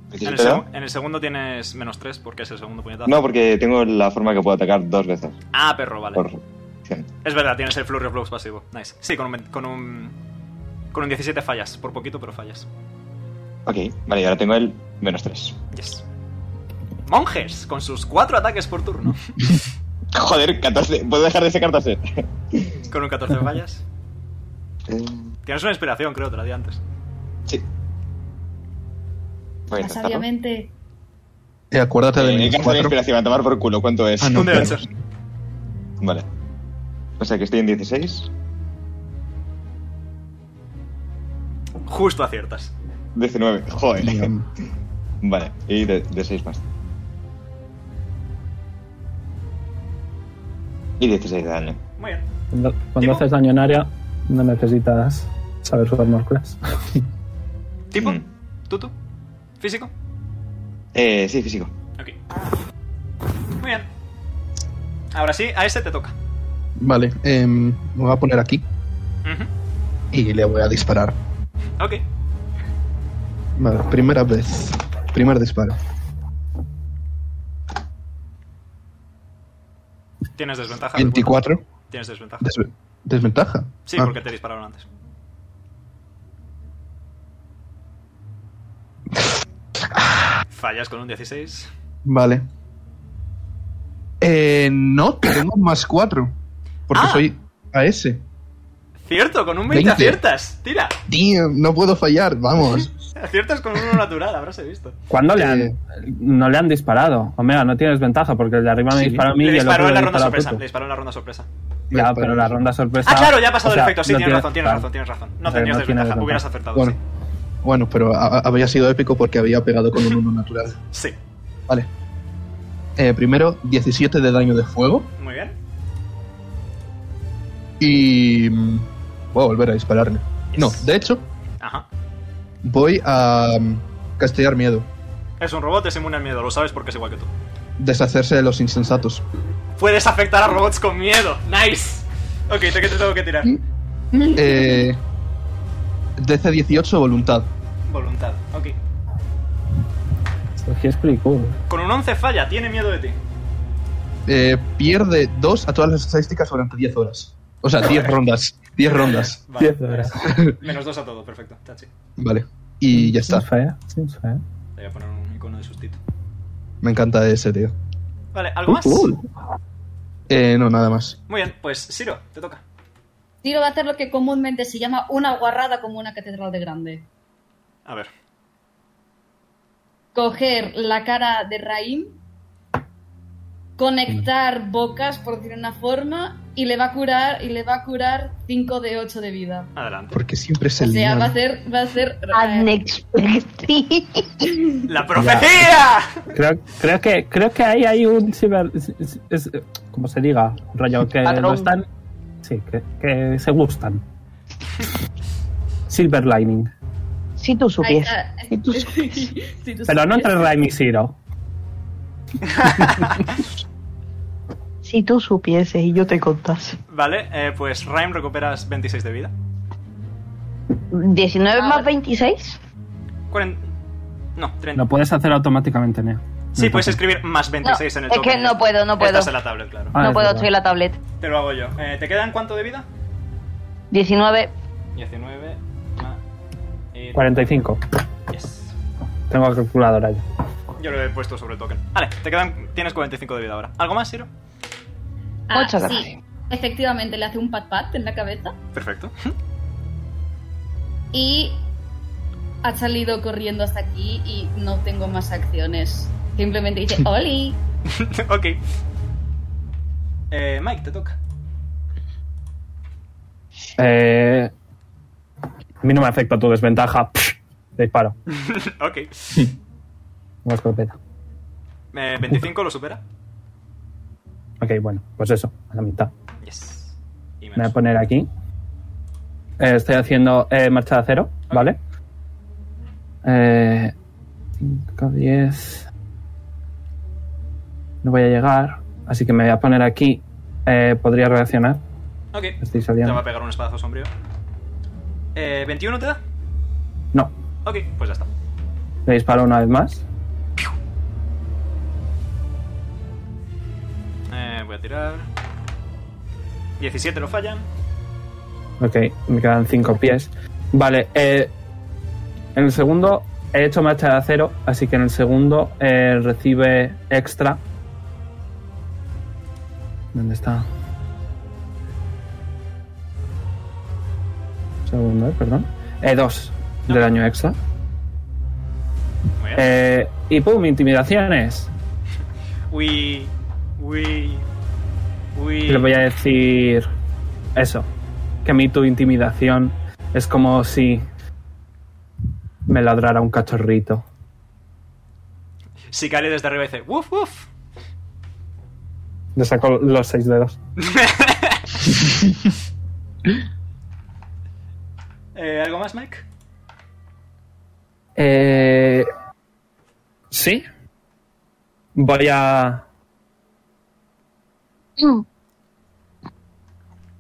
En el, ¿Diecisiete, segu- en el segundo tienes menos 3 porque es el segundo puñetazo. No, porque tengo la forma que puedo atacar dos veces. Ah, perro, vale. Por... acción. Es verdad, tienes el Flurry of Blows pasivo. Nice. Sí, con un, ve- con un. Con un 17 fallas. Por poquito, pero fallas. Ok, vale, y ahora tengo el menos 3. Yes. Monjes, con sus 4 ataques por turno. Joder, 14. ¿Puedo dejar de sacar 14? Con un 14 fallas. Eh, Tienes una inspiración, creo, te la di antes. sí. Voy a Más intentarlo. Eh, sabiamente. Eh, acuérdate de en mi caso de 4. inspiración, a tomar por culo. ¿Cuánto es? Ah, no. Un de 8. Vale. O sea que estoy en 16, Justo aciertas. 19. Joder. Damn. Vale, y de, de 6 más. Y 16 de daño. Muy bien. Cuando, cuando Tipo. haces daño en área, no necesitas saber su armor class. ¿Tipo? Mm. ¿Tutu? ¿Físico? Eh, sí, físico. Ok. Muy bien. Ahora sí, a este te toca. Vale, em, me voy a poner aquí Ujú. y le voy a disparar. Ok. Vale, primera vez. Primer disparo. Tienes desventaja. pero bueno, 24. Tienes desventaja. Desve- desventaja. Sí, Ah, porque te dispararon antes. Fallas con un 16. Vale. Eh, no, tengo más 4. Porque Ah. soy AS. Cierto, con un 20, 20. aciertas. Tira. Damn, no puedo fallar, vamos. Aciertas con uno natural, habráse visto. ¿Cuándo le han, Eh. no le han disparado? Omega, no tienes ventaja porque el de arriba me Sí. disparó a mí Le y el disparó otro en la le ronda disparó a sorpresa. Le Tutu. disparó en la ronda sorpresa. Ya, pero la ronda sorpresa... Ah, claro, ya ha pasado o sea, el efecto. Sí, no tienes razón, tienes claro. razón, tienes razón. No O sea, tenías no tienes desventaja, razón. hubieras acertado. Bueno, bueno pero a- a- había sido épico porque había pegado con un 1 natural. Sí. sí, Vale. Eh, primero, 17 de daño de fuego. muy bien. Y. mm, Voy a volver a dispararle. Yes. No, de hecho, Ajá. voy a mm, castellar miedo. Es un robot, es inmune al miedo, lo sabes porque es igual que tú. Deshacerse de los insensatos. Puedes afectar a robots con miedo. Nice. Ok, ¿te qué te tengo que tirar? ¿Mm? Eh, DC 18, voluntad. Voluntad, ok. Pues Esto aquí es pretty cool. Con un 11 falla, tiene miedo de ti. Eh, pierde 2 a todas las estadísticas durante 10 horas. O sea, 10 rondas. 10 rondas. Vale, pues, Diez horas. Menos dos a todo, perfecto. Chachi. Vale. Y ya está. Sin falla, sin falla. Te voy a poner un icono de sustito. Me encanta ese, tío. Vale, ¿algo más? Uh. Eh, no, nada más. Muy bien, pues Siro, te toca. Tiro va a hacer lo que comúnmente se llama una guarrada como una catedral de grande. A ver. Coger la cara de Raim, conectar Mm. bocas, por decir una forma, y le va a curar, y le va a curar 5 de 8 de vida. Adelante. Porque siempre es O el sea, lío, va a ¿no? ser, va a ser eh, Unexpected. ¡La profecía! Creo, creo, que, creo que ahí hay un ciber... es- es- como se diga, rollo, que Patrón. lo están... Sí, que, que se gustan. Silver lining. Si tú Ahí supieras. está. Si tú supieras. Sí, tú Pero no sabes. entre Raimi y Zero. Si tú supieses y yo te contase. Vale, eh, pues Rhyme recuperas 26 de vida. 19 Ah, más vale. 26. Cuaren- No, 30. Lo puedes hacer automáticamente, Neo. sí, pues puedes No pasa. escribir más 26 en el es token. que no puedo, no puedo. Estás en la tablet, claro. Ah, no es puedo, verdad. estoy en la tablet. Te lo hago yo. Eh, ¿Te quedan cuánto de vida? 19. 19. ma- y- 45. Yes. Tengo la calculadora ya. Yo lo he puesto sobre el token. Vale, te quedan. Tienes 45 de vida ahora. ¿Algo más, Siro? Ah, Muchas sí. gracias. Efectivamente, le hace un pat-pat en la cabeza Perfecto. y ha salido corriendo hasta aquí y no tengo más acciones. Simplemente dice, ¡Oli! ok. Eh, Mike, te toca. Eh, a mí no me afecta tu desventaja. Te disparo. ok. Una escopeta. Eh, 25 lo supera. Ok, bueno, pues eso, a la mitad. Yes. Y Me voy menos. a poner aquí. Eh, estoy haciendo eh, marcha de acero, ¿vale? Eh, 5, 10. No voy a llegar, así que me voy a poner aquí. Eh, podría reaccionar. Ok. Estoy Te va a saliendo. pegar un espadazo sombrío. Eh, ¿21 te da? No, Ok, pues ya está. le disparo una vez más. Eh, voy a tirar. 17 lo fallan. Ok, me quedan 5 pies. Vale, eh, en el segundo he hecho marcha de acero, así que en el segundo eh, recibe extra. ¿Dónde está? Segundo, eh, perdón. Eh, dos de daño extra. Muy bien. Eh, y pum, intimidaciones. Uy. Uy. Uy. Le voy a decir eso. Que a mí tu intimidación es como si me ladrara un cachorrito. Si cae desde arriba y dice, woof, woof. Le saco los seis dedos. Eh, ¿Algo más, Mike? Eh, sí. Voy a...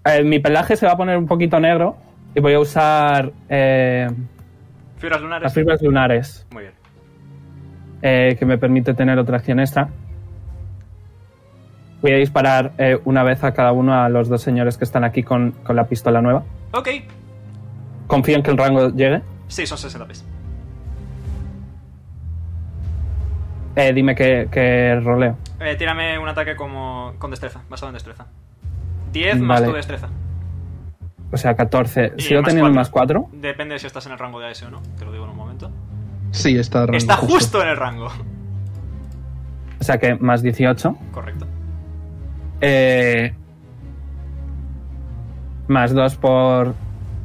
Eh, mi pelaje se va a poner un poquito negro y voy a usar eh, Fibras lunares. las fibras lunares Muy bien. eh, que me permite tener otra acción extra. Voy a disparar eh, una vez a cada uno a los dos señores que están aquí con, con la pistola nueva. Ok. Confío en que el rango llegue. Sí, son 60 pies. Eh, dime que, que roleo. Eh, tírame un ataque como con destreza, basado en destreza. 10 más Vale. tu destreza. O sea, 14. Y Si yo más tenía un cuatro. más 4. Depende de si estás en el rango de AS o no. Te lo digo en un momento. Sí, está rango Está justo en el rango. O sea que más 18. Correcto. Eh, más 2 por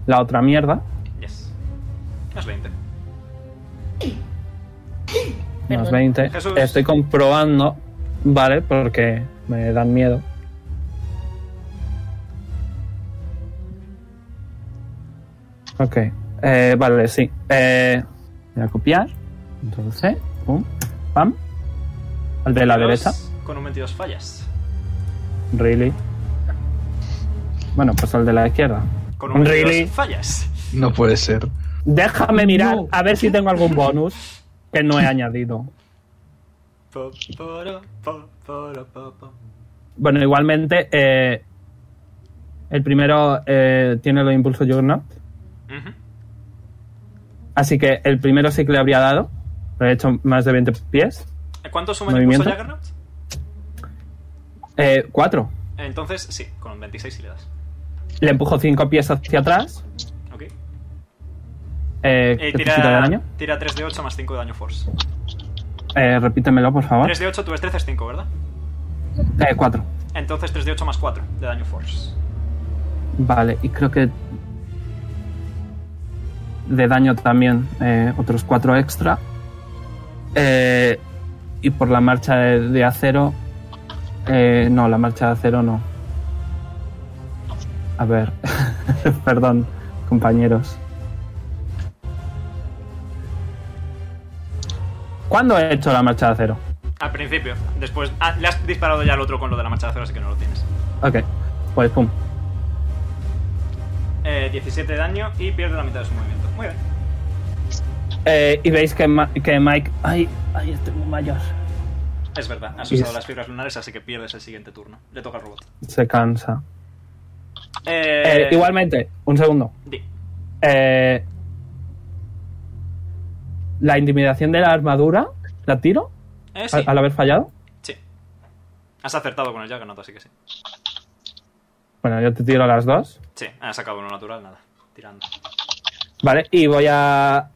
la otra mierda. Yes. Más 20. Más 20. Jesús. Estoy comprobando, ¿vale? Porque me dan miedo. Ok. Eh, vale, sí. Eh, voy a copiar. Entonces, pum, pam. Al de la 22, derecha. Con un 22 fallas. Really. Bueno, pues al de la izquierda. Con un 22 Really? fallas. No puede ser. Déjame mirar No. a ver si tengo algún bonus que no he añadido. Po, poro, po, poro, po, po. Bueno, igualmente eh, El primero eh, tiene los impulsos Juggernaut. Ujú. Así que el primero sí que le habría dado. Le he hecho más de 20 pies. ¿Cuánto suma el impulso Movimiento. Juggernaut? Eh, cuatro. Entonces, sí, con 26 sí le das. Le empujo 5 pies hacia atrás. Ok. Eh, Eh, ¿qué quita de tira, daño? tira 3 de 8 más 5 de daño force. Eh, repítemelo, por favor. 3 de 8, tu destreza es 5, ¿verdad? Eh, cuatro. Entonces 3 de 8 más 4 de daño force. Vale, y creo que de daño también eh, otros cuatro extra. Eh, y por la marcha de, de acero... eh, no, la marcha de acero no. A ver, perdón, compañeros. ¿Cuándo he hecho la marcha de acero? Al principio, después. ah, le has disparado ya al otro con lo de la marcha de acero, así que no lo tienes. Ok, pues pum. Eh, 17 de daño y pierde la mitad de su movimiento. Muy bien. Eh, y veis que, Ma- que Mike... Ay, ay, estoy muy mayor. Es verdad, has Yes. usado las fibras lunares, así que pierdes el siguiente turno. Le toca al robot. Se cansa. Eh, Eh, igualmente, un segundo. di. Eh, la intimidación de la armadura, ¿la tiro? Eh, sí. Al, al haber fallado. sí. Has acertado con el Juggernaut, así que sí. Bueno, yo te tiro las dos. Sí, has sacado uno natural, nada. Tirando. Vale, y voy a.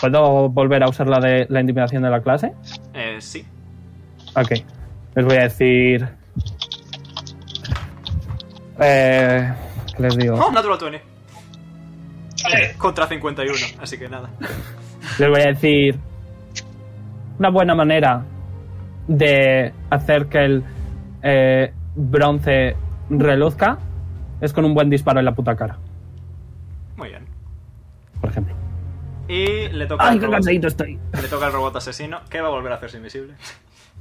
¿Puedo volver a usar la de la intimidación de la clase? Eh, sí. Ok. Les voy a decir. Eh, ¿Qué les digo? ¡Oh, natural 20! Contra 51, así que nada. les voy a decir una buena manera de hacer que el eh, bronce reluzca es con un buen disparo en la puta cara, Muy bien. por ejemplo. Y le toca, ¡Ay, al qué robot, cansadito estoy! le toca al robot asesino, que va a volver a hacerse invisible.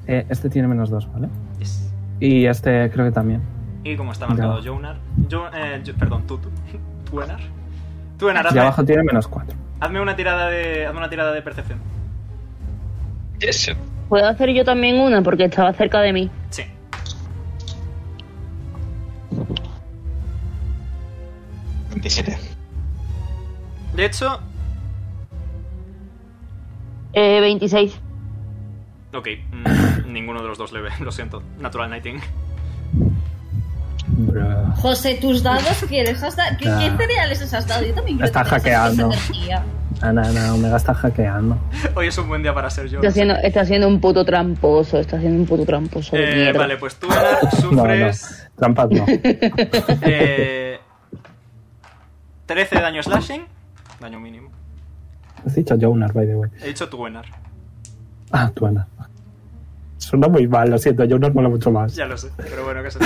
Eh, este tiene menos dos, ¿vale? Yes. Y este creo que también. Y como está Ya. marcado Jonar. Jo- eh, Jo- perdón, Tutu. Tuenar. Tuenar, Y hazme, abajo tiene menos cuatro. hazme una tirada de. Hazme una tirada de percepción. Yes. ¿Puedo hacer yo también una? Porque estaba cerca de mí. Sí. De hecho, Eh, 26. ok. mm, ninguno de los dos le ve, lo siento. Natural 19. Bruh. José, tus dados, ¿qué, les has da- ¿Qué, Ah. qué cereales les has dado? Yo también quiero Está tener esa- hackeando. esa energía. Ah, no, no, Omega está hackeando. Hoy es un buen día para ser yo. Está haciendo, está haciendo un puto tramposo. Está haciendo un puto tramposo. de Eh, mierda. vale, pues Tuenar No, no. sufres. Trampas no. eh, 13 de daño slashing. Daño mínimo. Has dicho Jonar, by the way. He dicho Tuenar. Ah, tú Ana. Suena muy mal, lo siento. Jonar mola mucho más. Ya lo sé, pero bueno, que se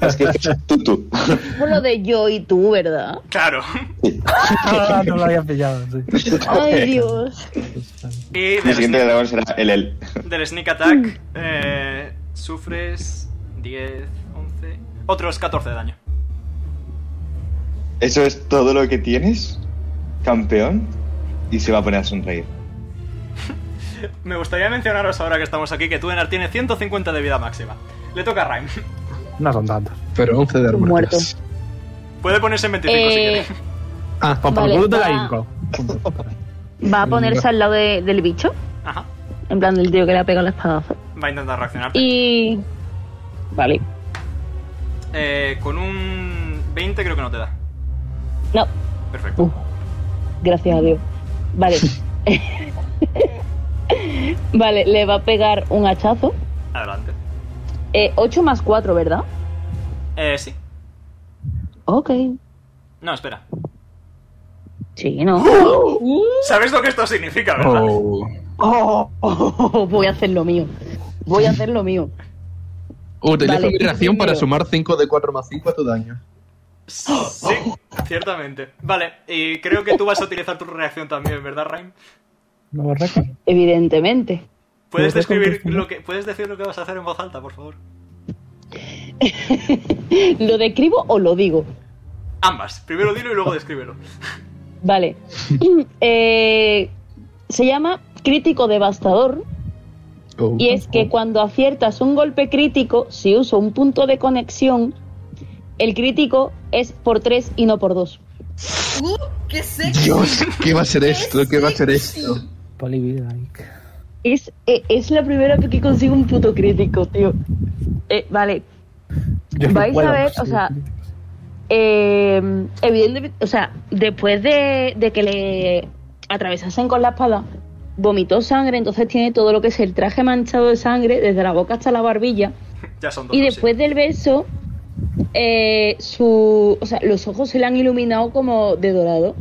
Es que tú, tú. Por lo de yo y tú, ¿verdad? Claro. Ah, no lo había pillado, sí. Ay, Dios. Y El del, siguiente dragón será el el. sneak- del sneak Mm. attack eh, sufres 10, 11. Otros 14 de daño. ¿Eso es todo lo que tienes, campeón? Y se va a poner a sonreír. Me gustaría mencionaros ahora que estamos aquí que Tuenar tiene 150 de vida máxima. Le toca a Rhyme. No son tantos. Pero 11 de armadura. Muerto. Puede ponerse en 25 si Eh, quiere. Ah, Pues por Vale, el culo te la va. hinco. va a ponerse al lado de- del bicho. Ajá. En plan, del tío que le ha pegado el espadazo. Va a intentar reaccionar. Y. Vale. Eh, con un 20 creo que no te da. No, Perfecto. Uh. gracias a Dios. Vale. vale, le va a pegar un hachazo. Adelante. Eh, 8 más 4, ¿verdad? Eh, sí. Ok. No, espera. Sí, ¿no? ¿Sabéis lo que esto significa, verdad? Oh. Oh, voy a hacer lo mío. Voy a hacer lo mío. Utilizo Vale, mi reacción Uh, para primero. sumar 5 de 4 más 5 a tu daño. Sí, ciertamente. Vale, y creo que tú vas a utilizar tu reacción también, ¿verdad, Rhyme? ¿No borraco? Evidentemente. ¿Puedes Lo dejo en describir tus manos. lo que puedes decir lo que vas a hacer en voz alta, por favor? ¿Lo describo o lo digo? Ambas. Primero dilo y luego descríbelo. Vale. Eh, se llama crítico devastador Oh. y es que cuando aciertas un golpe crítico, si uso un punto de conexión, El crítico es por 3 y no por 2. ¡Uh! ¡Qué sexy! Oh. Dios, ¿qué va a ser esto? ¿Qué va a ser esto? Polivida, like. Es, eh, es la primera vez que consigo un puto crítico, tío. Eh, vale. Yo no Vais puedo, pues, a ver, sí. o sea, eh, evidentemente, o sea, después de, de que le atravesasen con la espada, vomitó sangre, entonces tiene todo lo que es el traje manchado de sangre, desde la boca hasta la barbilla. Ya son dos. Y sí. después del beso, eh, su, o sea, los ojos se le han iluminado como de dorado.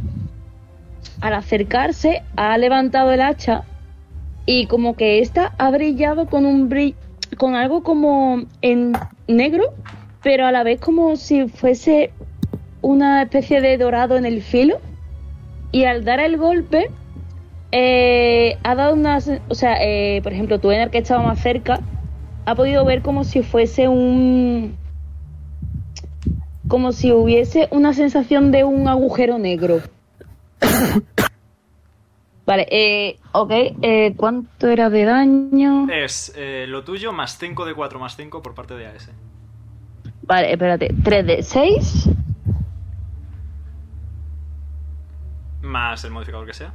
Al acercarse, ha levantado el hacha y como que esta ha brillado con un bri- con algo como en negro, pero a la vez como si fuese una especie de dorado en el filo. Y al dar el golpe, eh, ha dado unas, o sea, eh, por ejemplo, tú en el que estaba más cerca, ha podido ver como si fuese un como si hubiese una sensación de un agujero negro. vale, eh, ok, eh, ¿cuánto era de daño? Es eh, lo tuyo más 5 de 4 más 5 por parte de AS. Vale, espérate, 3 de 6 Más el modificador que sea.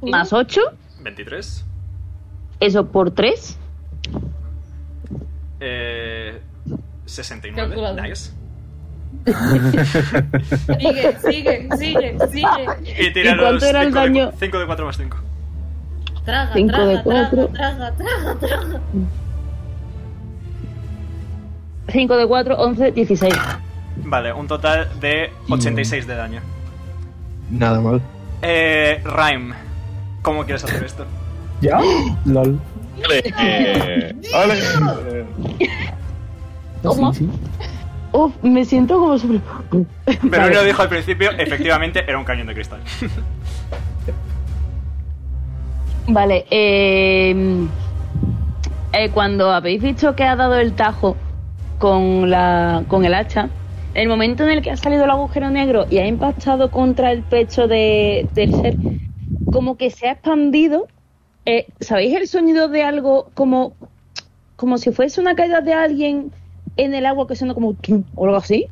más 8, 23. eso por 3, Eh, 69. Calculador. Nice. Sigue, sigue, sigue, sigue. Y tira ¿Y cuánto los era el 5 de, daño? 5 de 4 más 5. Traga, Cinco traga, de cuatro. traga, traga, traga, traga. 5 de 4, 11, 16. Vale, un total de 86 de daño. Nada mal. Eh, Rhyme, ¿cómo quieres hacer esto? ¿Ya? LOL. Eh, ¡Ole! ¿Cómo? Sí, sí. Uf, me siento como sobre... Pero lo dijo al principio, efectivamente era un cañón de cristal. Vale, eh, eh, cuando habéis visto que ha dado el tajo con, la, con el hacha, el momento en el que ha salido el agujero negro y ha impactado contra el pecho de, del ser, como que se ha expandido. eh, ¿Sabéis el sonido de algo como, como si fuese una caída de alguien en el agua que suena como tum, o algo así?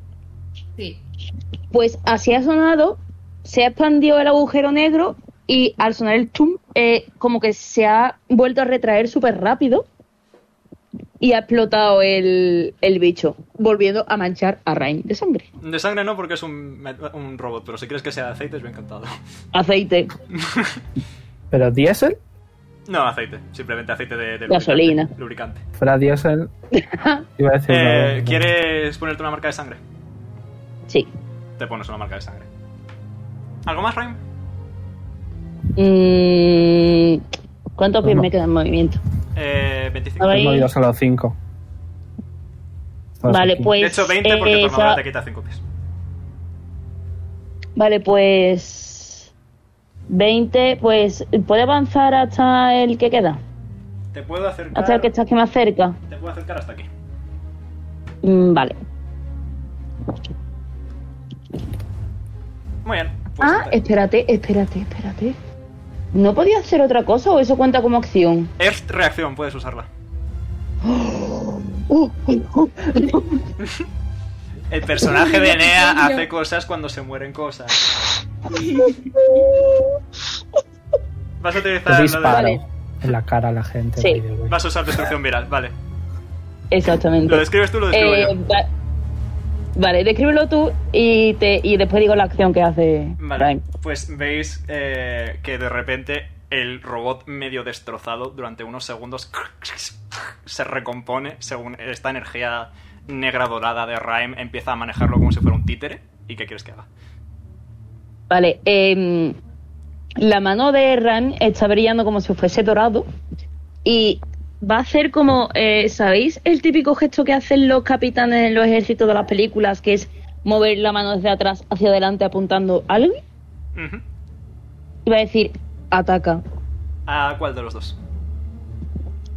Sí. Pues así ha sonado, se ha expandido el agujero negro y al sonar el chum, eh, como que se ha vuelto a retraer súper rápido y ha explotado el, el bicho, volviendo a manchar a Rain de sangre. De sangre no, porque es un, met- un robot, pero si quieres que sea de aceite, yo encantado. Aceite, Pero diésel, No, aceite, simplemente aceite de, de Gasolina. lubricante. lubricante. fuera diésel. Iba a decir. Eh, no, no. ¿Quieres ponerte una marca de sangre? sí. Te pones una marca de sangre. ¿Algo más, Rhyme? Mm, ¿Cuántos pies No. me quedan en movimiento? Eh, 25. A ver. He movido solo 5. Vale, pues. De hecho, 20 porque eh, tu armadura esa- te quita 5 pies. Vale, pues. 20, pues. ¿Puede avanzar hasta el que queda? Te puedo acercar. Hasta el que está aquí más cerca. Te puedo acercar hasta aquí. Mm, Vale. Muy bien. Pues Ah, te- espérate, espérate, espérate. ¿No podía hacer otra cosa o eso cuenta como acción? Earth reacción, puedes usarla. Oh, El personaje de Enea hace cosas cuando se mueren cosas. Vas a utilizar. Te lo disparo Vale. en la cara a la gente. Sí. by the de- way. Vas a usar destrucción viral, vale. Exactamente. Lo describes tú, lo describo Eh, yo. va- vale, descríbelo tú y, te, y después digo la acción que hace Vale. Prime. Pues veis eh, que de repente el robot medio destrozado durante unos segundos se recompone según esta energía negra dorada de Rhyme empieza a manejarlo como si fuera un títere. ¿Y qué quieres que haga? Vale, em, la mano de Ram está brillando como si fuese dorado y va a hacer como, eh, ¿sabéis? El típico gesto que hacen los capitanes en los ejércitos de las películas, que es mover la mano desde atrás hacia adelante apuntando a alguien. Ujú. Y va a decir, ataca ¿A cuál de los dos?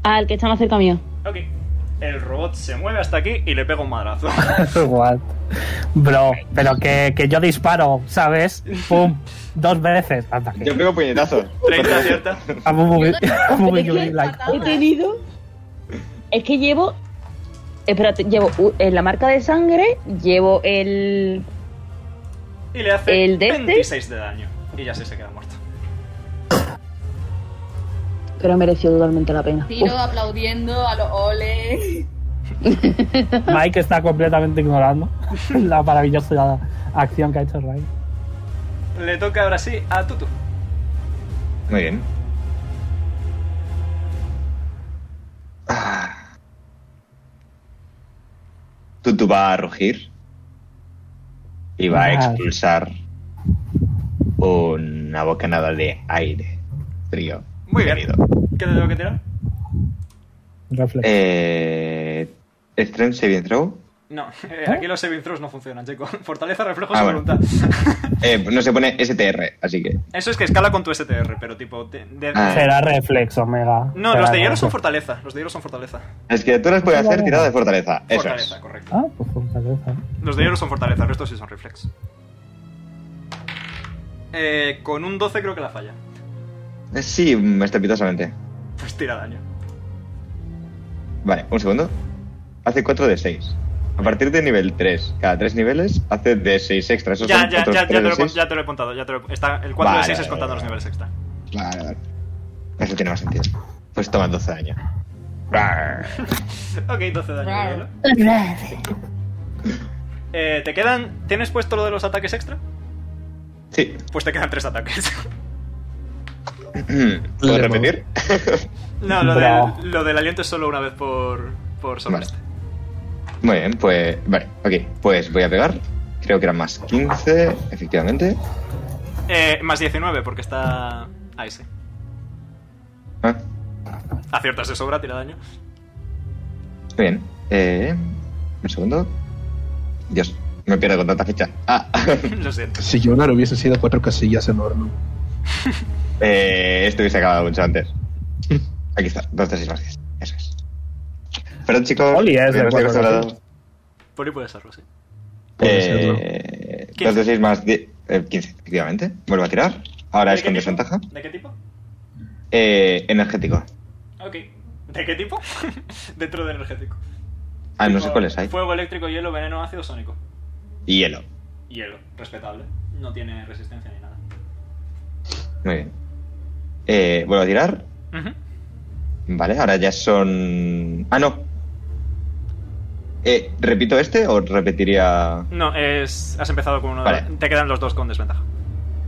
al que está más cerca mío. Ok. El robot se mueve hasta aquí y le pega un madrazo. What? Bro, pero que, que yo disparo, ¿sabes? Pum, dos veces. Ataque. Yo pego puñetazos. 30 acierta. I'm moving- I'm moving Yo you también. like- He tenido. Es que llevo Espérate, llevo u- en la marca de sangre, llevo el. Y le hace ¿El de este? 26 de daño. Y ya sí se queda muerto. Pero mereció totalmente la pena. Tiro aplaudiendo a los ole. Mike está completamente ignorando la maravillosa acción que ha hecho Ray. Le toca ahora sí a Tutu. Muy bien. Ah. Tutu va a rugir y va a Vale. expulsar una bocanada de aire frío. Muy bien. Bienvenido. ¿Qué te tengo que tirar? Reflex. Eh, Strength saving throw. No, eh, aquí los saving throws no funcionan, chico. Fortaleza, reflejos Ah, y bueno. voluntad. Eh, no se pone STR, así que Eso es que escala con tu STR, pero tipo... de- de- Ah. Será reflex, Omega. No, Será los de hielo son reflex. fortaleza. Los de hielo son fortaleza. las criaturas pueden hacer tirada de fortaleza. Eso Fortaleza, es. correcto. Ah, pues fortaleza. Los de hielo son fortaleza, el resto sí son reflex. Eh, con un 12 creo que la falla. Eh, Sí, mm, estrepitosamente. Pues tira daño. Vale, un segundo. Hace 4 de 6. A partir de nivel 3, cada 3 niveles hace de 6 extra. Eso Ya, son ya, otros ya, ya, te tres lo, de he pon- seis. ya te lo he contado. Ya te lo he- está, el 4 de Vale, 6 es vale, contando los vale. niveles extra. Vale, vale. Eso tiene más sentido. Pues toma 12 daño. Ok, 12 daño. de Claro. hielo. Eh, ¿Te quedan. ¿Tienes puesto lo de los ataques extra? Sí. Pues te quedan 3 ataques. ¿Puedo repetir? no, lo, Bravo. del, lo del aliento es solo una vez por. por soleste. Muy bien, pues. Vale, ok. Pues voy a pegar. Creo que era más 15, efectivamente. Eh, más 19, porque está. Ahí sí. Ah, Aciertas de sobra, tira daño. muy bien. Eh, un segundo. Dios, me pierdo con tanta fecha. Ah, lo siento. Si Jonar hubiese sido cuatro casillas enormes. Eh, esto hubiese acabado mucho antes. Aquí está, 2 de 6 más 10. Eso es. Perdón, chicos. Oli ¿eh? es todavía de no estoy cuatro acostumbrado. Por ahí puede serlo, sí. Puede serlo. Eh, 2 de 6 más 10. eh, 15, efectivamente. Vuelvo a tirar. Ahora ¿De es qué con tipo? desventaja. ¿De qué tipo? Eh, energético. Ok. ¿De qué tipo? Dentro de energético. Ah, no Tipo, sé cuáles hay. Fuego eléctrico, hielo, veneno, ácido, sónico. Y hielo. Hielo, respetable. No tiene resistencia ni nada. Muy bien. Eh, vuelvo a tirar. Vale, ahora ya son. Ah, no. Eh, ¿Repito este o repetiría.? No, es. Has empezado con uno de Vale. los- Te quedan los dos con desventaja.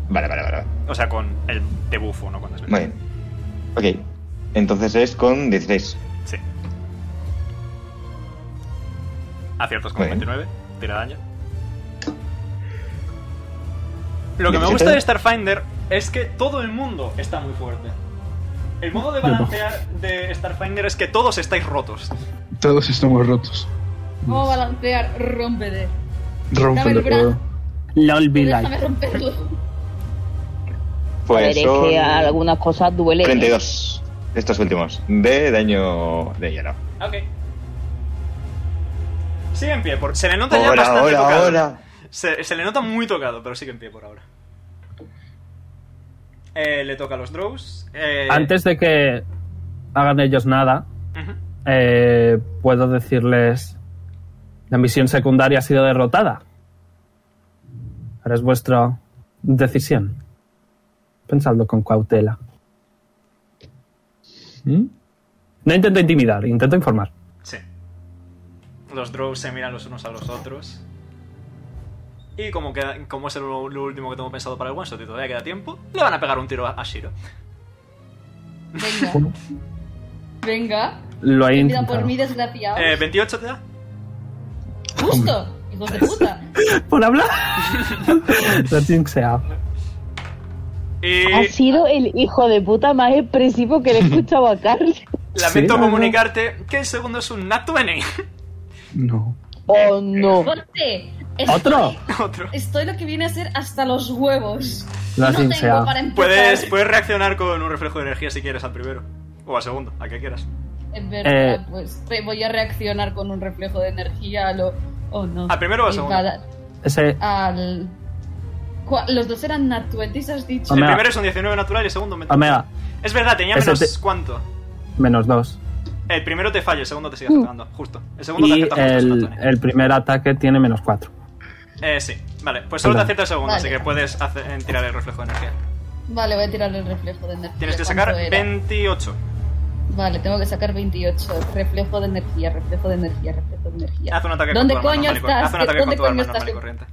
Vale, vale, vale. vale. O sea, con el de bufo, no con Muy desventaja. bien. Ok. Entonces es con 16. Sí. Aciertas con Muy bien. 29. Tira daño. Lo que me 17. gusta de Starfinder es que todo el mundo está muy fuerte. El modo de Yo no. balancear de Starfinder es que todos estáis rotos. Todos estamos rotos. Vamos a balancear, rómpete. Dame Rompe Oh, el el brazo. juego. LOL be Déjame like. romperlo. Joder, Pues es son que algunas cosas duelen. ¿eh? 32. Estos últimos. De daño de hielo. Ok. Sigue en pie, porque se le nota Pues ya Ahora, bastante ahora, tocado. ahora. Se, se le nota muy tocado, pero sigue en pie por ahora. Eh, le toca a los draws. Eh, Antes de que hagan ellos nada, ujú. eh, puedo decirles: La misión secundaria ha sido derrotada. Ahora es vuestra decisión. Pensadlo con cautela. ¿Mm? No intento intimidar, intento informar. Sí. Los drows se miran los unos a los otros. Y como, queda- como es lo, lo último que tengo pensado para el one shot y todavía queda tiempo, le van a pegar un tiro a, a Shiro. Venga. Venga. Lo he Pidan por intentado. mí, desgraciado. Eh, 28 te da. Justo. Hijos de puta. ¿Por hablar? Lo he jinxeado. Y Ah, Ha sido el hijo de puta más expresivo que le he escuchado a Carl. lamento Sí, no, no. comunicarte que el segundo es un Nat 20. No. Oh no. Ponte. ¿Otro? Otro. Estoy lo que viene a ser hasta los huevos. Lo has no tengo jinxeado. para empezar. Puedes, puedes reaccionar con un reflejo de energía si quieres al primero. O al segundo, al que quieras. En verdad, Eh. pues re- voy a reaccionar con un reflejo de energía a lo. Oh no. ¿Al primero o al Y segundo? va Ese, a- al. cua- Los dos eran Nat 20, has dicho. El Omega. primero es un 19 natural y el segundo un 20. Omega, Es verdad, tenía Ese menos te- cuánto. menos dos. El primero te falla, el segundo te sigue acercando. Justo. El segundo te Uh. Y acierta justo, el, Antonio. el primer ataque tiene menos 4. Eh, sí. Vale, pues solo te Vale. acierta el segundo, Vale. así que puedes hacer- eh, tirar el reflejo de energía. Vale, voy a tirar el reflejo de energía. Tienes que ¿Cuánto sacar era? 28. Vale, tengo que sacar 28. Reflejo de energía, reflejo de energía, reflejo de energía. Haz un ataque ¿Dónde con tu arma coño normal y cor- estás? Haz un ataque ¿Dónde con tu arma coño normal y estás? corriente.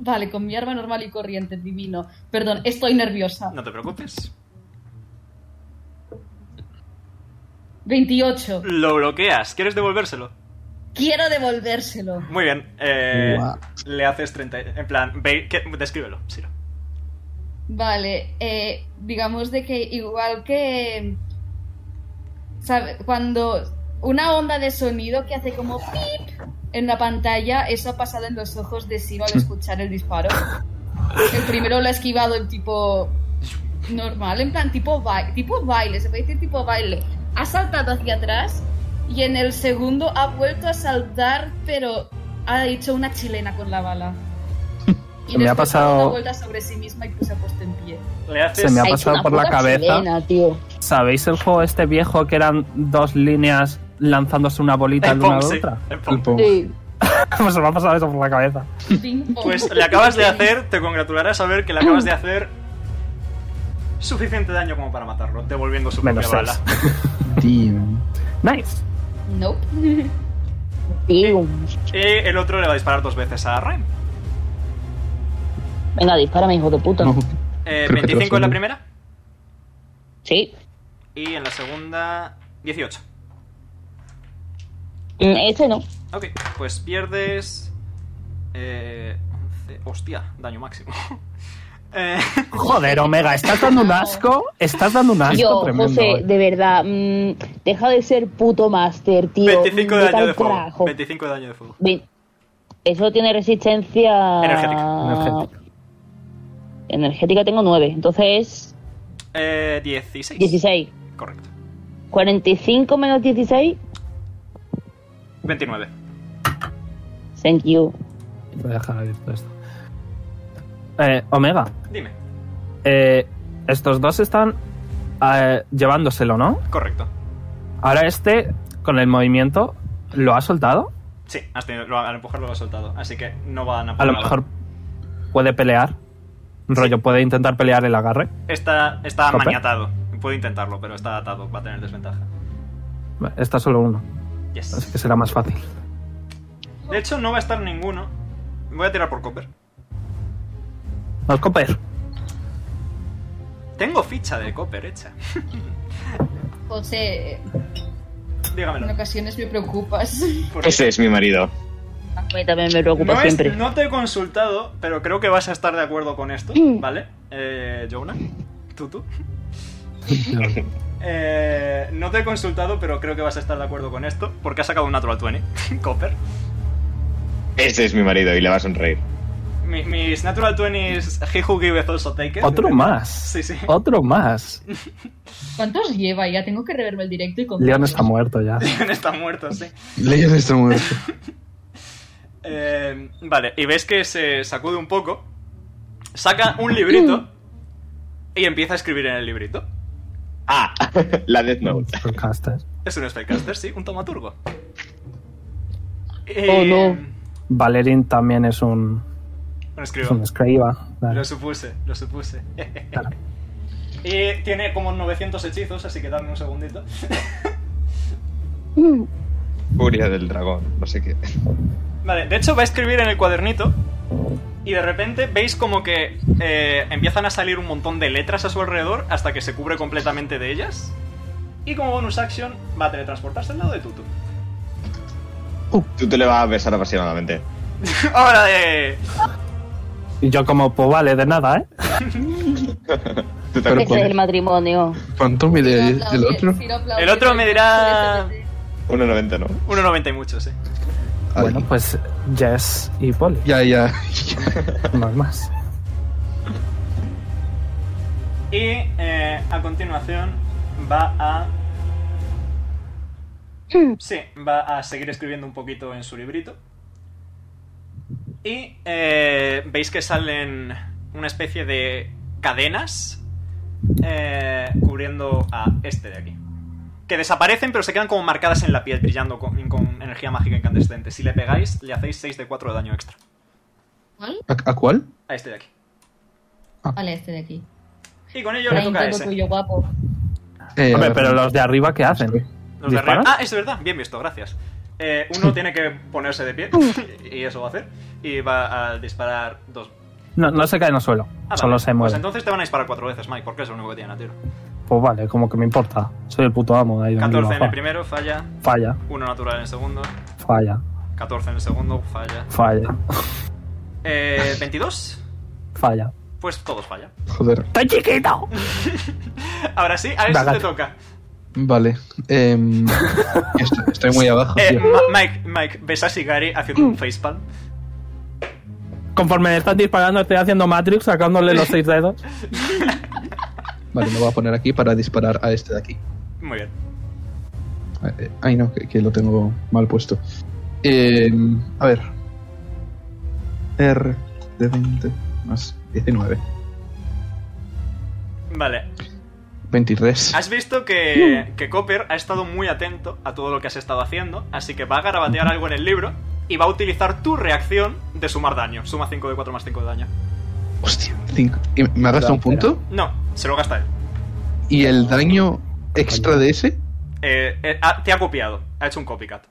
Vale, con mi arma normal y corriente, divino. Perdón, estoy nerviosa. No te preocupes. 28. Lo bloqueas. ¿Quieres devolvérselo? Quiero devolvérselo. Muy bien. Eh, Guau. Le haces 30. En plan, ve, que- descríbelo, Siro. Vale, eh, digamos de que igual que ¿sabe? cuando una onda de sonido que hace como pip en la pantalla, eso ha pasado en los ojos de Siro al escuchar el disparo. El primero lo ha esquivado en tipo normal, en plan tipo baile, tipo baile, se puede decir tipo baile. Ha saltado hacia atrás y en el segundo ha vuelto a saltar, pero ha hecho una chilena con la bala. Y Me ha después dado pasado- una vuelta sobre sí misma y pues se ha puesto en pie. Le haces. Se me ha hecho pasado una por la puta cabeza. chilena, tío. ¿Sabéis el juego este viejo que eran dos líneas lanzándose una bolita el de una a Pong, la sí, otra? el Pong. El Pong. Sí. pues se me ha pasado eso por la cabeza. Ping pong. Pues le acabas de hacer, te congratularás a ver que le acabas de hacer suficiente daño como para matarlo, devolviendo su Menos propia seis. bala. Damn. Nice. Nope. Tío. Y el otro le va a disparar dos veces a Ryan. Venga, dispárame, hijo de puta. No. Eh, Creo que te 25 en la vas a- primera Sí. y en la segunda 18. Mm, Este no. Ok, pues pierdes... Eh, 11 Hostia, daño máximo. Eh, Joder, Omega, estás dando un asco. Estás dando un asco Yo, Ah, tremendo. eh. José, de verdad, mm, deja de ser puto máster, tío. 25 Mm, de vete daño al de fuego. carajo. 25 de daño de fuego. Ve- Eso tiene resistencia... Energética. Energética. Energética tengo 9, entonces Eh, 16. 16. Correcto. 45 menos 16, 29. thank you. Voy a dejar abierto esto. Eh, Omega, Dime. eh, estos dos están eh, llevándoselo, ¿no? Correcto. Ahora este, con el movimiento, ¿lo ha soltado? Sí, has tenido, lo, al empujarlo lo has soltado, así que no van a A lo nada. mejor puede pelear. Rollo, puede intentar pelear el agarre. Está, está ¿Tope? maniatado. Puedo intentarlo, pero está atado. Va a tener desventaja. Está solo uno, así Yes. que será más fácil. De hecho, no va a estar ninguno. Voy a tirar por Copper. Nos coper. Tengo ficha de Copper hecha. José, en Dígamelo. ocasiones me preocupas. Por Ese es mi marido. A mí también me preocupa No, es- siempre. no te he consultado, pero creo que vas a estar de acuerdo con esto, ¿vale? Eh, Jonah, Tutu. Eh, no te he consultado, pero creo que vas a estar de acuerdo con esto, porque has sacado un natural 20, Copper. Ese es mi marido y le va a sonreír. Mi- mis natural 20s, He Who Giveth Also Taketh. Otro más. Sí, sí. Otro más. ¿Cuántos lleva? Ya tengo que reverme el directo y contar. Leon está muerto ya. Está muerto, sí. Leon está muerto. Eh, vale, y ves que se sacude un poco, saca un librito y empieza a escribir en el librito. Ah, la Death Note. Spellcaster. Es un spellcaster, sí, un Eh, tomaturgo. Y- Oh, no. Valerín también es un, Un es escriba. un escriba. Vale. Lo supuse, lo supuse. y tiene como 900 hechizos, así que dame un segundito. Furia del dragón, no sé qué. Vale, de hecho va a escribir en el cuadernito y de repente veis como que eh, empiezan a salir un montón de letras a su alrededor hasta que se cubre completamente de ellas. Y como bonus action va a teletransportarse al lado de Tutu. Tú te le vas a besar apasionadamente. Ahora de... Y yo como, pues vale, de nada, ¿eh? Tú te Pero Ese con- es el matrimonio. ¿Cuánto mide el, el ¿eh? otro? El otro me dirá 1,90, ¿no? 1,90 y mucho, sí. Ay, Bueno, pues Jess y Polly, Ya, ya. no hay más. Y eh, a continuación va a... Sí, va a seguir escribiendo un poquito en su librito. Y eh, veis que salen una especie de cadenas eh, cubriendo a este de aquí. que desaparecen, pero se quedan como marcadas en la piel, brillando con, con energía mágica incandescente. Si le pegáis, le hacéis 6 de 4 de daño extra. ¿Cuál? ¿A, a cuál? A este de aquí. Vale, este de aquí. Y con ello le toca a Trae un ese. truco tuyo, guapo. Hombre, Eh, a ver, pero los de arriba, ¿qué hacen? Los de arriba- ¿Disparan? Ah, es verdad, bien visto, gracias. Eh, uno tiene que ponerse de pie, y eso va a hacer. Y va a disparar dos. No, no se caen al suelo, Ah, solo vale. se Pues mueven. Pues, entonces te van a disparar cuatro veces, Mike, porque es lo único que tienen a tiro. vale, como que me importa. Soy el puto amo de ahí donde 14 en viva. el primero, falla. Falla, Uno natural en el segundo. falla, 14 en el segundo, falla. falla, Eh, 22. falla. Pues todos falla. Joder. ¡Estoy chiquito! Ahora sí, a eso Dagat. te toca. Vale. Em, estoy, estoy muy abajo, Eh, tío. Ma- Mike, Mike, ves a Sigari haciendo Mm. un facepalm. Conforme están disparando, estoy haciendo Matrix, sacándole los seis dedos. Vale, me voy a poner aquí para disparar a este de aquí. Muy bien. Eh, eh, Ay, no, que, que lo tengo mal puesto. Em, a ver. R de 20 más 19. Vale. 23. Ah, Has visto que, Mm. que Copper ha estado muy atento a todo lo que has estado haciendo, así que va a garabatear algo en el libro y va a utilizar tu reacción de sumar daño. Suma 5 de 4 más 5 de daño. Hostia, 5. ¿Me ha gastado un Espera, punto? No, se lo gasta él. ¿Y el daño extra de ese? Eh, eh, ha- te ha copiado, ha hecho un copycat.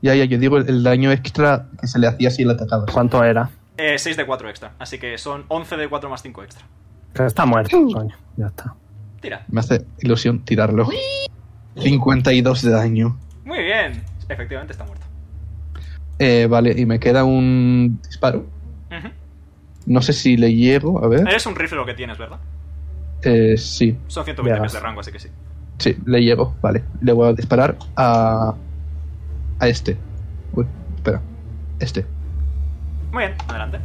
Ya, ya, yo digo el, el daño extra que se le hacía si le atacaba. ¿Cuánto era? 6 Eh, de 4 extra, así que son 11 de 4 más 5 extra. Que está muerto, coño. Ya está. Tira. Me hace ilusión tirarlo. 52 de daño. Muy bien. Efectivamente está muerto. Eh, vale, y me queda un disparo. Ujú. ¿Eh? No sé si le llego, a ver. Eres un rifle lo que tienes, ¿verdad? Eh, sí, Son 120 Veas. pies de rango, así que sí. sí, le llego, vale. Le voy a disparar a. a este. Uy, espera. Este. Muy bien, adelante.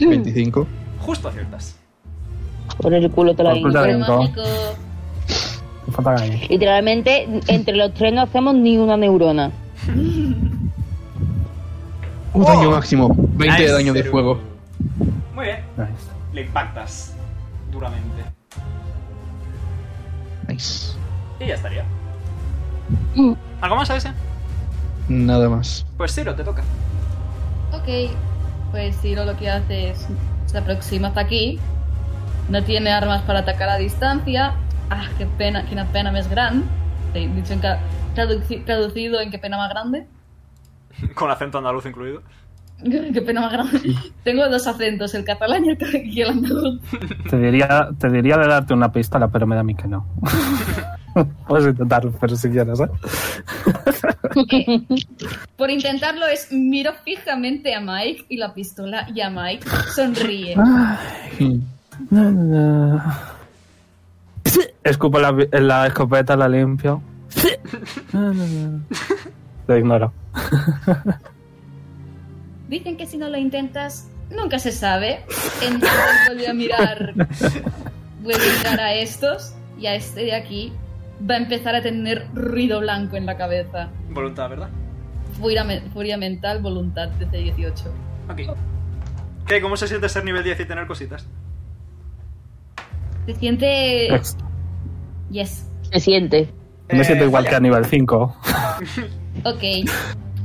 Mm. 25. Justo aciertas. Por el culo te lo Por digo. culpa de- Pero Venga. mágico. Me falta caña. Literalmente, entre los tres no hacemos ni una neurona. Un daño máximo. 20 de Nice. daño de fuego. Muy bien. Nice. Le impactas duramente. Nice. Y ya estaría. Mm. ¿Algo más a ese? Nada más. Pues Ciro, te toca. Ok, pues Ciro lo que hace es se aproxima hasta aquí. No tiene armas para atacar a distancia. Ah, qué pena, qué pena más grande. Sí, dicho en ca- traduci- traducido en qué pena más grande. Con acento andaluz incluido. qué pena más grande. Tengo dos acentos, el catalán y el, ca- y el andaluz. Te diría, te diría de darte una pistola, pero me da a mí que no. Puedes intentarlo, pero si quieres, ¿eh? Eh, por intentarlo es miro fijamente a Mike y la pistola y a Mike sonríe. Ah. Na, na, na. Escupo la, vi- la escopeta, la limpio. Na, na, na. Lo ignoro. Dicen que si no lo intentas, nunca se sabe. Entonces vuelve a mirar. Vuelve a mirar a estos y a este de aquí. Va a empezar a tener ruido blanco en la cabeza. Voluntad, ¿verdad? Furia, me- furia mental, voluntad DC 18. Ok. ¿Qué? ¿Cómo se siente ser nivel 10 y tener cositas? Se siente. Ex- Yes. Se siente. Me Eh, siento igual falla. que a nivel 5. Ok.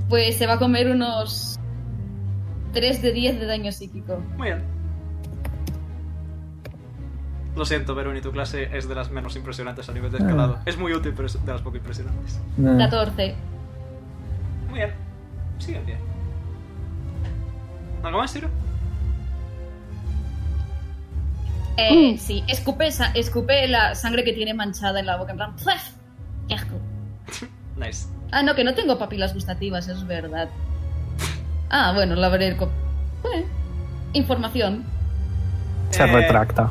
Pues se va a comer unos. 3 de 10 de daño psíquico. Muy bien. Lo siento, Verón, y tu clase es de las menos impresionantes a nivel de escalado. Es muy útil, pero es de las poco impresionantes. Ah. 14. Muy bien. Sigue en pie. ¿Algo más, Ciro? Eh, sí, escupe, sa- escupe la sangre que tiene manchada en la boca. En plan. "Puef, ¡Qué asco! Nice. Ah, no, que no tengo papilas gustativas, es verdad. Ah, bueno, la veré. co- Eh, información. Se Eh, retracta.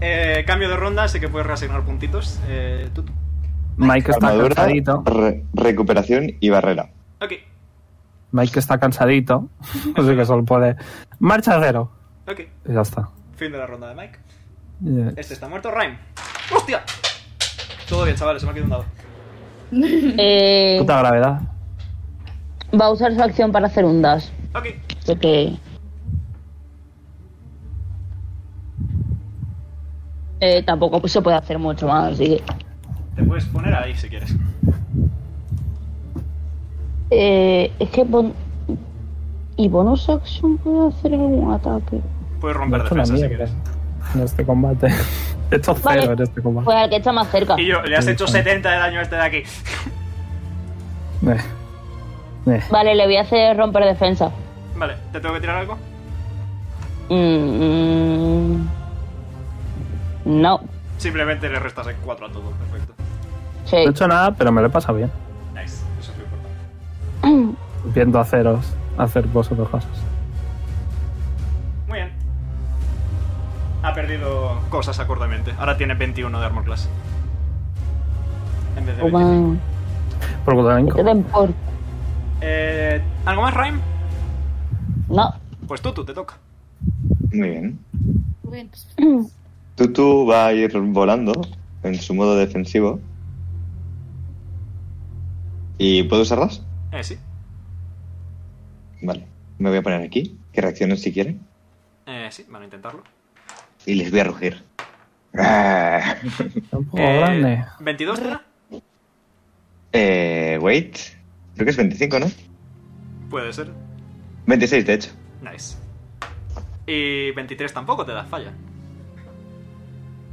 Eh, cambio de ronda, así que puedes reasignar puntitos. Eh, tú. Mike está Armadura, cansadito. re- recuperación y barrera. Ok, Mike está cansadito. Así que solo puede. Marcha cero. ok. Y ya está. Fin de la ronda de Mike. Yeah. Este está muerto, Rhyme. ¡Hostia! Todo bien, chavales, se me ha quedado un dado. Eh, Puta gravedad. va a usar su acción para hacer un dash. Ok, Porque Eh, tampoco pues, se puede hacer mucho más, así que. Te puedes poner ahí si quieres. Eh, es que. bon- y bonus action puede hacer algún ataque. Puedes romper Esto es defensa una si mierda quieres. En este combate. Esto es Vale. cero en este combate. Pues al que está más cerca. Y yo, le has Sí, hecho sí. 70 de daño a este de aquí. Eh. Eh. Vale, le voy a hacer romper defensa. Vale, ¿te tengo que tirar algo? Mm, mm. no. Simplemente le restas el 4 a todo, perfecto. Sí. No he hecho nada, pero me lo he pasado bien. Nice, eso es lo importante. Viendo a ceros hacer vosotros cosas. Muy bien. Ha perdido cosas acordemente. Ahora tiene 21 de armor class. En vez de 20. Toma. Por Que te Gudalenko. den por. Eh, ¿Algo más, Rhyme? No. Pues tú, tú, te toca. Muy bien. Bueno, pues, Tutu va a ir volando en su modo defensivo. ¿Y puedo usarlas? Eh, sí. Vale. Me voy a poner aquí, que reaccionen si quieren. Eh, sí, van a intentarlo. Y les voy a rugir. Ah. Está Un poco Eh, Oh, grande. ¿22 te da? Eh, wait. Creo que es 25, ¿no? Puede ser. 26, de hecho. Nice. Y 23 tampoco te da, falla.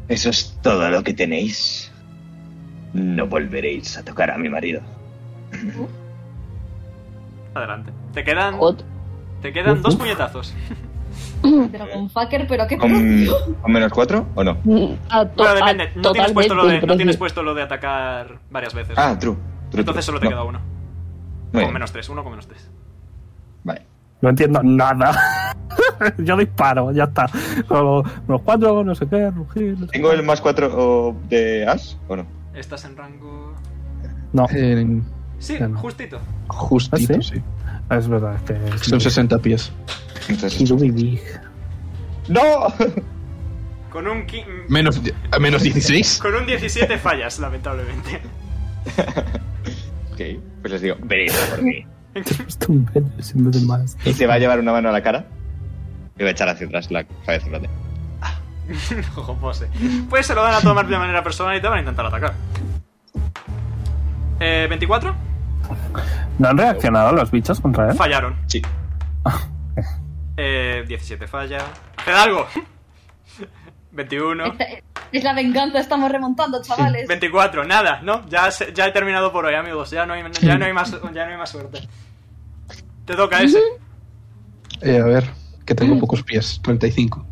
Eso es todo lo que tenéis. No volveréis a tocar a mi marido. Adelante. Te quedan, Jod. te quedan dos Uf. puñetazos. Dragon Fucker, pero qué ¿Con, con menos 4 o no? A to- Bueno, a depende. Ah, No tienes, totalmente puesto lo de, no tienes imprecio- puesto lo de atacar varias veces. Ah, true. true, true. Entonces solo te No, queda uno. muy bien. Con menos 3, uno con menos 3. Vale. No entiendo nada. Yo disparo, ya está. Con los, los cuatro, no sé qué, rugir. no sé ¿Tengo qué. el más 4 de Ash o no? Estás en rango. No, En- Sí, Ya no. justito. justito, ¿Ah, sí? sí? es verdad, es que. es Son muy- 60 pies. Entonces... Kirubi Big. ¡No! Con un, qui- Menos, a menos 16. con un 17 fallas, lamentablemente. ok, pues les digo, venid a por mí. Te he puesto un bello sin vez de más. Y se va a llevar una mano a la cara y va a echar hacia atrás la cabeza. en plan de, Ojo, pose. Pues se lo van a tomar de manera personal y te van a intentar atacar. Eh, 24. ¿No han reaccionado los bichos contra él? Fallaron. Sí. Eh, 17 falla. ¡Haced algo! 21. Esta- es la venganza, estamos remontando, chavales. 24, nada, ¿no? Ya, se- ya he terminado por hoy, amigos. Ya no hay, ya no hay, más, ya no hay más suerte. Te toca ese. Eh, a ver, que tengo pocos pies. 35.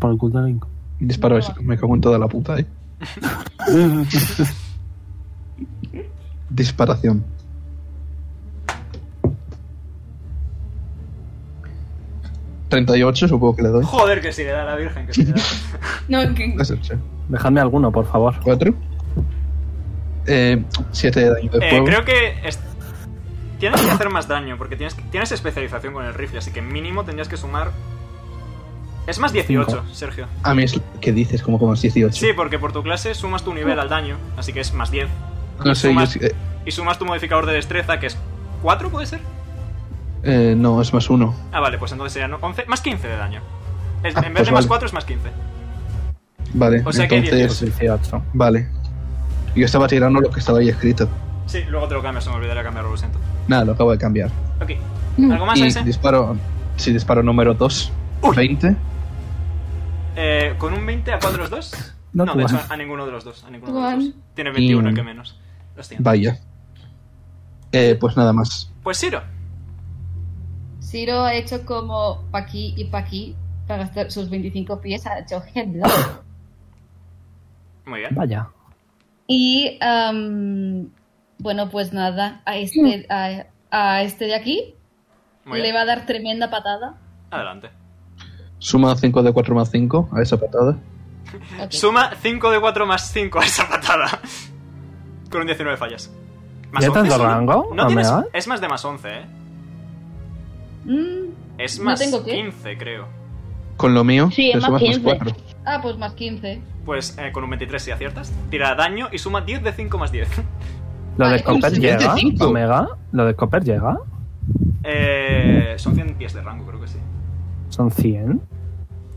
Por el Gudalenko. Y disparo ese. Me cago en toda la puta, eh. Disparación. ¿38 supongo que le doy? Joder, que si le da la virgen, que si le da. Eh, No, que- Dejadme alguno, por favor. 4. Eh, 7 de daño de Eh, fuego. creo que es- tienes que hacer más daño, porque tienes, tienes especialización con el rifle, así que mínimo tendrías que sumar. Es más 18, Sergio. A mí es lo que dices, como como es 18. Sí, porque por tu clase sumas tu nivel al daño, así que es más 10. no sé, yo, sumas- sí- eh, Y sumas tu modificador de destreza, que es 4, ¿puede ser? eh, no, es más 1. Ah, vale, pues entonces serían 11, más 15 de daño. Es- Ah, en vez pues de más vale. 4 es más 15. Vale, O sea que entonces. 18. Vale. Yo estaba tirando lo que estaba ahí escrito. Sí, luego te lo cambias, se me olvidaría cambiarlo, lo siento. Nada, lo acabo de cambiar. Ok. Mm. ¿Algo más Y ese? disparo. Sí, disparo número 2. 20. Eh, ¿Con un 20 a cuál de los dos? No, no tú de hecho, vas. a ninguno de los dos. A ninguno de Tú los vas. dos. Tiene 21, Y- que menos. Lo siento. Vaya. Eh, pues nada más. Pues Siro. Ciro ha hecho como pa' aquí y pa' aquí para gastar sus 25 pies, ha hecho headlock. Muy bien. Vaya. Y am, bueno, pues nada, a este, a, a este de aquí Muy le bien. va a dar tremenda patada. Adelante. Suma 5 de 4 más 5 a esa patada. Ok. Suma 5 de 4 más 5 a esa patada. Con un 19 fallas. ¿Ya once tanto solo. rango? No Ah, tienes- me da. es más de más 11, ¿eh? Mm, Es No más tengo qué. 15, creo. Con lo mío, Sí, te es más sumas 15. más 4. ah, pues más 15. Pues eh, con un 23 si aciertas. Tira daño y suma 10 de 5 más 10. ¿Lo Vale, de Copper un llega? 25. Omega. ¿Lo de Copper llega? Eh, son 100 pies de rango, creo que sí. ¿Son 100?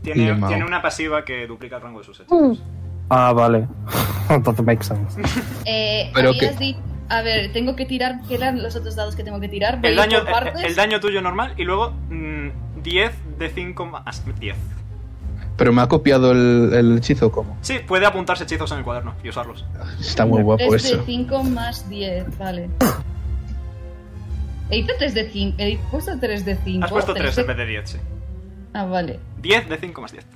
Tiene, Limao. tiene una pasiva que duplica el rango de sus hechizos. Uh, Ah, vale. Entonces make sense. Eh, Pero habías que- di- A ver, tengo que tirar. ¿Qué eran los otros dados que tengo que tirar? ¿Voy El daño, por el, partes? el daño tuyo normal y luego mm, 10 de ah, 5 más 10. Pero me ha copiado el, el hechizo, ¿cómo? Sí, puede apuntarse hechizos en el cuaderno y usarlos. Está Este muy guapo Tres de eso. 5 más 10, vale. He dicho 3 de 5. He puesto 3 de 5. Has puesto 3 en vez de 10, sí. Ah, vale. 10 de 5 más 10.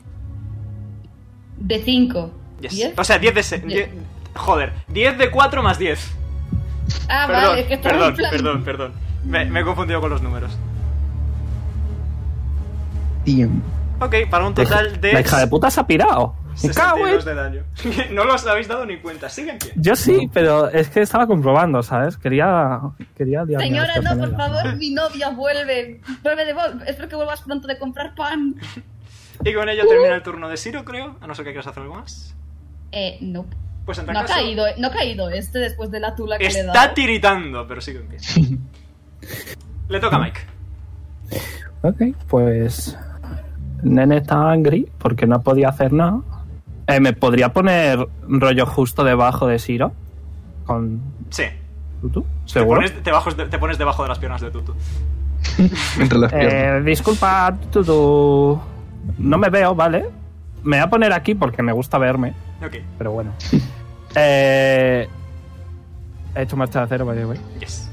De 5. Yes. ¿10? O sea, 10 de 6. Diez. Joder, 10 de 4 más 10. Ah, perdón, vale, es que estaba perdón, en plan. perdón, perdón. Me, me he confundido con los números. Bien. Ok, para un total de. La hija de puta se ha pirado. Me cago en- 62 de daño. no los habéis dado ni cuenta. Sigue en pie. Yo sí, pero es que estaba comprobando, ¿sabes? Quería. quería liarme Señora, esto no, con por ella. favor, mi novia vuelve. Vuelve de vol- Espero que vuelvas pronto de comprar pan. Y con ello termina el turno de Siro, creo. A no ser que quieras hacer algo más. Eh, no. Pues en tal No ha caso. caído, no ha caído este después de la tula que le Está da. tiritando, pero sigue en pie. Le toca a Mike. Ok, pues. Nene está angry porque no podía hacer nada. Eh, ¿Me podría poner rollo justo debajo de Siro? Con Sí. Tutu, Te seguro. pones, te, bajos- te pones debajo de las piernas de Tutu. Entre las piernas. Eh, disculpa, Tutu. No me veo, ¿vale? Me voy a poner aquí porque me gusta verme, Ok, pero bueno. Eh, he hecho marcha de cero, by the way. yes.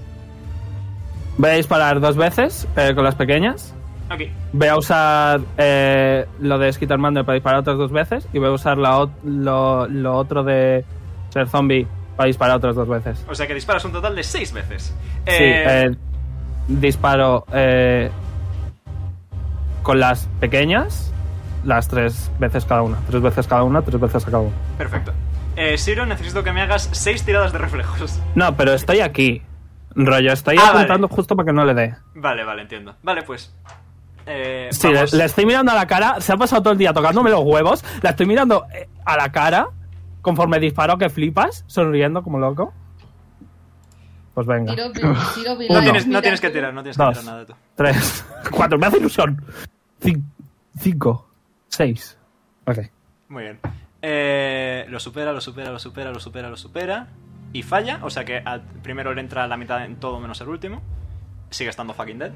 Voy a disparar dos veces eh, con las pequeñas. Ok, Voy a usar eh, lo de esquitar mando para disparar otras dos veces. Y voy a usar la ot- lo, lo otro de ser zombie para disparar otras dos veces. o sea que disparas un total de 6 veces. Sí, Eh, eh, disparo eh, con las pequeñas, las tres veces cada una. Tres veces cada una, tres veces a cada una. Perfecto. Eh, Siro, necesito que me hagas 6 tiradas de reflejos. No, pero estoy aquí. Rollo, estoy Ah, apuntando vale. justo para que no le dé. Vale, vale, entiendo. Vale, pues. Eh, Sí, le, vamos. le estoy mirando a la cara. Se ha pasado todo el día tocándome los huevos. La estoy mirando eh, a la cara. Conforme disparo, que flipas. Sonriendo como loco. Pues venga. Tiro- tiro No Bilal, tienes, no mira tienes que tú. tirar, no tienes que Dos. tirar nada tú. Tres. Cuatro. Me hace ilusión. Cin- cinco. Seis. Ok. Muy bien. Eh, lo supera, lo supera, lo supera, lo supera, lo supera. Y falla, o sea que al primero le entra la mitad en todo menos el último. Sigue estando fucking dead.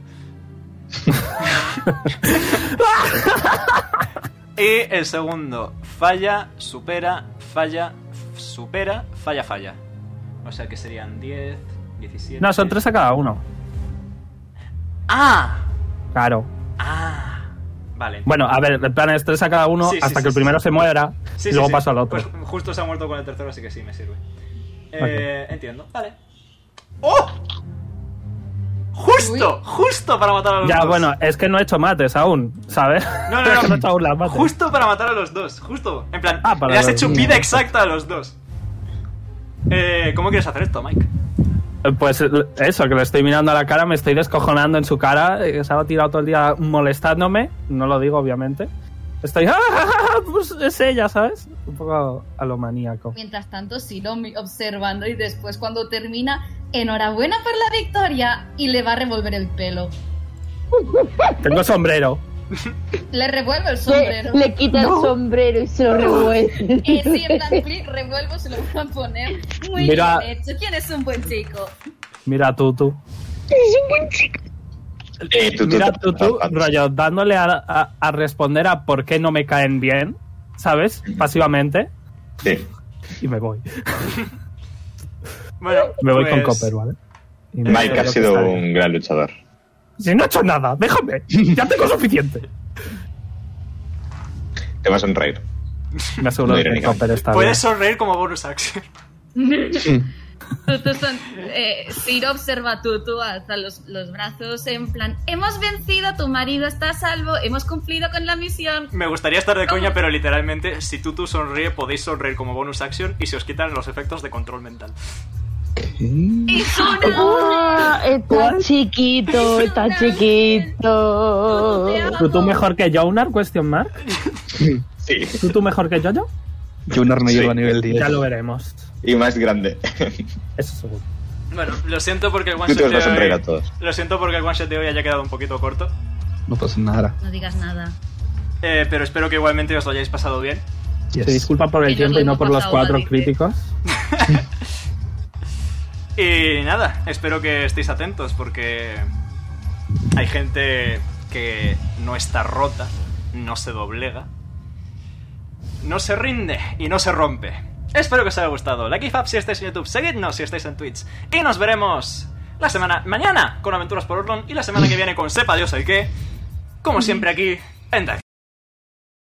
y el segundo falla, supera, falla, f- supera, falla, falla. O sea que serían 10, 17. No, son tres a cada uno. ¡Ah! Claro. ¡Ah! Vale. Bueno, a ver, el plan es tres a cada uno Sí, sí, hasta sí, que el sí, primero sí. se muera Sí, y sí, luego sí. paso al otro. Pues justo se ha muerto con el tercero, así que sí, me sirve. Eh, entiendo. Vale. ¡Oh! ¡Justo! ¡Justo para matar a los ya, dos! bueno, es que no he hecho mates aún, ¿sabes? pues, No, no, no. he hecho aún las mates. Justo para matar a los dos. Justo. En plan, Ah, para le has los hecho dos. vida exacta a los dos. Eh, ¿Cómo quieres hacer esto, Mike? Eh, Pues eh, eso, que le estoy mirando a la cara, me estoy descojonando en su cara, eh, se ha tirado todo el día molestándome, no lo digo obviamente. Estoy... "Ah, ah, ah, Pues es ella, ¿sabes? Un poco a lo maníaco. Mientras tanto, Silo mi- observando y después cuando termina, enhorabuena por la victoria y le va a revolver el pelo. Tengo sombrero. Le revuelvo el Le, sombrero. le quita el sombrero y se lo revuelve. Eh, sí, en plan, clic, revuelvo, se lo voy a poner. Muy Mira- bien hecho. ¿Quién es un buen chico? Mira tú, tú. Eh, tú, tú, Mira tú, tú, tú, tú, rollo, dándole a, a- a responder a por qué no me caen bien, ¿sabes? Pasivamente. Sí. Y me voy. Bueno, Me voy con pues, Copper, ¿vale? Y me Mike espero ha que sido salga. un gran luchador. Si no he hecho nada, déjame. Ya tengo suficiente. Te va a sonreír. Me aseguro No, de que irónicamente. Copper está bien. Puedes sonreír como bonus action. Tutu son- eh, Ciro observa a Tutu, alza los, los brazos en plan: Hemos vencido, tu marido está a salvo, hemos cumplido con la misión. Me gustaría estar de coña, pero literalmente, si Tutu sonríe, podéis sonreír como bonus action y se os quitan los efectos de control mental. ¡Es una Ah, está chiquito, está chiquito. ¿Tú, tú mejor que Jonar? Question mark. Sí. ¿Tú, tú mejor que Jojo? Jonar no Sí. lleva nivel 10. Ya lo veremos. Y más grande. Eso seguro. Bueno, lo siento porque el one Tú te shot vas a sonreír de a hoy, todos. lo siento porque el one shot de hoy haya quedado un poquito corto. No pasa nada. No digas nada. Eh, pero espero que igualmente os lo hayáis pasado bien. Yes. Se disculpa por el Que no tiempo y no hemos por los pasado, cuatro dice. críticos. Y nada, espero que estéis atentos porque hay gente que no está rota, no se doblega, no se rinde y no se rompe. Espero que os haya gustado. Like y fab si estáis en YouTube, seguidnos si estáis en Twitch. Y nos veremos la semana mañana con Aventuras por Orlon y la semana que viene con Sepa Dios el qué. Como siempre aquí en Dive.